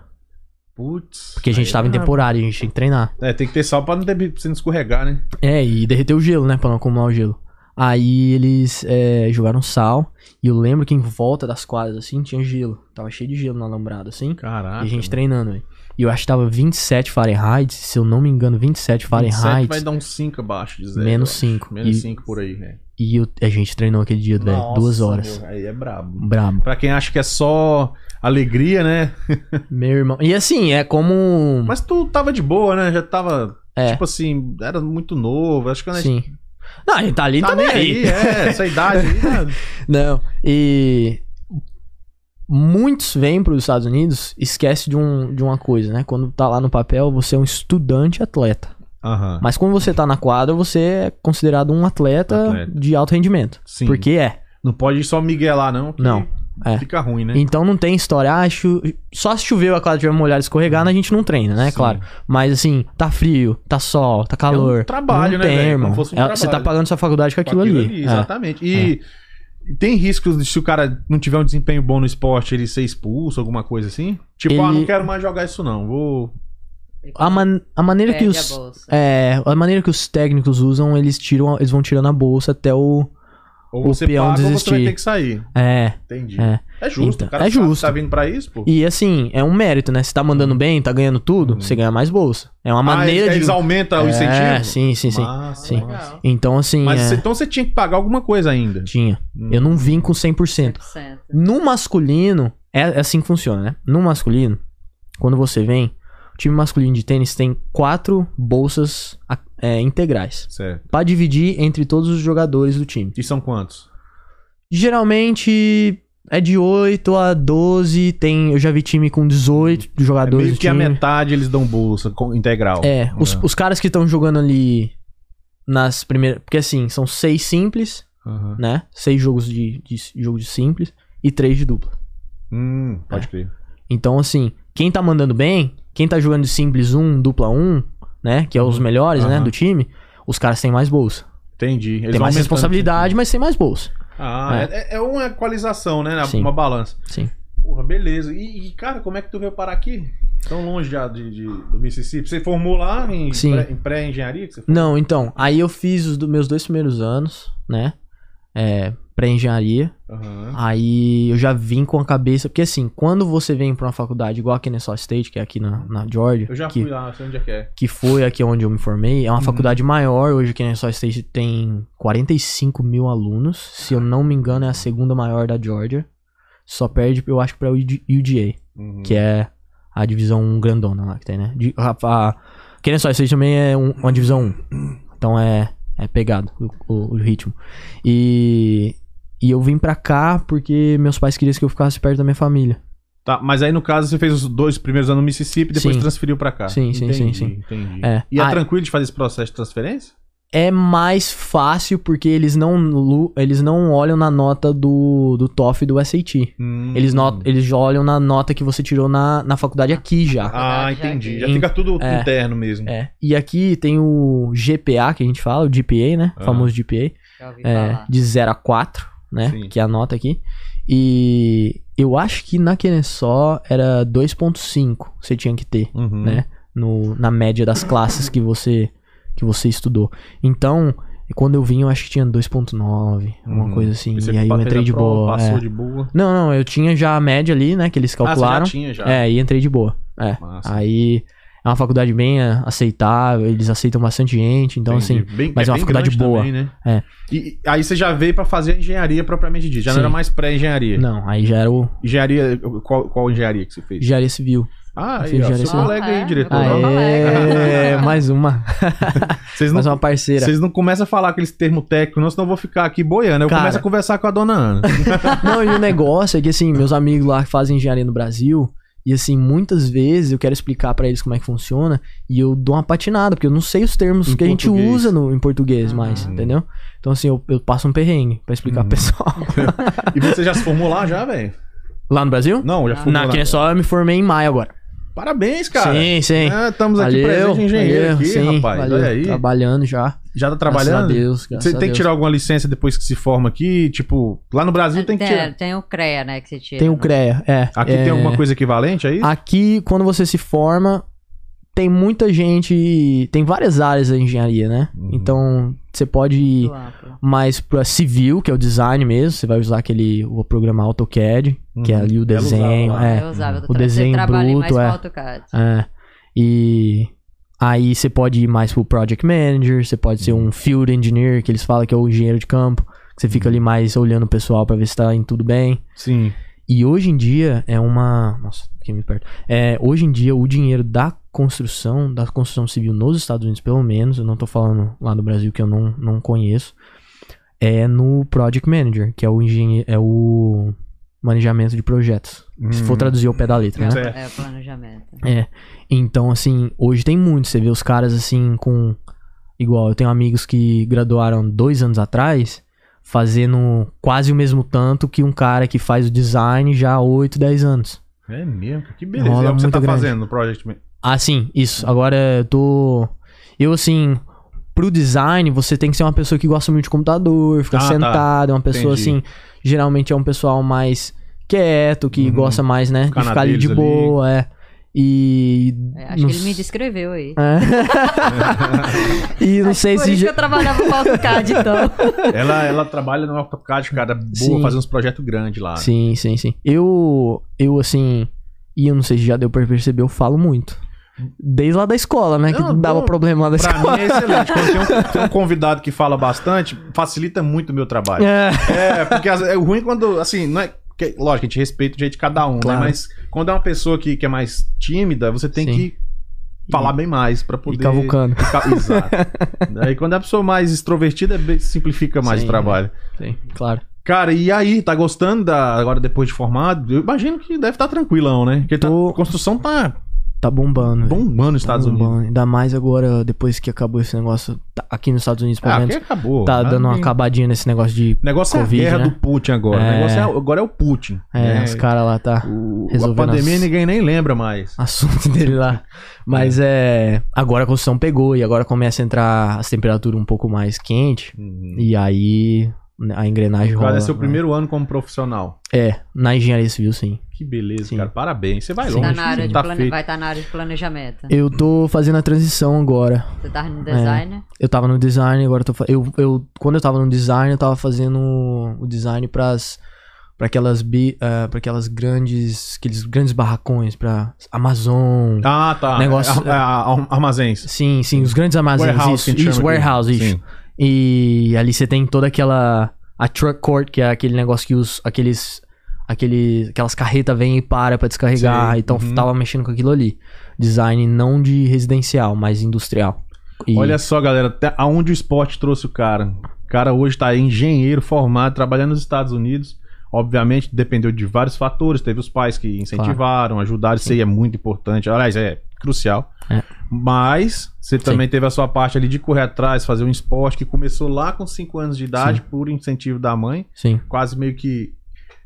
[SPEAKER 1] Putz.
[SPEAKER 3] Porque a gente
[SPEAKER 1] aí
[SPEAKER 3] tava em
[SPEAKER 1] é-
[SPEAKER 3] temporada e a gente tinha que treinar.
[SPEAKER 1] É, tem que ter sal pra não, ter, pra você não escorregar, né?
[SPEAKER 3] É, e derreteu o gelo, né? Pra não acumular o gelo. Aí eles é, jogaram sal. E eu lembro que em volta das quadras, assim, tinha gelo. Tava cheio de gelo na alambrada, assim.
[SPEAKER 1] Caraca.
[SPEAKER 3] e a gente treinando, velho. E eu acho que tava 27 Fahrenheit, se eu não me engano, 27
[SPEAKER 1] mano. 27
[SPEAKER 3] Fahrenheit.
[SPEAKER 1] vai dar uns 5 abaixo de zero.
[SPEAKER 3] Menos
[SPEAKER 1] eu acho.
[SPEAKER 3] cinco.
[SPEAKER 1] Menos
[SPEAKER 3] E-
[SPEAKER 1] 5 por aí, né?
[SPEAKER 3] E eu- a gente treinou aquele dia, velho. Duas
[SPEAKER 1] Nossa,
[SPEAKER 3] horas.
[SPEAKER 1] meu, aí é brabo.
[SPEAKER 3] Brabo.
[SPEAKER 1] Pra quem acha que é só alegria, né?
[SPEAKER 3] Meu irmão. E assim, é como.
[SPEAKER 1] Mas tu tava de boa, né? Já tava,
[SPEAKER 3] É.
[SPEAKER 1] tipo assim, era muito novo. Acho que quando a gente
[SPEAKER 3] Sim. Não, ele tá ali
[SPEAKER 1] tá
[SPEAKER 3] também.
[SPEAKER 1] nem aí, é, essa idade aí,
[SPEAKER 3] <laughs>
[SPEAKER 1] né?
[SPEAKER 3] Não. E. Muitos vêm para os Estados Unidos, esquece de, um, de uma coisa, né? Quando tá lá no papel, você é um estudante atleta.
[SPEAKER 1] Aham.
[SPEAKER 3] Mas quando você tá na quadra, você é considerado um atleta,
[SPEAKER 1] Atleta.
[SPEAKER 3] de alto rendimento.
[SPEAKER 1] Sim.
[SPEAKER 3] Porque é.
[SPEAKER 1] Não pode só miguelar, não. que
[SPEAKER 3] Não, é.
[SPEAKER 1] Fica ruim, né?
[SPEAKER 3] Então não tem história, ah, chu- só se choveu a quadra tiver molhada escorregada, a gente não treina, né?
[SPEAKER 1] Sim.
[SPEAKER 3] Claro. Mas assim, tá frio, tá sol, tá calor.
[SPEAKER 1] É um trabalho,
[SPEAKER 3] não
[SPEAKER 1] né,
[SPEAKER 3] tem,
[SPEAKER 1] velho?
[SPEAKER 3] irmão.
[SPEAKER 1] Como fosse um
[SPEAKER 3] É, você tá
[SPEAKER 1] trabalho.
[SPEAKER 3] pagando sua faculdade com
[SPEAKER 1] Com
[SPEAKER 3] aquilo, ali. É.
[SPEAKER 1] Exatamente. E tem riscos de se o cara não tiver um desempenho bom no esporte, ele ser expulso, alguma coisa assim? Tipo,
[SPEAKER 3] Ele-
[SPEAKER 1] ah, não quero mais jogar isso não, vou...
[SPEAKER 3] A, man- a maneira que
[SPEAKER 2] Perde a
[SPEAKER 3] os
[SPEAKER 2] bolsa.
[SPEAKER 3] é, a maneira que os técnicos usam, eles tiram, a- eles vão tirando a bolsa até o,
[SPEAKER 1] Ou
[SPEAKER 3] o
[SPEAKER 1] você
[SPEAKER 3] peão
[SPEAKER 1] paga ou você vai
[SPEAKER 3] desistir.
[SPEAKER 1] ter que sair.
[SPEAKER 3] É,
[SPEAKER 1] Entendi.
[SPEAKER 3] é.
[SPEAKER 1] É justo.
[SPEAKER 3] Então,
[SPEAKER 1] o cara
[SPEAKER 3] é
[SPEAKER 1] sabe que
[SPEAKER 3] justo.
[SPEAKER 1] tá vindo pra isso, pô.
[SPEAKER 3] E assim, é um mérito, né? Você tá mandando bem, tá ganhando tudo,
[SPEAKER 1] Uhum.
[SPEAKER 3] você ganha mais bolsa. É uma
[SPEAKER 1] Ah,
[SPEAKER 3] maneira
[SPEAKER 1] eles,
[SPEAKER 3] de.
[SPEAKER 1] eles aumentam o incentivo?
[SPEAKER 3] É, sim, sim, sim.
[SPEAKER 1] Massa,
[SPEAKER 3] sim.
[SPEAKER 1] massa.
[SPEAKER 3] Então, assim.
[SPEAKER 1] Ah, Mas
[SPEAKER 3] é,
[SPEAKER 1] cê- então você tinha que pagar alguma coisa ainda.
[SPEAKER 3] Tinha.
[SPEAKER 1] Hum.
[SPEAKER 3] Eu não vim com 100%.
[SPEAKER 2] 100%.
[SPEAKER 3] No masculino, é é assim que funciona, né? No masculino, quando você vem, o time masculino de tênis tem quatro bolsas a- é, integrais.
[SPEAKER 1] Certo.
[SPEAKER 3] Pra dividir entre todos os jogadores do time.
[SPEAKER 1] E são quantos?
[SPEAKER 3] Geralmente é de 8 a 12. Tem, eu já vi time com 18
[SPEAKER 1] É
[SPEAKER 3] jogadores.
[SPEAKER 1] meio
[SPEAKER 3] do
[SPEAKER 1] que a
[SPEAKER 3] time.
[SPEAKER 1] metade eles dão bolsa com- integral.
[SPEAKER 3] É, os,
[SPEAKER 1] É.
[SPEAKER 3] os caras que estão jogando ali nas primeiras. Porque assim, são seis simples,
[SPEAKER 1] Aham.
[SPEAKER 3] né? Seis jogos de, de jogo de simples e três de dupla.
[SPEAKER 1] Hum, pode crer.
[SPEAKER 3] Então, assim, quem tá mandando bem, quem tá jogando de simples 1, dupla 1, né? Que é os melhores, né?
[SPEAKER 1] Uhum. Aham.
[SPEAKER 3] Do time, os caras têm mais bolsa.
[SPEAKER 1] Entendi. Eles
[SPEAKER 3] Tem mais
[SPEAKER 1] aumentando o
[SPEAKER 3] responsabilidade, mas tem mais bolsa.
[SPEAKER 1] incentivo. Ah, é. é- é uma equalização, né? Uma
[SPEAKER 3] Sim.
[SPEAKER 1] balança.
[SPEAKER 3] Sim.
[SPEAKER 1] Porra, beleza. E, e, cara, como é que tu veio parar aqui? Tão longe já de, de- do Mississippi. Você formou lá em
[SPEAKER 3] Sim.
[SPEAKER 1] pré- em pré-engenharia? que você formou?
[SPEAKER 3] Não, então, aí eu fiz os do- meus dois primeiros anos, né? É, pré-engenharia. Ah,
[SPEAKER 1] Aham.
[SPEAKER 3] Aí eu já vim com a cabeça, porque assim, quando você vem pra uma faculdade igual a Kennesaw State, que é aqui na, na Georgia,
[SPEAKER 1] Eu já
[SPEAKER 3] que,
[SPEAKER 1] fui lá, sei onde é que é.
[SPEAKER 3] que foi aqui onde eu me formei, é uma
[SPEAKER 1] Uhum.
[SPEAKER 3] faculdade maior, hoje a Kennesaw State tem 45 mil alunos, se eu não me engano é a segunda maior da Georgia, só perde, eu acho, pra UD- UGA,
[SPEAKER 1] Uhum.
[SPEAKER 3] que é a divisão 1 grandona lá que tem, né? De, a, a Kennesaw State também é um- uma divisão 1, então é, é pegado o, o- o ritmo. E, e eu vim pra cá porque meus pais queriam que eu ficasse perto da minha família.
[SPEAKER 1] Tá, mas aí no caso você fez os dois primeiros anos no Mississippi e depois
[SPEAKER 3] Sim.
[SPEAKER 1] transferiu pra cá.
[SPEAKER 3] Sim, sim, sim, sim.
[SPEAKER 1] Entendi.
[SPEAKER 3] É.
[SPEAKER 1] E é
[SPEAKER 3] Ah,
[SPEAKER 1] tranquilo de fazer esse processo de transferência?
[SPEAKER 3] é mais fácil porque eles não, lu- eles não olham na nota do, do TOEFL e do SAT.
[SPEAKER 1] Hum.
[SPEAKER 3] Eles, not, eles olham na nota que você tirou na, na faculdade aqui já.
[SPEAKER 1] Ah,
[SPEAKER 2] Já
[SPEAKER 1] entendi.
[SPEAKER 2] que-
[SPEAKER 1] Já fica tudo
[SPEAKER 3] É.
[SPEAKER 1] interno mesmo.
[SPEAKER 3] É. E aqui tem o GPA, que a gente fala, o GPA, né? O
[SPEAKER 1] Ah.
[SPEAKER 3] famoso GPA.
[SPEAKER 2] Já ouvi
[SPEAKER 3] É,
[SPEAKER 2] falar.
[SPEAKER 3] de 0 a 4, né?
[SPEAKER 1] Sim.
[SPEAKER 3] Que é a nota aqui. E eu acho que na Kennesaw era 2.5 você tinha que ter
[SPEAKER 1] Uhum.
[SPEAKER 3] Né? no, na média das classes que você que você estudou. Então, quando eu vim, eu acho que tinha 2.9, uma
[SPEAKER 1] Uhum.
[SPEAKER 3] coisa assim.
[SPEAKER 1] E você
[SPEAKER 3] E aí eu
[SPEAKER 1] fez a
[SPEAKER 3] entrei de
[SPEAKER 1] prova,
[SPEAKER 3] boa.
[SPEAKER 1] Passou
[SPEAKER 3] é.
[SPEAKER 1] de boa.
[SPEAKER 3] Não, não, eu tinha já a média ali, né? Que eles
[SPEAKER 1] Ah,
[SPEAKER 3] calcularam.
[SPEAKER 1] você já tinha já.
[SPEAKER 3] é, e entrei de boa. É.
[SPEAKER 1] Massa.
[SPEAKER 3] Aí é uma faculdade bem é, aceitável, eles aceitam bastante gente, então assim.
[SPEAKER 1] Entendi. Bem-
[SPEAKER 3] mas é uma
[SPEAKER 1] bem
[SPEAKER 3] faculdade
[SPEAKER 1] grande
[SPEAKER 3] boa.
[SPEAKER 1] também, né?
[SPEAKER 3] É.
[SPEAKER 1] E e aí você já veio pra fazer a engenharia propriamente dita. Já não
[SPEAKER 3] Sim.
[SPEAKER 1] era mais pré-engenharia.
[SPEAKER 3] Não, aí já era o
[SPEAKER 1] Engenharia, qual, qual engenharia que você fez?
[SPEAKER 3] engenharia civil.
[SPEAKER 1] Ah,
[SPEAKER 3] Eu
[SPEAKER 1] aí,
[SPEAKER 3] fiz
[SPEAKER 1] ó,
[SPEAKER 3] engenharia
[SPEAKER 1] seu
[SPEAKER 2] civil.
[SPEAKER 1] colega
[SPEAKER 2] Ah,
[SPEAKER 1] aí,
[SPEAKER 2] é?
[SPEAKER 1] diretor.
[SPEAKER 2] Ah,
[SPEAKER 1] Ó,
[SPEAKER 3] Aê,
[SPEAKER 2] colega.
[SPEAKER 3] É, mais uma.
[SPEAKER 1] Vocês não,
[SPEAKER 3] Mais uma parceira.
[SPEAKER 1] vocês não começam a falar aqueles termos técnicos, não, senão eu vou ficar aqui boiando. Eu
[SPEAKER 3] Cara.
[SPEAKER 1] começo a conversar com a dona
[SPEAKER 3] <laughs>
[SPEAKER 1] Ana.
[SPEAKER 3] Não, e o negócio é que, assim, meus amigos lá que fazem engenharia no Brasil, e assim, muitas vezes eu quero explicar pra eles como é que funciona, e eu dou uma patinada, porque eu não sei os termos
[SPEAKER 1] Em
[SPEAKER 3] que a gente
[SPEAKER 1] português.
[SPEAKER 3] usa no, em português
[SPEAKER 2] Ah.
[SPEAKER 3] mais, entendeu? Então, assim, eu, eu passo um perrengue pra explicar
[SPEAKER 1] Uhum.
[SPEAKER 3] pro pessoal. <laughs>
[SPEAKER 1] E você já se formou lá já, velho?
[SPEAKER 3] Lá no Brasil?
[SPEAKER 1] Não, já
[SPEAKER 2] Não.
[SPEAKER 1] formou
[SPEAKER 3] Na
[SPEAKER 1] lá.
[SPEAKER 3] Kennesaw eu me formei em maio agora.
[SPEAKER 1] Parabéns, cara.
[SPEAKER 3] é- sim, sim.
[SPEAKER 1] Ah, estamos aqui
[SPEAKER 3] valeu,
[SPEAKER 1] presente engenheiro
[SPEAKER 3] valeu,
[SPEAKER 1] aqui,
[SPEAKER 3] sim,
[SPEAKER 1] rapaz.
[SPEAKER 3] valeu.
[SPEAKER 1] Olha aí.
[SPEAKER 3] Trabalhando já.
[SPEAKER 1] Já tá
[SPEAKER 3] Graças a
[SPEAKER 1] trabalhando?
[SPEAKER 3] Deus, graças
[SPEAKER 1] Você tem
[SPEAKER 3] a
[SPEAKER 1] que
[SPEAKER 3] Deus.
[SPEAKER 1] tirar alguma licença depois que se forma aqui? Tipo, lá no
[SPEAKER 2] Ah,
[SPEAKER 1] Brasil tem que tirar.
[SPEAKER 2] tem o CREA, né, que você tira.
[SPEAKER 3] Tem o
[SPEAKER 2] né?
[SPEAKER 3] CREA, é.
[SPEAKER 1] Aqui
[SPEAKER 3] é, Ah.
[SPEAKER 1] tem alguma coisa equivalente aí?
[SPEAKER 3] Aqui, quando você se forma, tem muita gente. Tem várias áreas da engenharia, né?
[SPEAKER 1] Uhum.
[SPEAKER 3] Então, você pode ir
[SPEAKER 2] Do amplo.
[SPEAKER 3] mais pra civil, que é o design mesmo. Você vai usar aquele. Vou programar AutoCAD, que é
[SPEAKER 1] Uhum.
[SPEAKER 3] ali o
[SPEAKER 1] Ela usava
[SPEAKER 3] desenho.
[SPEAKER 1] lá.
[SPEAKER 3] É,
[SPEAKER 2] Eu usava, eu
[SPEAKER 3] o
[SPEAKER 2] tra-
[SPEAKER 3] desenho
[SPEAKER 2] eu trabalhei mais
[SPEAKER 3] bruto,
[SPEAKER 2] com
[SPEAKER 3] é.
[SPEAKER 2] AutoCAD. né?
[SPEAKER 3] é. E. Aí você pode ir mais pro project manager, você pode ser
[SPEAKER 1] Uhum.
[SPEAKER 3] um field engineer, que eles falam que é o engenheiro de campo, que você
[SPEAKER 1] Uhum.
[SPEAKER 3] fica ali mais olhando o pessoal pra ver se tá indo tudo bem.
[SPEAKER 1] Sim.
[SPEAKER 3] E hoje em dia é uma. Nossa, fiquei muito perto. É, hoje em dia o dinheiro da construção, da construção civil nos Estados Unidos, pelo menos, eu não tô falando lá do Brasil que eu não, não conheço, é no Project Manager, que é o engenheiro. É o manejamento de projetos. Se for
[SPEAKER 1] Hum.
[SPEAKER 3] traduzir ao pé da letra, né?
[SPEAKER 1] Certo.
[SPEAKER 2] É, planejamento.
[SPEAKER 3] Então, assim, hoje tem muito. Você vê os caras assim com. Igual, eu tenho amigos que graduaram dois anos atrás, fazendo quase o mesmo tanto que um cara que faz o design já há 8, 10 anos.
[SPEAKER 1] É mesmo. Que beleza.
[SPEAKER 3] Rola
[SPEAKER 1] é o que você
[SPEAKER 3] muito
[SPEAKER 1] tá
[SPEAKER 3] grande.
[SPEAKER 1] fazendo no Project Man.
[SPEAKER 3] Ah, sim, isso. Agora eu tô. Eu, assim, pro design, você tem que ser uma pessoa que gosta muito de computador, fica
[SPEAKER 1] Ah, tá.
[SPEAKER 3] sentada, é uma pessoa,
[SPEAKER 1] Entendi.
[SPEAKER 3] assim. Geralmente é um pessoal mais quieto, que
[SPEAKER 1] Uhum.
[SPEAKER 3] gosta mais, né?
[SPEAKER 1] Ficar
[SPEAKER 3] de
[SPEAKER 1] na
[SPEAKER 3] ficar ali de
[SPEAKER 1] deles ali.
[SPEAKER 3] boa, é. E.
[SPEAKER 2] É, acho
[SPEAKER 3] não
[SPEAKER 2] que ele me
[SPEAKER 3] s-
[SPEAKER 2] descreveu aí. <laughs>
[SPEAKER 3] É. e não
[SPEAKER 2] Acho
[SPEAKER 3] sei
[SPEAKER 2] que por
[SPEAKER 3] se.
[SPEAKER 2] isso
[SPEAKER 3] já-
[SPEAKER 2] que eu trabalhava com AutoCAD,
[SPEAKER 3] <laughs>
[SPEAKER 2] então.
[SPEAKER 1] Ela, ela trabalha no AutoCAD, cara, boa,
[SPEAKER 3] Sim.
[SPEAKER 1] fazer uns projetos grandes lá.
[SPEAKER 3] Sim, sim, sim. Eu, eu assim, e eu não sei se já deu pra perceber, eu falo muito. Desde lá da escola, né?
[SPEAKER 1] Não,
[SPEAKER 3] que dava
[SPEAKER 1] bom,
[SPEAKER 3] problema lá da
[SPEAKER 1] Pra
[SPEAKER 3] escola.
[SPEAKER 1] mim é excelente. Quando tem um, tem um convidado que fala bastante, facilita muito o meu trabalho.
[SPEAKER 3] <laughs> É,
[SPEAKER 1] É, porque às- é ruim quando, assim, não é. que- lógico, a gente respeita o jeito de cada um,
[SPEAKER 3] Claro.
[SPEAKER 1] né? Mas quando é uma pessoa que, que é mais tímida, você tem
[SPEAKER 3] Sim.
[SPEAKER 1] que falar bem mais pra
[SPEAKER 3] e
[SPEAKER 1] poder.
[SPEAKER 3] cavucando.
[SPEAKER 1] Ca-
[SPEAKER 3] <laughs>
[SPEAKER 1] Exato. Aí quando é a pessoa mais extrovertida, é bem- simplifica mais
[SPEAKER 3] Sim.
[SPEAKER 1] o trabalho.
[SPEAKER 3] Sim, claro.
[SPEAKER 1] Cara, e aí, tá gostando da, agora depois de formado? Eu imagino que deve estar tranquilão, né? Porque tá-
[SPEAKER 3] Tô-
[SPEAKER 1] a construção tá
[SPEAKER 3] Tá bombando. velho.
[SPEAKER 1] bombando nos Estados
[SPEAKER 3] Bombando.
[SPEAKER 1] Unidos.
[SPEAKER 3] Ainda mais agora, depois que acabou esse negócio. tá- aqui nos Estados Unidos, pelo
[SPEAKER 1] Ah, aqui
[SPEAKER 3] menos.
[SPEAKER 1] acabou.
[SPEAKER 3] Tá dando uma
[SPEAKER 1] bem.
[SPEAKER 3] acabadinha nesse negócio de.
[SPEAKER 1] O negócio
[SPEAKER 3] Covid,
[SPEAKER 1] é a guerra
[SPEAKER 3] né?
[SPEAKER 1] do Putin agora. O
[SPEAKER 3] É.
[SPEAKER 1] negócio é- agora é o Putin.
[SPEAKER 3] É,
[SPEAKER 1] né?
[SPEAKER 3] os caras
[SPEAKER 1] <laughs>
[SPEAKER 3] lá tá.
[SPEAKER 1] O- a
[SPEAKER 3] resolvendo
[SPEAKER 1] pandemia
[SPEAKER 3] as- Ah,
[SPEAKER 1] ninguém nem lembra mais.
[SPEAKER 3] assunto dele lá. Mas é. Agora a construção pegou e agora começa a entrar as temperaturas um pouco mais quente.
[SPEAKER 1] Uhum.
[SPEAKER 3] E aí a engrenagem rola.
[SPEAKER 1] Cara, é seu
[SPEAKER 3] né?
[SPEAKER 1] primeiro ano como profissional.
[SPEAKER 3] É, na engenharia civil, sim.
[SPEAKER 1] Que beleza,
[SPEAKER 3] Sim.
[SPEAKER 1] cara. Parabéns. Você vai
[SPEAKER 3] Sim.
[SPEAKER 2] Tá
[SPEAKER 1] longe.
[SPEAKER 2] na área de
[SPEAKER 1] tá
[SPEAKER 2] plane-
[SPEAKER 1] feito.
[SPEAKER 2] Vai estar na área de planejamento.
[SPEAKER 3] Eu tô fazendo a transição agora.
[SPEAKER 2] Você tá
[SPEAKER 1] É.
[SPEAKER 2] no design, né?
[SPEAKER 3] Eu tava no design, agora eu tô fa- eu, eu Quando eu tava no design, eu tava fazendo o design pras. Pra aquelas, bi, ah, pra aquelas grandes. Aqueles grandes barracões, pra Amazon.
[SPEAKER 1] Ah, tá.
[SPEAKER 3] Negócio-
[SPEAKER 1] É, a- a- armazéns.
[SPEAKER 3] Sim, sim, os grandes armazéns.
[SPEAKER 1] Warehouse, que a
[SPEAKER 3] isso,
[SPEAKER 1] gente
[SPEAKER 3] isso,
[SPEAKER 1] chama aqui.
[SPEAKER 3] warehouse, isso.
[SPEAKER 1] Sim.
[SPEAKER 3] E ali você tem toda aquela. A truck court, que é aquele negócio que os. Aqueles. aqueles aquelas carretas vêm e para pra descarregar.
[SPEAKER 1] Sei,
[SPEAKER 3] Então
[SPEAKER 1] uhum.
[SPEAKER 3] tava mexendo com aquilo ali. Design não de residencial, mas industrial. E-
[SPEAKER 1] Olha só, galera, até aonde o esporte trouxe o cara. O cara hoje tá aí, engenheiro formado, trabalhando nos Estados Unidos. Obviamente, dependeu de vários fatores. Teve os pais que incentivaram, ajudaram, isso aí é muito importante. Aliás, é crucial.
[SPEAKER 3] É.
[SPEAKER 1] Mas você também teve a sua parte ali de correr atrás, fazer um esporte que começou lá com 5 anos de idade, por incentivo da mãe.
[SPEAKER 3] Sim.
[SPEAKER 1] Quase meio que,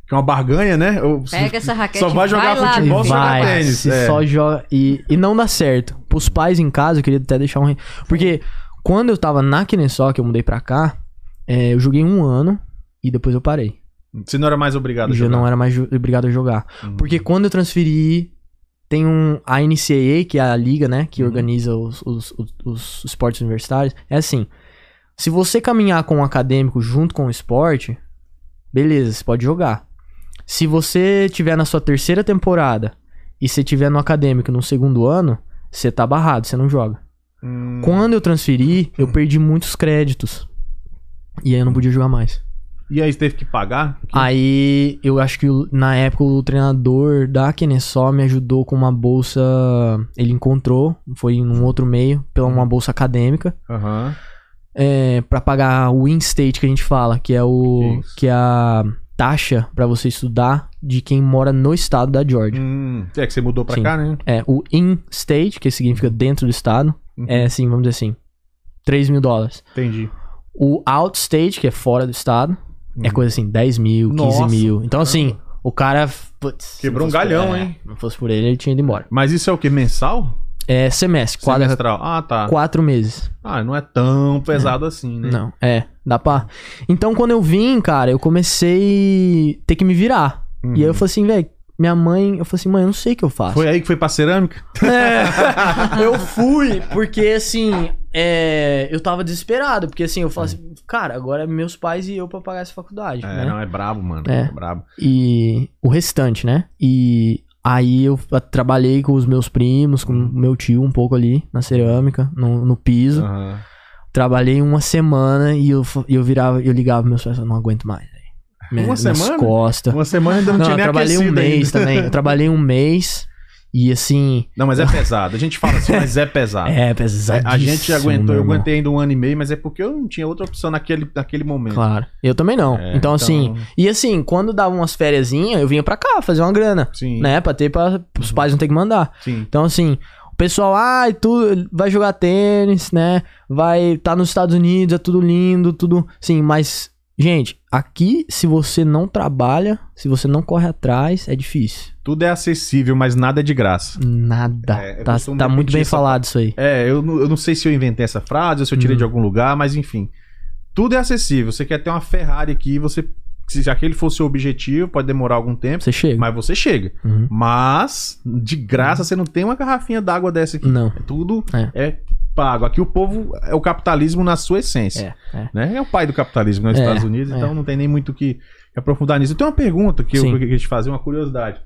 [SPEAKER 1] que é uma barganha, né? Eu-
[SPEAKER 2] Pega essa raquete
[SPEAKER 1] vai jogar
[SPEAKER 2] lá,
[SPEAKER 1] futebol,
[SPEAKER 2] viver.
[SPEAKER 1] Ah, jogar
[SPEAKER 3] vai,
[SPEAKER 1] tênis,
[SPEAKER 3] se
[SPEAKER 1] é.
[SPEAKER 3] só joga. E, e não dá certo. Pros pais em casa, eu queria até deixar um. re- Porque quando eu tava na Kennesaw, que eu mudei pra cá, é, eu joguei um ano e depois eu parei.
[SPEAKER 1] Você não era mais obrigado a
[SPEAKER 3] já
[SPEAKER 1] jogar.
[SPEAKER 3] não era mais ju- obrigado a jogar.
[SPEAKER 1] Uhum.
[SPEAKER 3] Porque quando eu transferi, tem um, a NCAA, que é a liga, né, que
[SPEAKER 1] Uhum.
[SPEAKER 3] organiza os, os, os- os esportes universitários, é assim, se você caminhar com o acadêmico junto com o esporte, beleza, você pode jogar. Se você tiver na sua terceira temporada e você tiver no acadêmico no segundo ano, você tá barrado, você não joga.
[SPEAKER 1] Hum,
[SPEAKER 3] Quando eu transferi,
[SPEAKER 1] Uhum.
[SPEAKER 3] eu perdi muitos créditos. E aí eu não podia jogar mais.
[SPEAKER 1] E aí você teve que pagar?
[SPEAKER 3] Ah. Aí eu acho que o- na época o treinador da Kennesaw me ajudou com uma bolsa. Ele encontrou, foi em um outro meio, pela uma
[SPEAKER 1] Uhum.
[SPEAKER 3] bolsa acadêmica,
[SPEAKER 1] Aham.
[SPEAKER 3] é, para pagar o in-state que a gente fala, que é o
[SPEAKER 1] Que isso.
[SPEAKER 3] que é a taxa pra você estudar de quem mora no estado da Georgia.
[SPEAKER 1] Hum, É que você mudou pra
[SPEAKER 3] Sim.
[SPEAKER 1] cá, né?
[SPEAKER 3] É o in-state, que significa dentro do estado,
[SPEAKER 1] Uhum.
[SPEAKER 3] é assim, vamos dizer assim, 3 mil dólares.
[SPEAKER 1] Entendi.
[SPEAKER 3] O outstate, que é fora do estado, é
[SPEAKER 1] Uhum.
[SPEAKER 3] coisa assim, 10 mil, 15
[SPEAKER 1] Nossa,
[SPEAKER 3] mil. Então, assim, o cara. putz, se
[SPEAKER 1] Quebrou
[SPEAKER 3] não
[SPEAKER 1] um
[SPEAKER 3] fosse por-
[SPEAKER 1] galhão,
[SPEAKER 3] é,
[SPEAKER 1] hein?
[SPEAKER 3] Não fosse por ele, ele tinha ido embora.
[SPEAKER 1] Mas isso é o que? Mensal?
[SPEAKER 3] É semestre, quadra,
[SPEAKER 1] Semestral? Ah, tá.
[SPEAKER 3] quatro meses.
[SPEAKER 1] Ah, não é tão pesado assim, né?
[SPEAKER 3] Não, é, dá pra. Então, quando eu vim, cara, eu comecei a ter que me virar.
[SPEAKER 1] Uhum.
[SPEAKER 3] E aí eu falei assim, velho, minha mãe, eu falei assim, mãe, eu não sei o que eu faço.
[SPEAKER 1] Foi aí que foi pra cerâmica?
[SPEAKER 3] <laughs>
[SPEAKER 1] <laughs>
[SPEAKER 3] É, eu fui, porque assim, é, eu tava desesperado, porque assim, eu falo assim, cara, agora é meus pais e eu pra pagar essa faculdade.
[SPEAKER 1] É,
[SPEAKER 3] né?
[SPEAKER 1] não, é brabo, mano.
[SPEAKER 3] É.
[SPEAKER 1] É, brabo.
[SPEAKER 3] E o restante, né? E aí eu fa- trabalhei com os meus primos, com
[SPEAKER 1] Uhum.
[SPEAKER 3] o meu tio um pouco ali na cerâmica, no, no piso.
[SPEAKER 1] Aham.
[SPEAKER 3] Trabalhei uma semana e eu, fa- eu virava, eu ligava pros meus pais, eu não aguento mais. velho. Minha-
[SPEAKER 1] Uma
[SPEAKER 3] minhas
[SPEAKER 1] semana?
[SPEAKER 3] costas.
[SPEAKER 1] Uma semana ainda não,
[SPEAKER 3] Não,
[SPEAKER 1] tinha
[SPEAKER 3] eu
[SPEAKER 1] nem
[SPEAKER 3] trabalhei um
[SPEAKER 1] aquecido
[SPEAKER 3] mês
[SPEAKER 1] ainda.
[SPEAKER 3] também. Eu trabalhei um mês e assim,
[SPEAKER 1] Não, mas é pesado. A gente fala assim, mas é pesado.
[SPEAKER 3] é
[SPEAKER 1] É,
[SPEAKER 3] pesadíssimo.
[SPEAKER 1] a gente aguentou,
[SPEAKER 3] meu
[SPEAKER 1] eu
[SPEAKER 3] irmão.
[SPEAKER 1] aguentei ainda um ano e meio, mas é porque eu não tinha outra opção naquele, naquele momento.
[SPEAKER 3] Claro. Eu também não.
[SPEAKER 1] É,
[SPEAKER 3] então, assim, e assim, quando dava umas férias, eu vinha pra cá fazer uma grana,
[SPEAKER 1] Sim,
[SPEAKER 3] né, pra ter para os pais não ter que mandar.
[SPEAKER 1] sim.
[SPEAKER 3] Então, assim, o pessoal, ai, tudo, vai jogar tênis, né? Vai tá nos Estados Unidos, é tudo lindo, tudo. Sim, mas, gente, aqui, se você não trabalha, se você não corre atrás, é difícil.
[SPEAKER 1] Tudo é acessível, mas nada é de graça.
[SPEAKER 3] Nada.
[SPEAKER 1] É, eu
[SPEAKER 3] tá
[SPEAKER 1] costumo
[SPEAKER 3] tá muito
[SPEAKER 1] repetir
[SPEAKER 3] bem
[SPEAKER 1] essa-
[SPEAKER 3] falado isso aí.
[SPEAKER 1] É, eu, não- eu não sei se eu inventei essa frase ou se eu tirei
[SPEAKER 3] Uhum.
[SPEAKER 1] de algum lugar, mas enfim. Tudo é acessível. Você quer ter uma Ferrari aqui, você se aquele for o seu objetivo, pode demorar algum tempo,
[SPEAKER 3] Você chega.
[SPEAKER 1] mas você chega.
[SPEAKER 3] Uhum.
[SPEAKER 1] Mas, de graça, você não tem uma garrafinha d'água dessa aqui.
[SPEAKER 3] Não.
[SPEAKER 1] É Tudo é. pago. Aqui o povo é o capitalismo na sua essência.
[SPEAKER 3] É, é.
[SPEAKER 1] né? É o pai do capitalismo nos
[SPEAKER 3] É,
[SPEAKER 1] Estados Unidos,
[SPEAKER 3] é.
[SPEAKER 1] então não tem nem muito o que aprofundar nisso. Eu tenho uma pergunta que eu
[SPEAKER 3] Sim.
[SPEAKER 1] queria te fazer, uma curiosidade.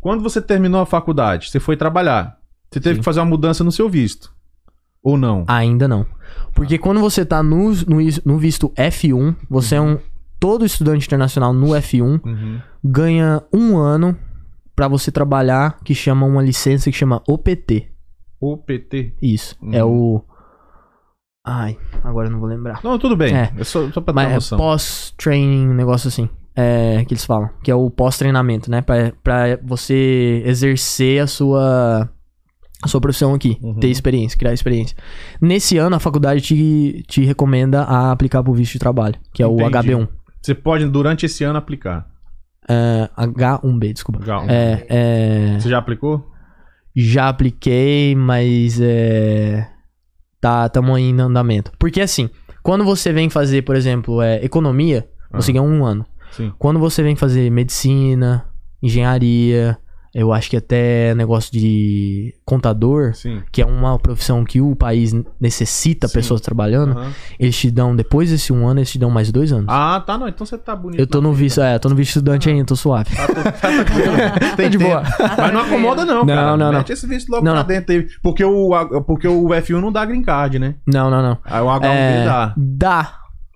[SPEAKER 1] Quando você terminou a faculdade, você foi trabalhar, você teve
[SPEAKER 3] Sim.
[SPEAKER 1] que fazer uma mudança no seu visto? Ou não?
[SPEAKER 3] Ainda não. Porque quando você tá no, no, is- no visto F1, você é um. Todo estudante internacional no F1
[SPEAKER 1] Uhum.
[SPEAKER 3] ganha um ano pra você trabalhar, que chama uma licença que chama OPT.
[SPEAKER 1] O PT.
[SPEAKER 3] Isso.
[SPEAKER 1] Uhum.
[SPEAKER 3] É o. Ai, agora eu não vou lembrar.
[SPEAKER 1] Não, tudo bem. É,
[SPEAKER 3] É.
[SPEAKER 1] só, só pra ter uma
[SPEAKER 3] Mas é
[SPEAKER 1] noção.
[SPEAKER 3] pós-training, um negócio assim. É, que eles falam. Que é o pós-treinamento, né? Pra, pra você exercer a sua, a sua profissão aqui.
[SPEAKER 1] Uhum.
[SPEAKER 3] Ter experiência, criar experiência. Nesse ano, a faculdade te, te recomenda a aplicar pro visto de trabalho, que é
[SPEAKER 1] Entendi.
[SPEAKER 3] o HB1.
[SPEAKER 1] Você pode, durante esse ano, aplicar.
[SPEAKER 3] É, H1B, desculpa.
[SPEAKER 1] Já,
[SPEAKER 3] É, é,
[SPEAKER 1] Você já aplicou?
[SPEAKER 3] já apliquei, mas é, tá tamo aí em andamento. Porque assim, quando você vem fazer, por exemplo, é, economia, você
[SPEAKER 1] Ah.
[SPEAKER 3] ganha um ano.
[SPEAKER 1] Sim.
[SPEAKER 3] Quando você vem fazer medicina, engenharia, eu acho que até negócio de contador,
[SPEAKER 1] Sim.
[SPEAKER 3] que é uma profissão que o país necessita
[SPEAKER 1] Sim.
[SPEAKER 3] pessoas trabalhando,
[SPEAKER 1] Aham.
[SPEAKER 3] eles te dão, depois desse um ano, eles te dão mais dois anos.
[SPEAKER 1] Ah, tá, não. Então você tá bonito.
[SPEAKER 3] eu tô
[SPEAKER 1] na
[SPEAKER 3] no
[SPEAKER 1] vida.
[SPEAKER 3] visto, é, eu tô no visto estudante ainda,
[SPEAKER 1] <laughs>
[SPEAKER 3] tô suave. Tá
[SPEAKER 1] Tá, tudo- tá tranquilo. Tem
[SPEAKER 3] de
[SPEAKER 1] tempo.
[SPEAKER 3] boa.
[SPEAKER 1] Mas não acomoda, não.
[SPEAKER 3] Não,
[SPEAKER 1] cara.
[SPEAKER 3] não, não.
[SPEAKER 1] Mete esse visto logo
[SPEAKER 3] Não,
[SPEAKER 1] pra
[SPEAKER 3] não.
[SPEAKER 1] dentro aí. Porque o, a- porque o F1 não dá green card, né?
[SPEAKER 3] Não, não, não.
[SPEAKER 1] Aí o H1B
[SPEAKER 3] É,
[SPEAKER 1] dá.
[SPEAKER 3] dá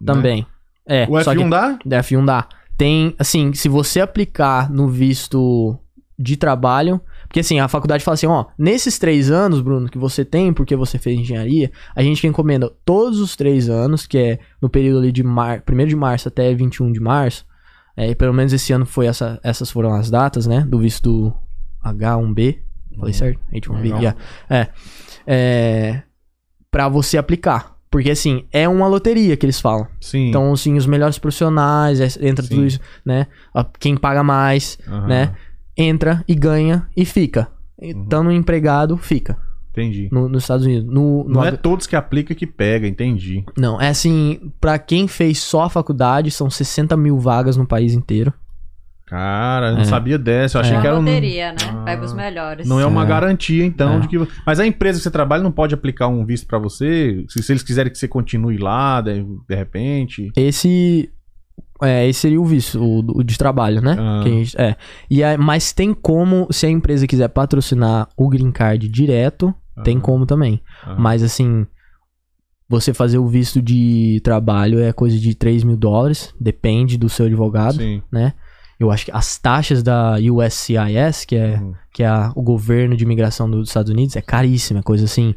[SPEAKER 1] Né?
[SPEAKER 3] também. É,
[SPEAKER 1] O
[SPEAKER 3] só que
[SPEAKER 1] F1 dá?
[SPEAKER 3] F1 dá. Tem, assim, se você aplicar no visto de trabalho. Porque, assim, a faculdade fala assim: ó, nesses três anos, Bruno, que você tem, porque você fez engenharia, a gente recomenda todos os três anos, que é no período ali de mar... 1 de março até 21 de março. É, e pelo menos esse ano foi essa, essas foram as datas, né? Do visto H1B. Falei certo? H1B.
[SPEAKER 1] Legal.
[SPEAKER 3] yeah. É. é. Pra você aplicar. Porque, assim, é uma loteria que eles falam.
[SPEAKER 1] Sim.
[SPEAKER 3] Então, assim, os melhores profissionais, es- entra
[SPEAKER 1] Sim.
[SPEAKER 3] tudo isso, né? A- Quem paga mais,
[SPEAKER 1] Aham,
[SPEAKER 3] né? entra e ganha e fica.
[SPEAKER 1] Uhum.
[SPEAKER 3] Estando empregado, fica.
[SPEAKER 1] Entendi.
[SPEAKER 3] No, nos Estados Unidos. No, no
[SPEAKER 1] Não é
[SPEAKER 3] ag-
[SPEAKER 1] todos que aplica que pega, entendi.
[SPEAKER 3] não, é assim, pra quem fez só a faculdade, são 60 mil vagas no país inteiro.
[SPEAKER 1] Cara, eu não
[SPEAKER 3] É.
[SPEAKER 1] sabia dessa. Eu achei
[SPEAKER 2] é
[SPEAKER 1] que
[SPEAKER 2] uma
[SPEAKER 1] era um.
[SPEAKER 2] loteria, né?
[SPEAKER 1] Ah.
[SPEAKER 2] Vai pros melhores.
[SPEAKER 1] Não é uma
[SPEAKER 3] É.
[SPEAKER 1] garantia, então,
[SPEAKER 3] É.
[SPEAKER 1] de que. Mas a empresa que você trabalha não pode aplicar um visto pra você? Se, se eles quiserem que você continue lá, de, de repente.
[SPEAKER 3] Esse. É, esse seria o visto, o, do- o de trabalho, né?
[SPEAKER 1] Ah.
[SPEAKER 3] Que a gente- é. E aí- mas tem como, se a empresa quiser patrocinar o Green Card direto, tem
[SPEAKER 1] Aham,
[SPEAKER 3] como também.
[SPEAKER 1] aham.
[SPEAKER 3] Mas assim, você fazer o visto de trabalho é coisa de 3 mil dólares, depende do seu advogado.
[SPEAKER 1] Sim.
[SPEAKER 3] Eu acho que as taxas da USCIS, que é,
[SPEAKER 1] Uhum.
[SPEAKER 3] que é a- o governo de imigração dos Estados Unidos, é caríssima, é coisa assim,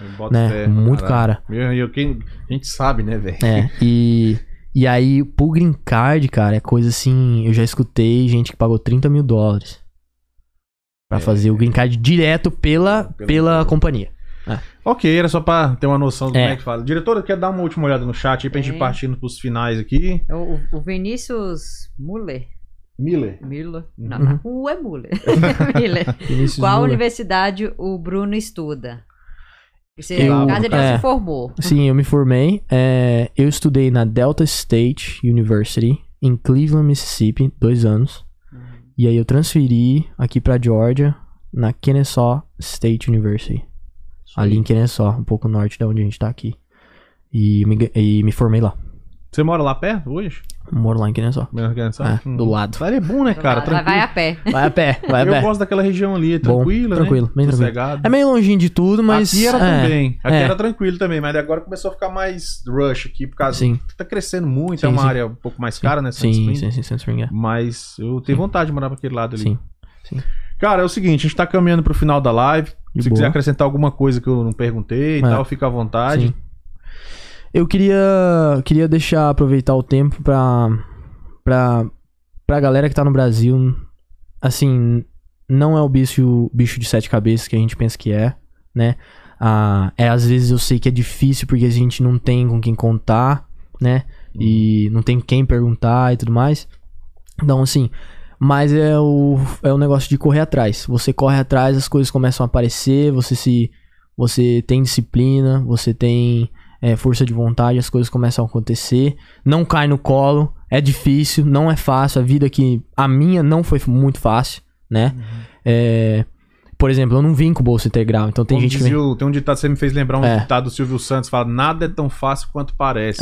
[SPEAKER 1] Eu boto
[SPEAKER 3] né?
[SPEAKER 1] fé,
[SPEAKER 3] Muito
[SPEAKER 1] caralho.
[SPEAKER 3] cara.
[SPEAKER 1] Eu, eu- quem- a gente sabe, né, velho?
[SPEAKER 3] É, e, e aí pro green card, cara, é coisa assim, eu já escutei gente que pagou 30 mil dólares. Pra
[SPEAKER 1] É.
[SPEAKER 3] fazer o green card direto pela,
[SPEAKER 1] Pelo-
[SPEAKER 3] pela companhia.
[SPEAKER 1] Ok, era só pra ter uma noção do
[SPEAKER 3] É.
[SPEAKER 1] como é que fala. Diretora, quer dar uma última olhada no chat aí pra gente ir
[SPEAKER 2] Tem.
[SPEAKER 1] partindo pros finais aqui?
[SPEAKER 2] O, o Vinícius Muller.
[SPEAKER 1] Miller.
[SPEAKER 2] Miller.
[SPEAKER 1] Uhum.
[SPEAKER 2] Não, na rua é
[SPEAKER 1] <laughs>
[SPEAKER 2] Muller. Miller.
[SPEAKER 3] Vinícius
[SPEAKER 2] Qual
[SPEAKER 3] Lula.
[SPEAKER 2] universidade o Bruno estuda? Você,
[SPEAKER 3] Eu-
[SPEAKER 2] no caso, ele já
[SPEAKER 3] é.
[SPEAKER 2] se formou.
[SPEAKER 3] Sim, eu me formei. É, eu estudei na Delta State University, em Cleveland, Mississippi, dois anos.
[SPEAKER 1] Uhum.
[SPEAKER 3] E aí eu transferi aqui pra Georgia, na Kennesaw State University. Ali em Kennesaw, um pouco norte da onde a gente tá aqui. E me, ga- e me formei lá.
[SPEAKER 1] Você mora lá perto hoje?
[SPEAKER 3] Moro lá em Kennesaw.
[SPEAKER 1] Minha organização?
[SPEAKER 3] É,
[SPEAKER 1] Hum.
[SPEAKER 3] do lado.
[SPEAKER 1] Lá é bom, né, cara?
[SPEAKER 2] Então, vai,
[SPEAKER 1] Tranquilo.
[SPEAKER 2] vai a pé.
[SPEAKER 3] Vai a pé, vai a
[SPEAKER 1] <laughs> Eu
[SPEAKER 3] pé.
[SPEAKER 1] gosto daquela região ali, é
[SPEAKER 3] Bom,
[SPEAKER 1] tranquila,
[SPEAKER 3] tranquilo,
[SPEAKER 1] né?
[SPEAKER 3] bem tranquilo.
[SPEAKER 1] Sossegado.
[SPEAKER 3] É meio longinho de tudo, mas.
[SPEAKER 1] Aqui era
[SPEAKER 3] é,
[SPEAKER 1] também. Aqui
[SPEAKER 3] é.
[SPEAKER 1] era tranquilo também, mas agora começou a ficar mais rush aqui, por causa
[SPEAKER 3] Sim,
[SPEAKER 1] que tá crescendo muito, é
[SPEAKER 3] Sim,
[SPEAKER 1] uma
[SPEAKER 3] sim.
[SPEAKER 1] área um pouco mais cara, né? Santos
[SPEAKER 3] sim,
[SPEAKER 1] Spring.
[SPEAKER 3] sim, sim, Santos Spring, é.
[SPEAKER 1] Mas eu tenho vontade de morar pra aquele lado ali.
[SPEAKER 3] Sim.
[SPEAKER 1] Cara, é o seguinte, a gente tá caminhando pro final da live.
[SPEAKER 3] De
[SPEAKER 1] Se
[SPEAKER 3] boa.
[SPEAKER 1] quiser acrescentar alguma coisa que eu não perguntei e
[SPEAKER 3] É.
[SPEAKER 1] tal, fica à vontade.
[SPEAKER 3] Sim. Eu queria queria deixar aproveitar o tempo pra pra pra galera que tá no Brasil, assim, não é o bicho bicho de sete cabeças que a gente pensa que é, né? Ah, é às vezes eu sei que é difícil porque a gente não tem com quem contar, né? E não tem quem perguntar e tudo mais. Então, assim, mas é o é o negócio de correr atrás. Você corre atrás, as coisas começam a aparecer, você se você tem disciplina, você tem é, força de vontade, as coisas começam a acontecer. Não cai no colo. É difícil, não é fácil. A vida que a minha não foi muito fácil, né?
[SPEAKER 1] Uhum.
[SPEAKER 3] É, por exemplo, eu não vim com bolsa integral, então tem
[SPEAKER 1] Como
[SPEAKER 3] gente que vem...
[SPEAKER 1] dizia o- Tem um ditado que você me fez lembrar, um
[SPEAKER 3] É.
[SPEAKER 1] ditado do Silvio Santos, fala, nada é tão fácil quanto parece.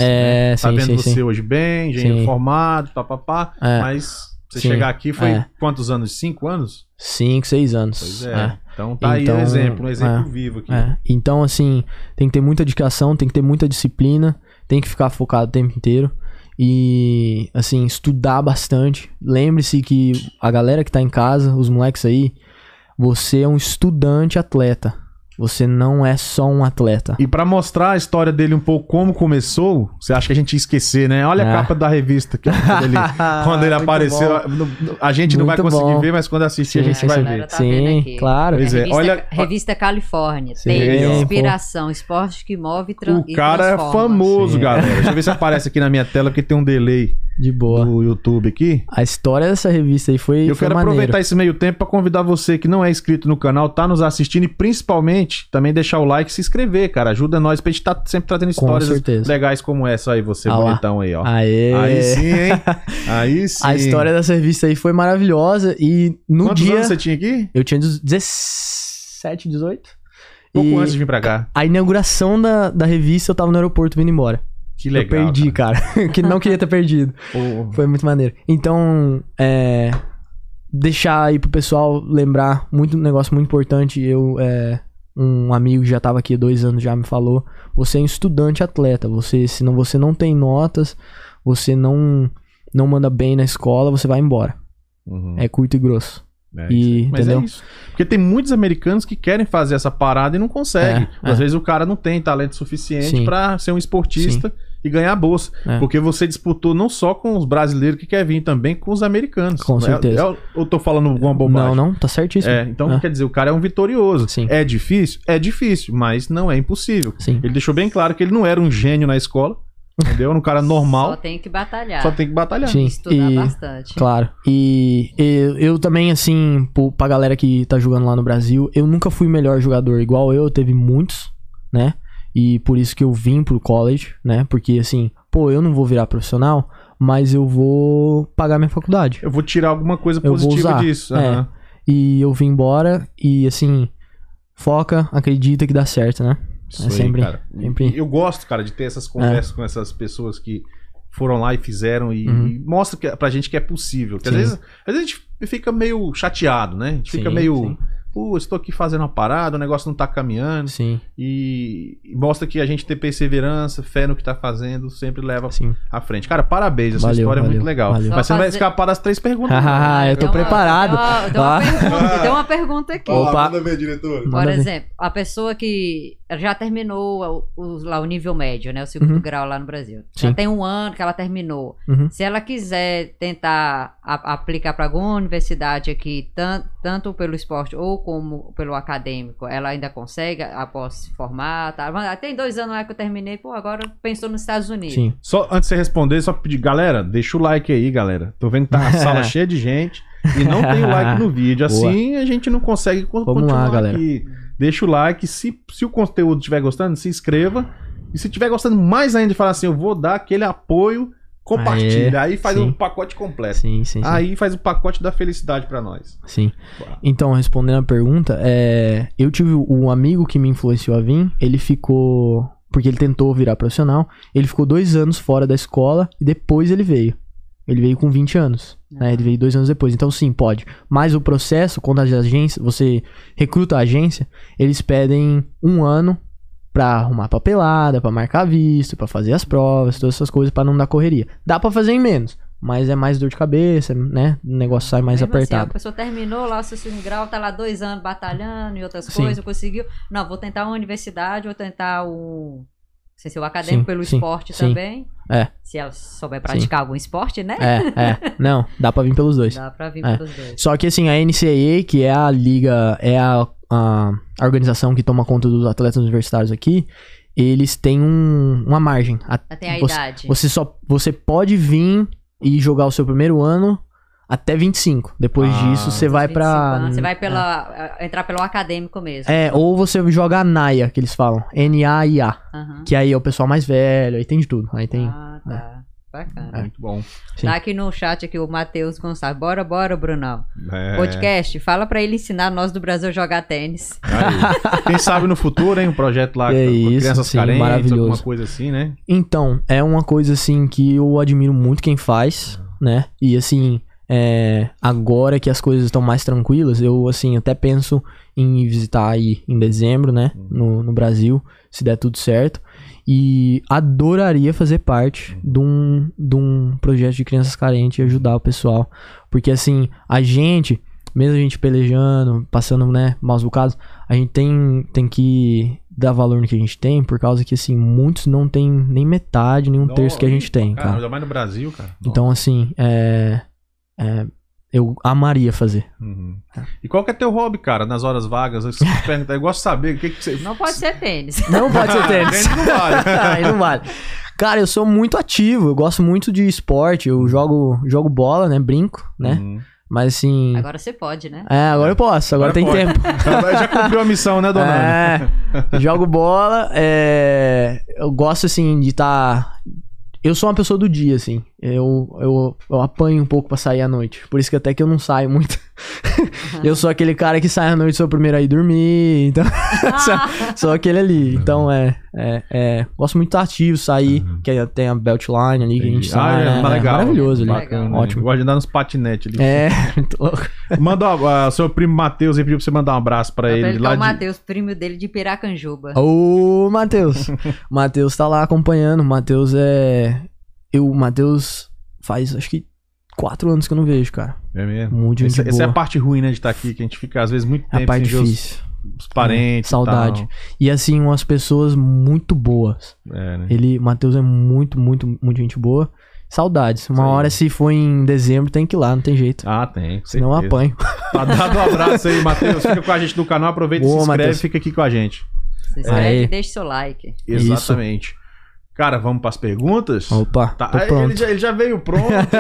[SPEAKER 1] né?
[SPEAKER 3] É,
[SPEAKER 1] Tá
[SPEAKER 3] sim,
[SPEAKER 1] vendo
[SPEAKER 3] sim,
[SPEAKER 1] você
[SPEAKER 3] sim.
[SPEAKER 1] hoje bem, engenheiro
[SPEAKER 3] Sim.
[SPEAKER 1] formado, papapá,
[SPEAKER 3] É.
[SPEAKER 1] mas você
[SPEAKER 3] Sim.
[SPEAKER 1] chegar aqui foi
[SPEAKER 3] É.
[SPEAKER 1] quantos anos? Cinco anos?
[SPEAKER 3] Cinco, seis anos.
[SPEAKER 1] Pois é.
[SPEAKER 3] né?
[SPEAKER 1] Então tá aí
[SPEAKER 3] Então,
[SPEAKER 1] um exemplo, um exemplo vivo aqui.
[SPEAKER 3] É, Então, assim, tem que ter muita dedicação, tem que ter muita disciplina, tem que ficar focado o tempo inteiro. E, assim, estudar bastante. Lembre-se que a galera que tá em casa, os moleques aí, você é um estudante atleta. Você não é só um atleta. <laughs>
[SPEAKER 1] E pra mostrar a história dele um pouco como começou, você acha que a gente ia esquecer, né? Olha a
[SPEAKER 3] É.
[SPEAKER 1] capa da revista que quando ele,
[SPEAKER 3] <laughs>
[SPEAKER 1] quando ele
[SPEAKER 3] Muito
[SPEAKER 1] apareceu,
[SPEAKER 3] bom.
[SPEAKER 1] a gente não vai
[SPEAKER 3] Muito
[SPEAKER 1] conseguir
[SPEAKER 3] bom.
[SPEAKER 1] ver, mas quando assistir
[SPEAKER 3] Sim,
[SPEAKER 1] a gente
[SPEAKER 3] sim,
[SPEAKER 1] vai
[SPEAKER 3] sim.
[SPEAKER 1] ver.
[SPEAKER 2] Tá vendo
[SPEAKER 3] Sim,
[SPEAKER 2] aqui.
[SPEAKER 3] claro.
[SPEAKER 1] Pois é,
[SPEAKER 2] Revista,
[SPEAKER 1] olha-
[SPEAKER 2] Revista Califórnia.
[SPEAKER 3] Sim,
[SPEAKER 2] Tem
[SPEAKER 1] ó.
[SPEAKER 2] inspiração, esporte que move e tran-
[SPEAKER 1] O
[SPEAKER 2] e
[SPEAKER 1] cara é
[SPEAKER 2] transforma.
[SPEAKER 1] famoso,
[SPEAKER 3] Sim.
[SPEAKER 1] galera. Deixa eu ver se aparece aqui na minha tela, porque tem um delay
[SPEAKER 3] De boa.
[SPEAKER 1] do YouTube aqui.
[SPEAKER 3] A história dessa revista aí foi,
[SPEAKER 1] eu
[SPEAKER 3] foi
[SPEAKER 1] quero
[SPEAKER 3] maneiro.
[SPEAKER 1] aproveitar esse meio tempo pra convidar você que não é inscrito no canal, tá nos assistindo e principalmente também deixar o like e se inscrever, cara. Ajuda nós pra gente tá sempre trazendo
[SPEAKER 3] Com
[SPEAKER 1] histórias
[SPEAKER 3] certeza.
[SPEAKER 1] legais como essa aí, você
[SPEAKER 3] Ah lá.
[SPEAKER 1] bonitão aí, ó.
[SPEAKER 3] Aê.
[SPEAKER 1] Aí sim,
[SPEAKER 3] <laughs>
[SPEAKER 1] hein? Aí sim.
[SPEAKER 3] A história dessa revista aí foi maravilhosa e no
[SPEAKER 1] Quantos
[SPEAKER 3] dia...
[SPEAKER 1] anos você tinha aqui?
[SPEAKER 3] Eu tinha 17, 18.
[SPEAKER 1] Pouco
[SPEAKER 3] e
[SPEAKER 1] antes de vir pra cá.
[SPEAKER 3] a inauguração da, da revista eu tava no aeroporto vindo embora.
[SPEAKER 1] Que legal.
[SPEAKER 3] eu perdi, cara. <laughs> que não queria
[SPEAKER 1] <laughs>
[SPEAKER 3] ter perdido.
[SPEAKER 1] Pô,
[SPEAKER 3] Foi muito maneiro. Então, é, deixar aí pro pessoal lembrar muito um negócio muito importante. Eu, é, um amigo que já tava aqui há dois anos já me falou. Você é um estudante atleta. Você, se não, você não tem notas, você não, não manda bem na escola, você vai embora.
[SPEAKER 1] uhum.
[SPEAKER 3] É curto e grosso.
[SPEAKER 1] É
[SPEAKER 3] e-
[SPEAKER 1] Mas
[SPEAKER 3] entendeu?
[SPEAKER 1] é isso. Porque tem muitos americanos que querem fazer essa parada e não conseguem.
[SPEAKER 3] É,
[SPEAKER 1] Às
[SPEAKER 3] é.
[SPEAKER 1] vezes o cara não tem talento suficiente
[SPEAKER 3] Sim.
[SPEAKER 1] pra ser um esportista e ganhar a bolsa.
[SPEAKER 3] É.
[SPEAKER 1] Porque você disputou não só com os brasileiros que quer vir, também com os americanos.
[SPEAKER 3] Com
[SPEAKER 1] Não é-
[SPEAKER 3] certeza.
[SPEAKER 1] é- eu tô falando alguma bobagem.
[SPEAKER 3] Não, não, tá certíssimo.
[SPEAKER 1] É, então
[SPEAKER 3] É.
[SPEAKER 1] quer dizer, o cara é um vitorioso.
[SPEAKER 3] Sim.
[SPEAKER 1] É difícil? É difícil, mas não é impossível.
[SPEAKER 3] Sim.
[SPEAKER 1] Ele deixou bem claro que ele não era um gênio na escola,
[SPEAKER 3] <laughs>
[SPEAKER 1] entendeu? Era um cara
[SPEAKER 2] Só
[SPEAKER 1] normal,
[SPEAKER 2] tem que batalhar.
[SPEAKER 1] só tem que batalhar.
[SPEAKER 3] Sim.
[SPEAKER 2] Estudar
[SPEAKER 3] E-
[SPEAKER 2] bastante.
[SPEAKER 3] Claro. E eu, eu também, assim, pro- pra galera que tá jogando lá no Brasil, eu nunca fui o melhor jogador igual eu, teve muitos, né? E por isso que eu vim pro college, né? Porque, assim, pô, eu não vou virar profissional, mas eu vou pagar minha faculdade.
[SPEAKER 1] Eu vou tirar alguma coisa
[SPEAKER 3] Eu vou
[SPEAKER 1] positiva
[SPEAKER 3] usar.
[SPEAKER 1] disso.
[SPEAKER 3] É.
[SPEAKER 1] aham.
[SPEAKER 3] E eu vim embora e, assim, foca, acredita que dá certo, né?
[SPEAKER 1] Isso
[SPEAKER 3] É sempre-
[SPEAKER 1] cara.
[SPEAKER 3] sempre-
[SPEAKER 1] Eu gosto, cara, de ter essas
[SPEAKER 3] É.
[SPEAKER 1] conversas com essas pessoas que foram lá e fizeram e,
[SPEAKER 3] Uhum.
[SPEAKER 1] e mostra que, pra gente que é possível. Porque às
[SPEAKER 3] Sim.
[SPEAKER 1] vezes, às vezes a gente fica meio chateado, né? A gente fica
[SPEAKER 3] Sim,
[SPEAKER 1] meio.
[SPEAKER 3] sim.
[SPEAKER 1] Pô, estou aqui fazendo uma parada, o negócio não tá caminhando.
[SPEAKER 3] Sim,
[SPEAKER 1] E e mostra que a gente ter perseverança, fé no que tá fazendo, sempre leva
[SPEAKER 3] sim.
[SPEAKER 1] à frente. Cara, parabéns, essa
[SPEAKER 3] Valeu,
[SPEAKER 1] história é muito
[SPEAKER 3] valeu,
[SPEAKER 1] legal.
[SPEAKER 3] valeu.
[SPEAKER 1] Mas você não vai
[SPEAKER 2] Só fazer-
[SPEAKER 1] escapar das três
[SPEAKER 3] <laughs>
[SPEAKER 1] perguntas. né?
[SPEAKER 3] Ah, eu tô
[SPEAKER 2] Tem uma-
[SPEAKER 3] preparado.
[SPEAKER 2] tem uma- Tem uma,
[SPEAKER 3] Ah.
[SPEAKER 2] pergunta, tem uma pergunta aqui.
[SPEAKER 3] Ó, Opa.
[SPEAKER 1] manda ver, diretor.
[SPEAKER 2] Por
[SPEAKER 3] Manda ver.
[SPEAKER 2] exemplo, a pessoa que já terminou o, o- lá o nível médio, né? O segundo
[SPEAKER 3] Uhum.
[SPEAKER 2] grau lá no Brasil. Já
[SPEAKER 3] Sim.
[SPEAKER 2] tem um ano que ela terminou.
[SPEAKER 3] Uhum.
[SPEAKER 2] Se ela quiser tentar a- aplicar para alguma universidade aqui, tan- tanto pelo esporte ou como pelo acadêmico, ela ainda consegue após se formar? Tá? Mas, ah, Tem dois anos lá que eu terminei, pô, agora pensou nos Estados Unidos.
[SPEAKER 3] Sim.
[SPEAKER 1] Só antes de você responder, só pedir, galera, deixa o like aí, galera. Tô vendo que tá a
[SPEAKER 3] <laughs>
[SPEAKER 1] sala cheia de gente e não tem o like no vídeo. Assim a gente não consegue co-
[SPEAKER 3] Vamos
[SPEAKER 1] continuar
[SPEAKER 3] lá, galera.
[SPEAKER 1] aqui. Deixa o like. Se, se o conteúdo estiver gostando, se inscreva. E se estiver gostando mais ainda, fala assim: eu vou dar aquele apoio, compartilha. aí faz o
[SPEAKER 3] sim.
[SPEAKER 1] um pacote completo.
[SPEAKER 3] Sim, sim, sim.
[SPEAKER 1] Aí faz o pacote da felicidade pra nós.
[SPEAKER 3] Sim. Então, respondendo a pergunta, é, eu tive um amigo que me influenciou a vir, ele ficou. Porque ele tentou virar profissional, ele ficou dois anos fora da escola e depois ele veio. Ele veio com 20 anos,
[SPEAKER 2] Ah.
[SPEAKER 3] né? Ele veio dois anos depois. Então, sim, pode. Mas o processo, quando as agências, você recruta a agência, eles pedem um ano pra arrumar papelada, pra marcar visto, pra fazer as provas, todas essas coisas, pra não dar correria. Dá pra fazer em menos, mas é mais dor de cabeça, né? O negócio sai mais
[SPEAKER 2] Mesmo assim,
[SPEAKER 3] apertado.
[SPEAKER 2] a pessoa terminou lá o seu segundo grau, tá lá dois anos batalhando e outras
[SPEAKER 3] Sim.
[SPEAKER 2] coisas, conseguiu. Não, vou tentar uma universidade, vou tentar o. Não sei se é o acadêmico
[SPEAKER 3] Sim,
[SPEAKER 2] pelo
[SPEAKER 3] sim,
[SPEAKER 2] esporte
[SPEAKER 3] sim.
[SPEAKER 2] também.
[SPEAKER 3] É.
[SPEAKER 2] Se ela souber praticar algum esporte, né?
[SPEAKER 3] É, é. Não, dá pra vir pelos dois.
[SPEAKER 2] Dá pra vir
[SPEAKER 3] É.
[SPEAKER 2] pelos dois.
[SPEAKER 3] Só que assim, a NCAA, que é a liga, é a, a, a organização que toma conta dos atletas universitários aqui, eles têm um- uma margem. A-
[SPEAKER 2] Tem a
[SPEAKER 3] você,
[SPEAKER 2] idade.
[SPEAKER 3] você só você pode vir e jogar o seu primeiro ano até 25. Depois
[SPEAKER 1] Ah.
[SPEAKER 3] disso, você
[SPEAKER 2] Dos
[SPEAKER 3] vai
[SPEAKER 2] 25
[SPEAKER 3] pra.
[SPEAKER 2] anos, Você vai pela, é, entrar pelo acadêmico mesmo.
[SPEAKER 3] É, ou você joga a NAIA, que eles falam. N-A-I-A.
[SPEAKER 2] Aham.
[SPEAKER 3] Que aí é o pessoal mais velho, aí tem de tudo. Aí tem.
[SPEAKER 2] Ah, tá. Bacana.
[SPEAKER 1] Muito bom.
[SPEAKER 3] Sim.
[SPEAKER 2] Tá aqui no chat aqui o Matheus Gonçalves. Bora, bora, Brunão.
[SPEAKER 1] É.
[SPEAKER 2] Podcast, fala pra ele ensinar nós do Brasil a jogar tênis.
[SPEAKER 1] Aí. Quem sabe no futuro, hein? Um projeto lá
[SPEAKER 3] <laughs> Que é
[SPEAKER 1] com com
[SPEAKER 3] isso,
[SPEAKER 1] crianças
[SPEAKER 3] sim,
[SPEAKER 1] carentes,
[SPEAKER 3] maravilhoso.
[SPEAKER 1] alguma coisa assim, né?
[SPEAKER 3] Então, é uma coisa assim que eu admiro muito quem faz, né? E assim, é, agora que as coisas estão mais tranquilas, eu assim até penso em ir visitar aí em dezembro, né? No, no Brasil, se der tudo certo. E adoraria fazer parte de um, de um projeto de crianças carentes e ajudar o pessoal. Porque assim, a gente, mesmo a gente pelejando, passando, né, maus bocados, a gente tem, tem que dar valor no que a gente tem, por causa que, assim, muitos não tem nem metade, nem um terço que a gente tem,
[SPEAKER 1] Cara,
[SPEAKER 3] cara.
[SPEAKER 1] ainda mais no Brasil, cara.
[SPEAKER 3] Então, assim, é, é, eu amaria fazer.
[SPEAKER 1] Uhum. E qual que é teu hobby, cara, nas horas vagas? Eu,
[SPEAKER 3] <laughs>
[SPEAKER 1] sempre pergunto, eu gosto de saber o que, que você.
[SPEAKER 2] Não pode
[SPEAKER 1] <laughs>
[SPEAKER 2] ser tênis.
[SPEAKER 3] Não pode <laughs> ser
[SPEAKER 1] Tênis
[SPEAKER 3] tênis.
[SPEAKER 1] não vale.
[SPEAKER 3] Aí não vale. Cara, eu sou muito ativo, eu gosto muito de esporte, eu jogo, jogo bola, né, brinco, né?
[SPEAKER 1] Uhum.
[SPEAKER 3] Mas, assim...
[SPEAKER 2] Agora você pode, né?
[SPEAKER 3] É, agora eu posso, agora,
[SPEAKER 1] Agora
[SPEAKER 3] tem
[SPEAKER 1] pode.
[SPEAKER 3] tempo.
[SPEAKER 1] <laughs> Então, Já cumpriu a missão, né, dona?
[SPEAKER 3] É, jogo bola, é, eu gosto assim de estar. Eu sou uma pessoa do dia, assim. Eu, eu, eu apanho um pouco pra sair à noite. Por isso que até que eu não saio muito. <laughs> eu sou aquele cara que sai à noite, sou o primeiro a ir dormir. Então, sou, sou aquele ali.
[SPEAKER 1] Uhum.
[SPEAKER 3] Então, é, é, é, Gosto muito de estar ativo, sair.
[SPEAKER 1] Uhum.
[SPEAKER 3] Que tem a Beltline ali que a gente sai. né?
[SPEAKER 1] mas Ah, é, tá legal.
[SPEAKER 3] Maravilhoso ali.
[SPEAKER 1] Bacana,
[SPEAKER 2] Legal.
[SPEAKER 1] né?
[SPEAKER 3] Ótimo.
[SPEAKER 1] Gosto de andar nos patinetes ali.
[SPEAKER 3] É, <laughs> muito louco.
[SPEAKER 1] Manda ah, o seu primo Matheus aí pediu pra você mandar um abraço pra
[SPEAKER 2] Pra
[SPEAKER 1] ele,
[SPEAKER 2] ele que é
[SPEAKER 1] lá
[SPEAKER 2] o
[SPEAKER 1] de.
[SPEAKER 2] Matheus, primo dele de Piracanjuba.
[SPEAKER 1] <laughs>
[SPEAKER 3] Ô, Matheus. Matheus tá lá acompanhando. Matheus é. Eu, Matheus, faz acho que quatro anos que eu não vejo, cara.
[SPEAKER 1] É mesmo.
[SPEAKER 3] Muito gente
[SPEAKER 1] Essa, essa é a
[SPEAKER 3] boa.
[SPEAKER 1] parte ruim, né, de estar aqui, que a gente fica às vezes muito
[SPEAKER 3] É a
[SPEAKER 1] tempo
[SPEAKER 3] parte
[SPEAKER 1] sem ver os,
[SPEAKER 3] difícil. É,
[SPEAKER 1] os parentes. e
[SPEAKER 3] Saudade. E assim, umas pessoas muito boas.
[SPEAKER 1] tal. É, né?
[SPEAKER 3] Ele, Matheus é muito, muito, muito gente boa. Saudades. Uma
[SPEAKER 1] Isso aí.
[SPEAKER 3] hora, se for em dezembro, tem que ir lá, não tem jeito.
[SPEAKER 1] Ah, tem. com
[SPEAKER 3] Senão eu
[SPEAKER 1] certeza.
[SPEAKER 3] apanho.
[SPEAKER 1] Tá dado um abraço aí, Matheus. Fica com a gente no canal. Aproveita e se
[SPEAKER 3] Boa,
[SPEAKER 1] inscreve.
[SPEAKER 3] Matheus.
[SPEAKER 1] Fica aqui com a gente.
[SPEAKER 2] Se inscreve
[SPEAKER 3] Aí.
[SPEAKER 2] e deixa seu like.
[SPEAKER 3] Isso.
[SPEAKER 1] Exatamente. Cara, vamos pras perguntas?
[SPEAKER 3] <laughs> Opa,
[SPEAKER 1] Tá,
[SPEAKER 3] tô
[SPEAKER 1] aí
[SPEAKER 3] pronto.
[SPEAKER 1] ele, já, ele já veio <laughs> pronto. já- isso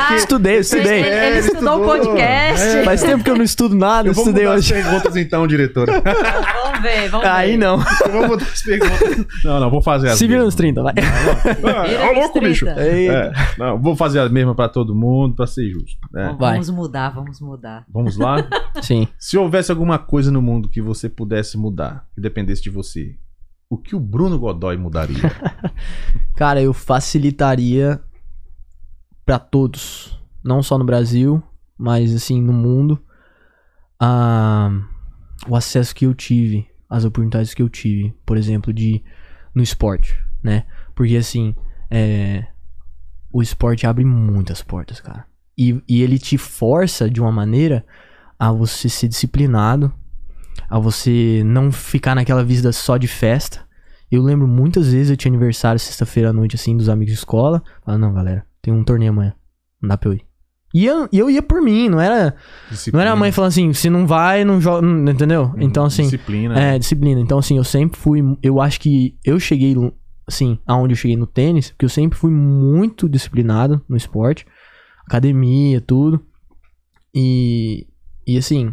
[SPEAKER 1] aqui-
[SPEAKER 3] Estudei, eu
[SPEAKER 2] Ele,
[SPEAKER 3] estudei.
[SPEAKER 2] ele-
[SPEAKER 1] É,
[SPEAKER 2] ele
[SPEAKER 1] ele
[SPEAKER 2] estudou o
[SPEAKER 1] estudou.
[SPEAKER 2] podcast.
[SPEAKER 3] Faz tempo que eu não estudo nada, eu
[SPEAKER 1] Eu vou
[SPEAKER 3] estudei
[SPEAKER 1] mudar as
[SPEAKER 3] hoje.
[SPEAKER 1] perguntas então, <laughs> diretor.
[SPEAKER 2] Vamos ver, vamos ver.
[SPEAKER 3] Aí não.
[SPEAKER 1] Eu vou mudar as perguntas. Não, não, vou fazer as
[SPEAKER 3] Se vira
[SPEAKER 1] mesmas.
[SPEAKER 3] nos 30, vai.
[SPEAKER 2] Vira
[SPEAKER 1] Ah, Ô,
[SPEAKER 2] nos
[SPEAKER 1] louco,
[SPEAKER 2] 30.
[SPEAKER 1] bicho.
[SPEAKER 3] Eita.
[SPEAKER 1] É, não, vou fazer as mesmas pra todo mundo, pra ser justo. né?
[SPEAKER 2] Vamos-
[SPEAKER 3] Vai.
[SPEAKER 2] Vamos mudar, vamos mudar.
[SPEAKER 1] Vamos <laughs> lá?
[SPEAKER 3] Sim.
[SPEAKER 1] Se houvesse alguma coisa no mundo que você pudesse mudar, que dependesse de você, o que o Bruno Godoy <laughs> mudaria?
[SPEAKER 3] Cara, eu facilitaria pra todos, não só no Brasil, mas assim no mundo, a- o acesso que eu tive, as oportunidades que eu tive, por exemplo, de no esporte, né? Porque assim, é, o esporte abre muitas portas, cara. E, e ele te força de uma maneira a você ser disciplinado, a você não ficar naquela vida só de festa. Eu lembro muitas vezes eu tinha aniversário sexta-feira à noite, assim, dos amigos de escola. Falando, não, galera, tem um torneio amanhã. Não dá pra eu ir. E eu, e eu ia por mim, não era, não
[SPEAKER 1] Disciplina.
[SPEAKER 3] era a mãe falando assim, se não vai, não joga, não- entendeu?
[SPEAKER 1] Hum,
[SPEAKER 3] Então, assim,
[SPEAKER 1] Disciplina. né?
[SPEAKER 3] é, disciplina. Então, assim, eu sempre fui. Eu acho que eu cheguei, assim, aonde eu cheguei no tênis, porque eu sempre fui muito disciplinado no esporte, academia, tudo. E, e assim,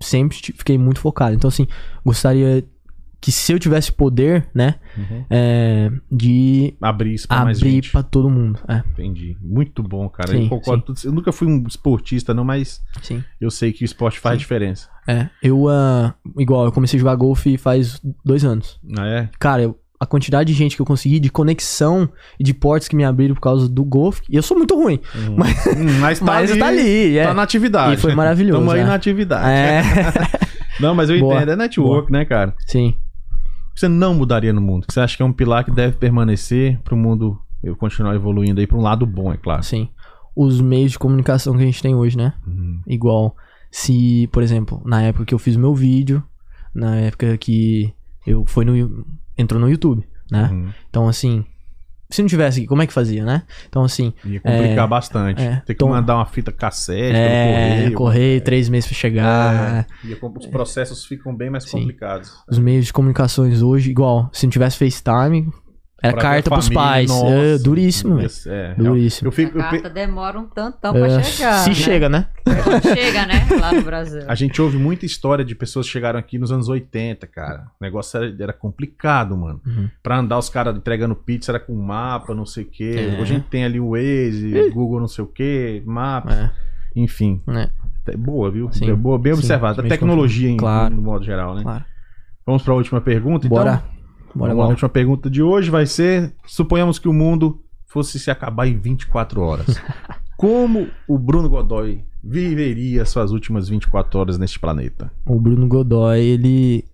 [SPEAKER 3] sempre ti- fiquei muito focado. Então, assim, gostaria que se eu tivesse poder, né,
[SPEAKER 1] Uhum.
[SPEAKER 3] é, de
[SPEAKER 1] Abrir isso pra mais
[SPEAKER 3] abrir
[SPEAKER 1] gente.
[SPEAKER 3] pra todo mundo. É,
[SPEAKER 1] Entendi. Muito bom, cara. eu
[SPEAKER 3] Sim,
[SPEAKER 1] concordo. tudo. Eu nunca fui um esportista, não, mas
[SPEAKER 3] sim.
[SPEAKER 1] eu sei que o esporte faz
[SPEAKER 3] Sim.
[SPEAKER 1] diferença.
[SPEAKER 3] É, eu, ah, igual, eu comecei a jogar golfe faz dois anos.
[SPEAKER 1] Não é?
[SPEAKER 3] cara, eu- a quantidade de gente que eu consegui, de conexão e de portas que me abriram por causa do golfe. E eu sou muito ruim,
[SPEAKER 1] Hum.
[SPEAKER 3] Mas-
[SPEAKER 1] Hum,
[SPEAKER 3] <laughs>
[SPEAKER 1] mas tá
[SPEAKER 3] mas
[SPEAKER 1] ali,
[SPEAKER 3] tá ali, é.
[SPEAKER 1] Tá na atividade.
[SPEAKER 3] E foi maravilhoso,
[SPEAKER 1] Tamo aí
[SPEAKER 3] é.
[SPEAKER 1] na atividade. <laughs>
[SPEAKER 3] É,
[SPEAKER 1] Não, mas eu
[SPEAKER 3] Boa.
[SPEAKER 1] entendo. É network, né, cara?
[SPEAKER 3] sim.
[SPEAKER 1] O que você não mudaria no mundo? Que você acha que é um pilar que deve permanecer pro mundo eu continuar evoluindo aí pra um lado bom, é claro.
[SPEAKER 3] Sim. Os meios de comunicação que a gente tem hoje, né?
[SPEAKER 1] Uhum.
[SPEAKER 3] Igual se, por exemplo, na época que eu fiz meu vídeo, na época que eu foi no entrou no YouTube, né?
[SPEAKER 1] Uhum.
[SPEAKER 3] Então assim, se não tivesse, aqui, como é que fazia, né? Então assim,
[SPEAKER 1] Ia complicar bastante.
[SPEAKER 3] é,
[SPEAKER 1] Ter que
[SPEAKER 3] toma.
[SPEAKER 1] mandar uma fita cassete,
[SPEAKER 3] é,
[SPEAKER 1] pelo correio.
[SPEAKER 3] correr três meses pra chegar,
[SPEAKER 1] É.
[SPEAKER 3] é,
[SPEAKER 1] Ia com- os processos ficam bem mais
[SPEAKER 3] Sim.
[SPEAKER 1] complicados.
[SPEAKER 3] os meios de comunicações hoje, igual, se não tivesse FaceTime, Era
[SPEAKER 1] Pra
[SPEAKER 3] É, carta
[SPEAKER 1] ver a
[SPEAKER 3] pros
[SPEAKER 1] família,
[SPEAKER 3] pais.
[SPEAKER 1] nossa.
[SPEAKER 3] É, duríssimo, velho.
[SPEAKER 1] Esse- é,
[SPEAKER 3] Duríssimo.
[SPEAKER 1] Eu fico,
[SPEAKER 2] A
[SPEAKER 1] eu pe-
[SPEAKER 2] carta demora um tantão
[SPEAKER 3] É,
[SPEAKER 2] pra chegar.
[SPEAKER 3] se
[SPEAKER 2] né?
[SPEAKER 3] chega, né?
[SPEAKER 2] Quando chega, né? Lá no Brasil.
[SPEAKER 1] a gente ouve muita história de pessoas que chegaram aqui nos anos 80, cara. O negócio era, era complicado, mano.
[SPEAKER 3] Uhum.
[SPEAKER 1] Pra andar os caras entregando pizza era com mapa, não sei o quê.
[SPEAKER 3] É.
[SPEAKER 1] Hoje a gente tem ali o Waze, Google não sei o quê, mapa,
[SPEAKER 3] É,
[SPEAKER 1] enfim.
[SPEAKER 3] né?
[SPEAKER 1] É Boa, viu?
[SPEAKER 3] Sim.
[SPEAKER 1] É boa, bem
[SPEAKER 3] Sim,
[SPEAKER 1] observado. A
[SPEAKER 3] bem
[SPEAKER 1] tecnologia, em,
[SPEAKER 3] Claro.
[SPEAKER 1] no modo geral, né?
[SPEAKER 3] Claro.
[SPEAKER 1] Vamos pra última pergunta, então?
[SPEAKER 3] Bora. Bora,
[SPEAKER 1] Vamos lá, A
[SPEAKER 3] bora.
[SPEAKER 1] última pergunta de hoje vai ser: suponhamos que o mundo fosse se acabar em 24
[SPEAKER 3] <laughs>
[SPEAKER 1] horas. Como o Bruno Godoy viveria suas últimas 24 horas neste planeta?
[SPEAKER 3] O Bruno Godoy, ele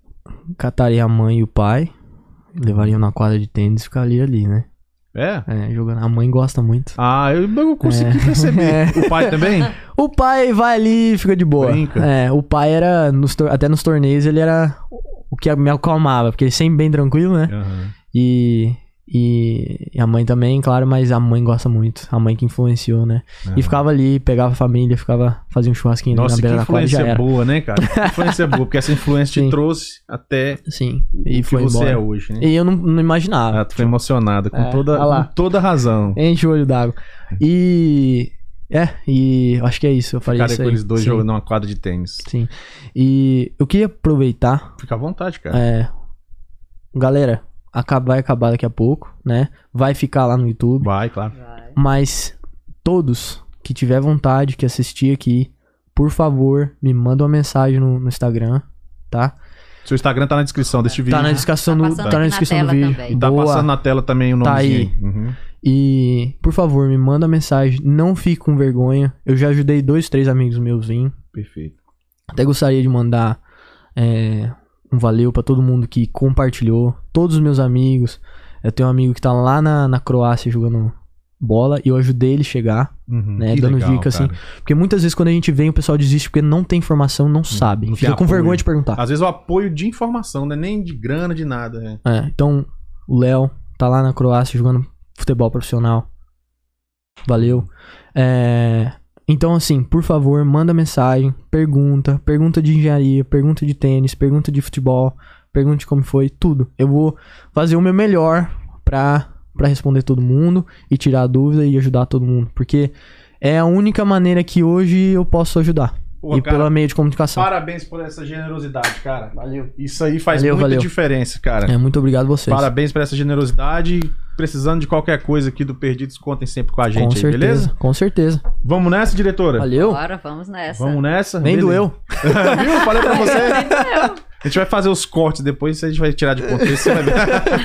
[SPEAKER 3] cataria a mãe e o pai, levariam na quadra de tênis e ficaria ali, né?
[SPEAKER 1] É?
[SPEAKER 3] É, jogando. A mãe gosta muito.
[SPEAKER 1] Ah, eu, eu consegui
[SPEAKER 3] É. <laughs>
[SPEAKER 1] perceber. O pai também?
[SPEAKER 3] O pai vai ali e fica de boa.
[SPEAKER 1] Brinca.
[SPEAKER 3] É, o pai era, nos tor- até nos torneios, ele era o que me acalmava, porque ele sempre bem tranquilo, né?
[SPEAKER 1] Aham.
[SPEAKER 3] E, e, e a mãe também, claro, mas a mãe gosta muito. A mãe que influenciou, né?
[SPEAKER 1] É.
[SPEAKER 3] E ficava ali, pegava a família, ficava, fazia um churrasquinho ali
[SPEAKER 1] Nossa,
[SPEAKER 3] na
[SPEAKER 1] que
[SPEAKER 3] beira da quadra e já
[SPEAKER 1] influência
[SPEAKER 3] era.
[SPEAKER 1] boa, né, cara? Que influência boa, porque essa influência te
[SPEAKER 3] Sim.
[SPEAKER 1] trouxe até
[SPEAKER 3] Sim, e
[SPEAKER 1] o que
[SPEAKER 3] foi
[SPEAKER 1] você
[SPEAKER 3] embora.
[SPEAKER 1] é hoje, né?
[SPEAKER 3] E eu não, não imaginava.
[SPEAKER 1] Ah, tu foi emocionada, com,
[SPEAKER 3] É,
[SPEAKER 1] toda,
[SPEAKER 3] olha lá. É,
[SPEAKER 1] com toda razão.
[SPEAKER 3] Enche o olho d'água. E. É, e eu acho que é isso. Eu falei
[SPEAKER 1] Cara,
[SPEAKER 3] isso
[SPEAKER 1] com
[SPEAKER 3] aí.
[SPEAKER 1] eles dois
[SPEAKER 3] sim,
[SPEAKER 1] jogando numa quadra de tênis.
[SPEAKER 3] Sim. E eu queria aproveitar.
[SPEAKER 1] Fica à vontade, cara.
[SPEAKER 3] É, galera, acaba- vai acabar daqui a pouco, né? Vai ficar lá no YouTube.
[SPEAKER 1] Vai, claro.
[SPEAKER 2] Vai.
[SPEAKER 3] Mas todos que tiver vontade, que assistir aqui, por favor, me manda uma mensagem no, no Instagram, tá?
[SPEAKER 1] Seu Instagram tá na descrição deste vídeo.
[SPEAKER 3] Tá na descrição,
[SPEAKER 2] Tá
[SPEAKER 3] do,
[SPEAKER 2] passando
[SPEAKER 3] tá na
[SPEAKER 2] aqui na
[SPEAKER 3] descrição do
[SPEAKER 2] tela
[SPEAKER 3] vídeo.
[SPEAKER 2] também.
[SPEAKER 1] Tá
[SPEAKER 3] Boa.
[SPEAKER 1] passando na tela também o
[SPEAKER 3] Tá
[SPEAKER 1] nomezinho. Uhum.
[SPEAKER 3] E, por favor, me manda mensagem. Não fique com vergonha. Eu já ajudei dois, três amigos meus vim.
[SPEAKER 1] Perfeito.
[SPEAKER 3] Até gostaria de mandar é, um valeu pra todo mundo que compartilhou, todos os meus amigos. Eu tenho um amigo que tá lá na, na Croácia jogando bola e eu ajudei ele chegar,
[SPEAKER 1] Uhum.
[SPEAKER 3] né?
[SPEAKER 1] Que
[SPEAKER 3] dando
[SPEAKER 1] legal,
[SPEAKER 3] dica assim.
[SPEAKER 1] cara.
[SPEAKER 3] Porque muitas vezes quando a gente vem, o pessoal desiste porque não tem informação, não sabe.
[SPEAKER 1] não tem
[SPEAKER 3] Fica com
[SPEAKER 1] apoio.
[SPEAKER 3] vergonha de perguntar.
[SPEAKER 1] Às vezes o apoio de informação, né? Nem de grana, de nada. né?
[SPEAKER 3] É, então, o Léo tá lá na Croácia jogando futebol profissional. Valeu. É, então, assim, por favor, manda mensagem, pergunta, pergunta de engenharia, pergunta de tênis, pergunta de futebol, pergunta de como foi, tudo. Eu vou fazer o meu melhor pra, pra responder todo mundo e tirar a dúvida e ajudar todo mundo, porque é a única maneira que hoje eu posso ajudar.
[SPEAKER 1] Porra,
[SPEAKER 3] e
[SPEAKER 1] cara,
[SPEAKER 3] pelo meio de comunicação.
[SPEAKER 1] parabéns por essa generosidade, cara. Valeu. Isso aí faz
[SPEAKER 3] Valeu,
[SPEAKER 1] muita
[SPEAKER 3] valeu.
[SPEAKER 1] diferença, cara.
[SPEAKER 3] É, muito obrigado a vocês.
[SPEAKER 1] Parabéns por essa generosidade. Precisando de qualquer coisa aqui do Perdidos, contem sempre com a
[SPEAKER 3] com
[SPEAKER 1] gente aí,
[SPEAKER 3] certeza,
[SPEAKER 1] beleza?
[SPEAKER 3] com certeza.
[SPEAKER 1] Vamos nessa, diretora?
[SPEAKER 3] Valeu.
[SPEAKER 2] Agora vamos nessa.
[SPEAKER 1] Vamos nessa?
[SPEAKER 3] Nem
[SPEAKER 1] Beleza. <laughs>
[SPEAKER 3] doeu.
[SPEAKER 1] Viu? Falei pra você. A gente vai fazer os cortes depois, a gente vai tirar de contexto. Você vai ver.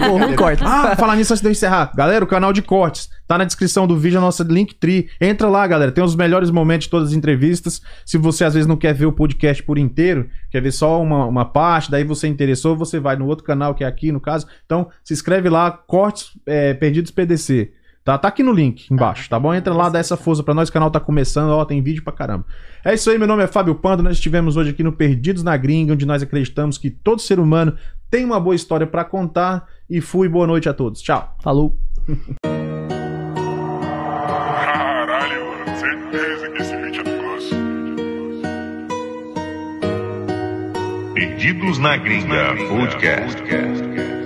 [SPEAKER 3] Pô, não corta.
[SPEAKER 1] Ah, falar nisso antes de eu encerrar. Galera, o canal de cortes tá na descrição do vídeo, a nossa Linktree. Entra lá, galera. Tem os melhores momentos de todas as entrevistas. Se você às vezes não quer ver o podcast por inteiro, quer ver só uma, uma parte, daí você interessou, você vai no outro canal que é aqui, no caso. Então, se inscreve lá, Cortes é, Perdidos PDC. Tá, tá aqui no link embaixo, tá bom? Entra lá, dá essa força pra nós, o canal tá começando, ó, tem vídeo pra caramba. É isso aí, meu nome é Fábio Pando, nós estivemos hoje aqui no Perdidos na Gringa, onde nós acreditamos que todo ser humano tem uma boa história pra contar e fui, boa noite a todos. Tchau.
[SPEAKER 3] Falou.
[SPEAKER 4] Caralho, mano, certeza que esse vídeo é grosso.
[SPEAKER 5] Perdidos na Gringa Podcast.
[SPEAKER 4] Podcast.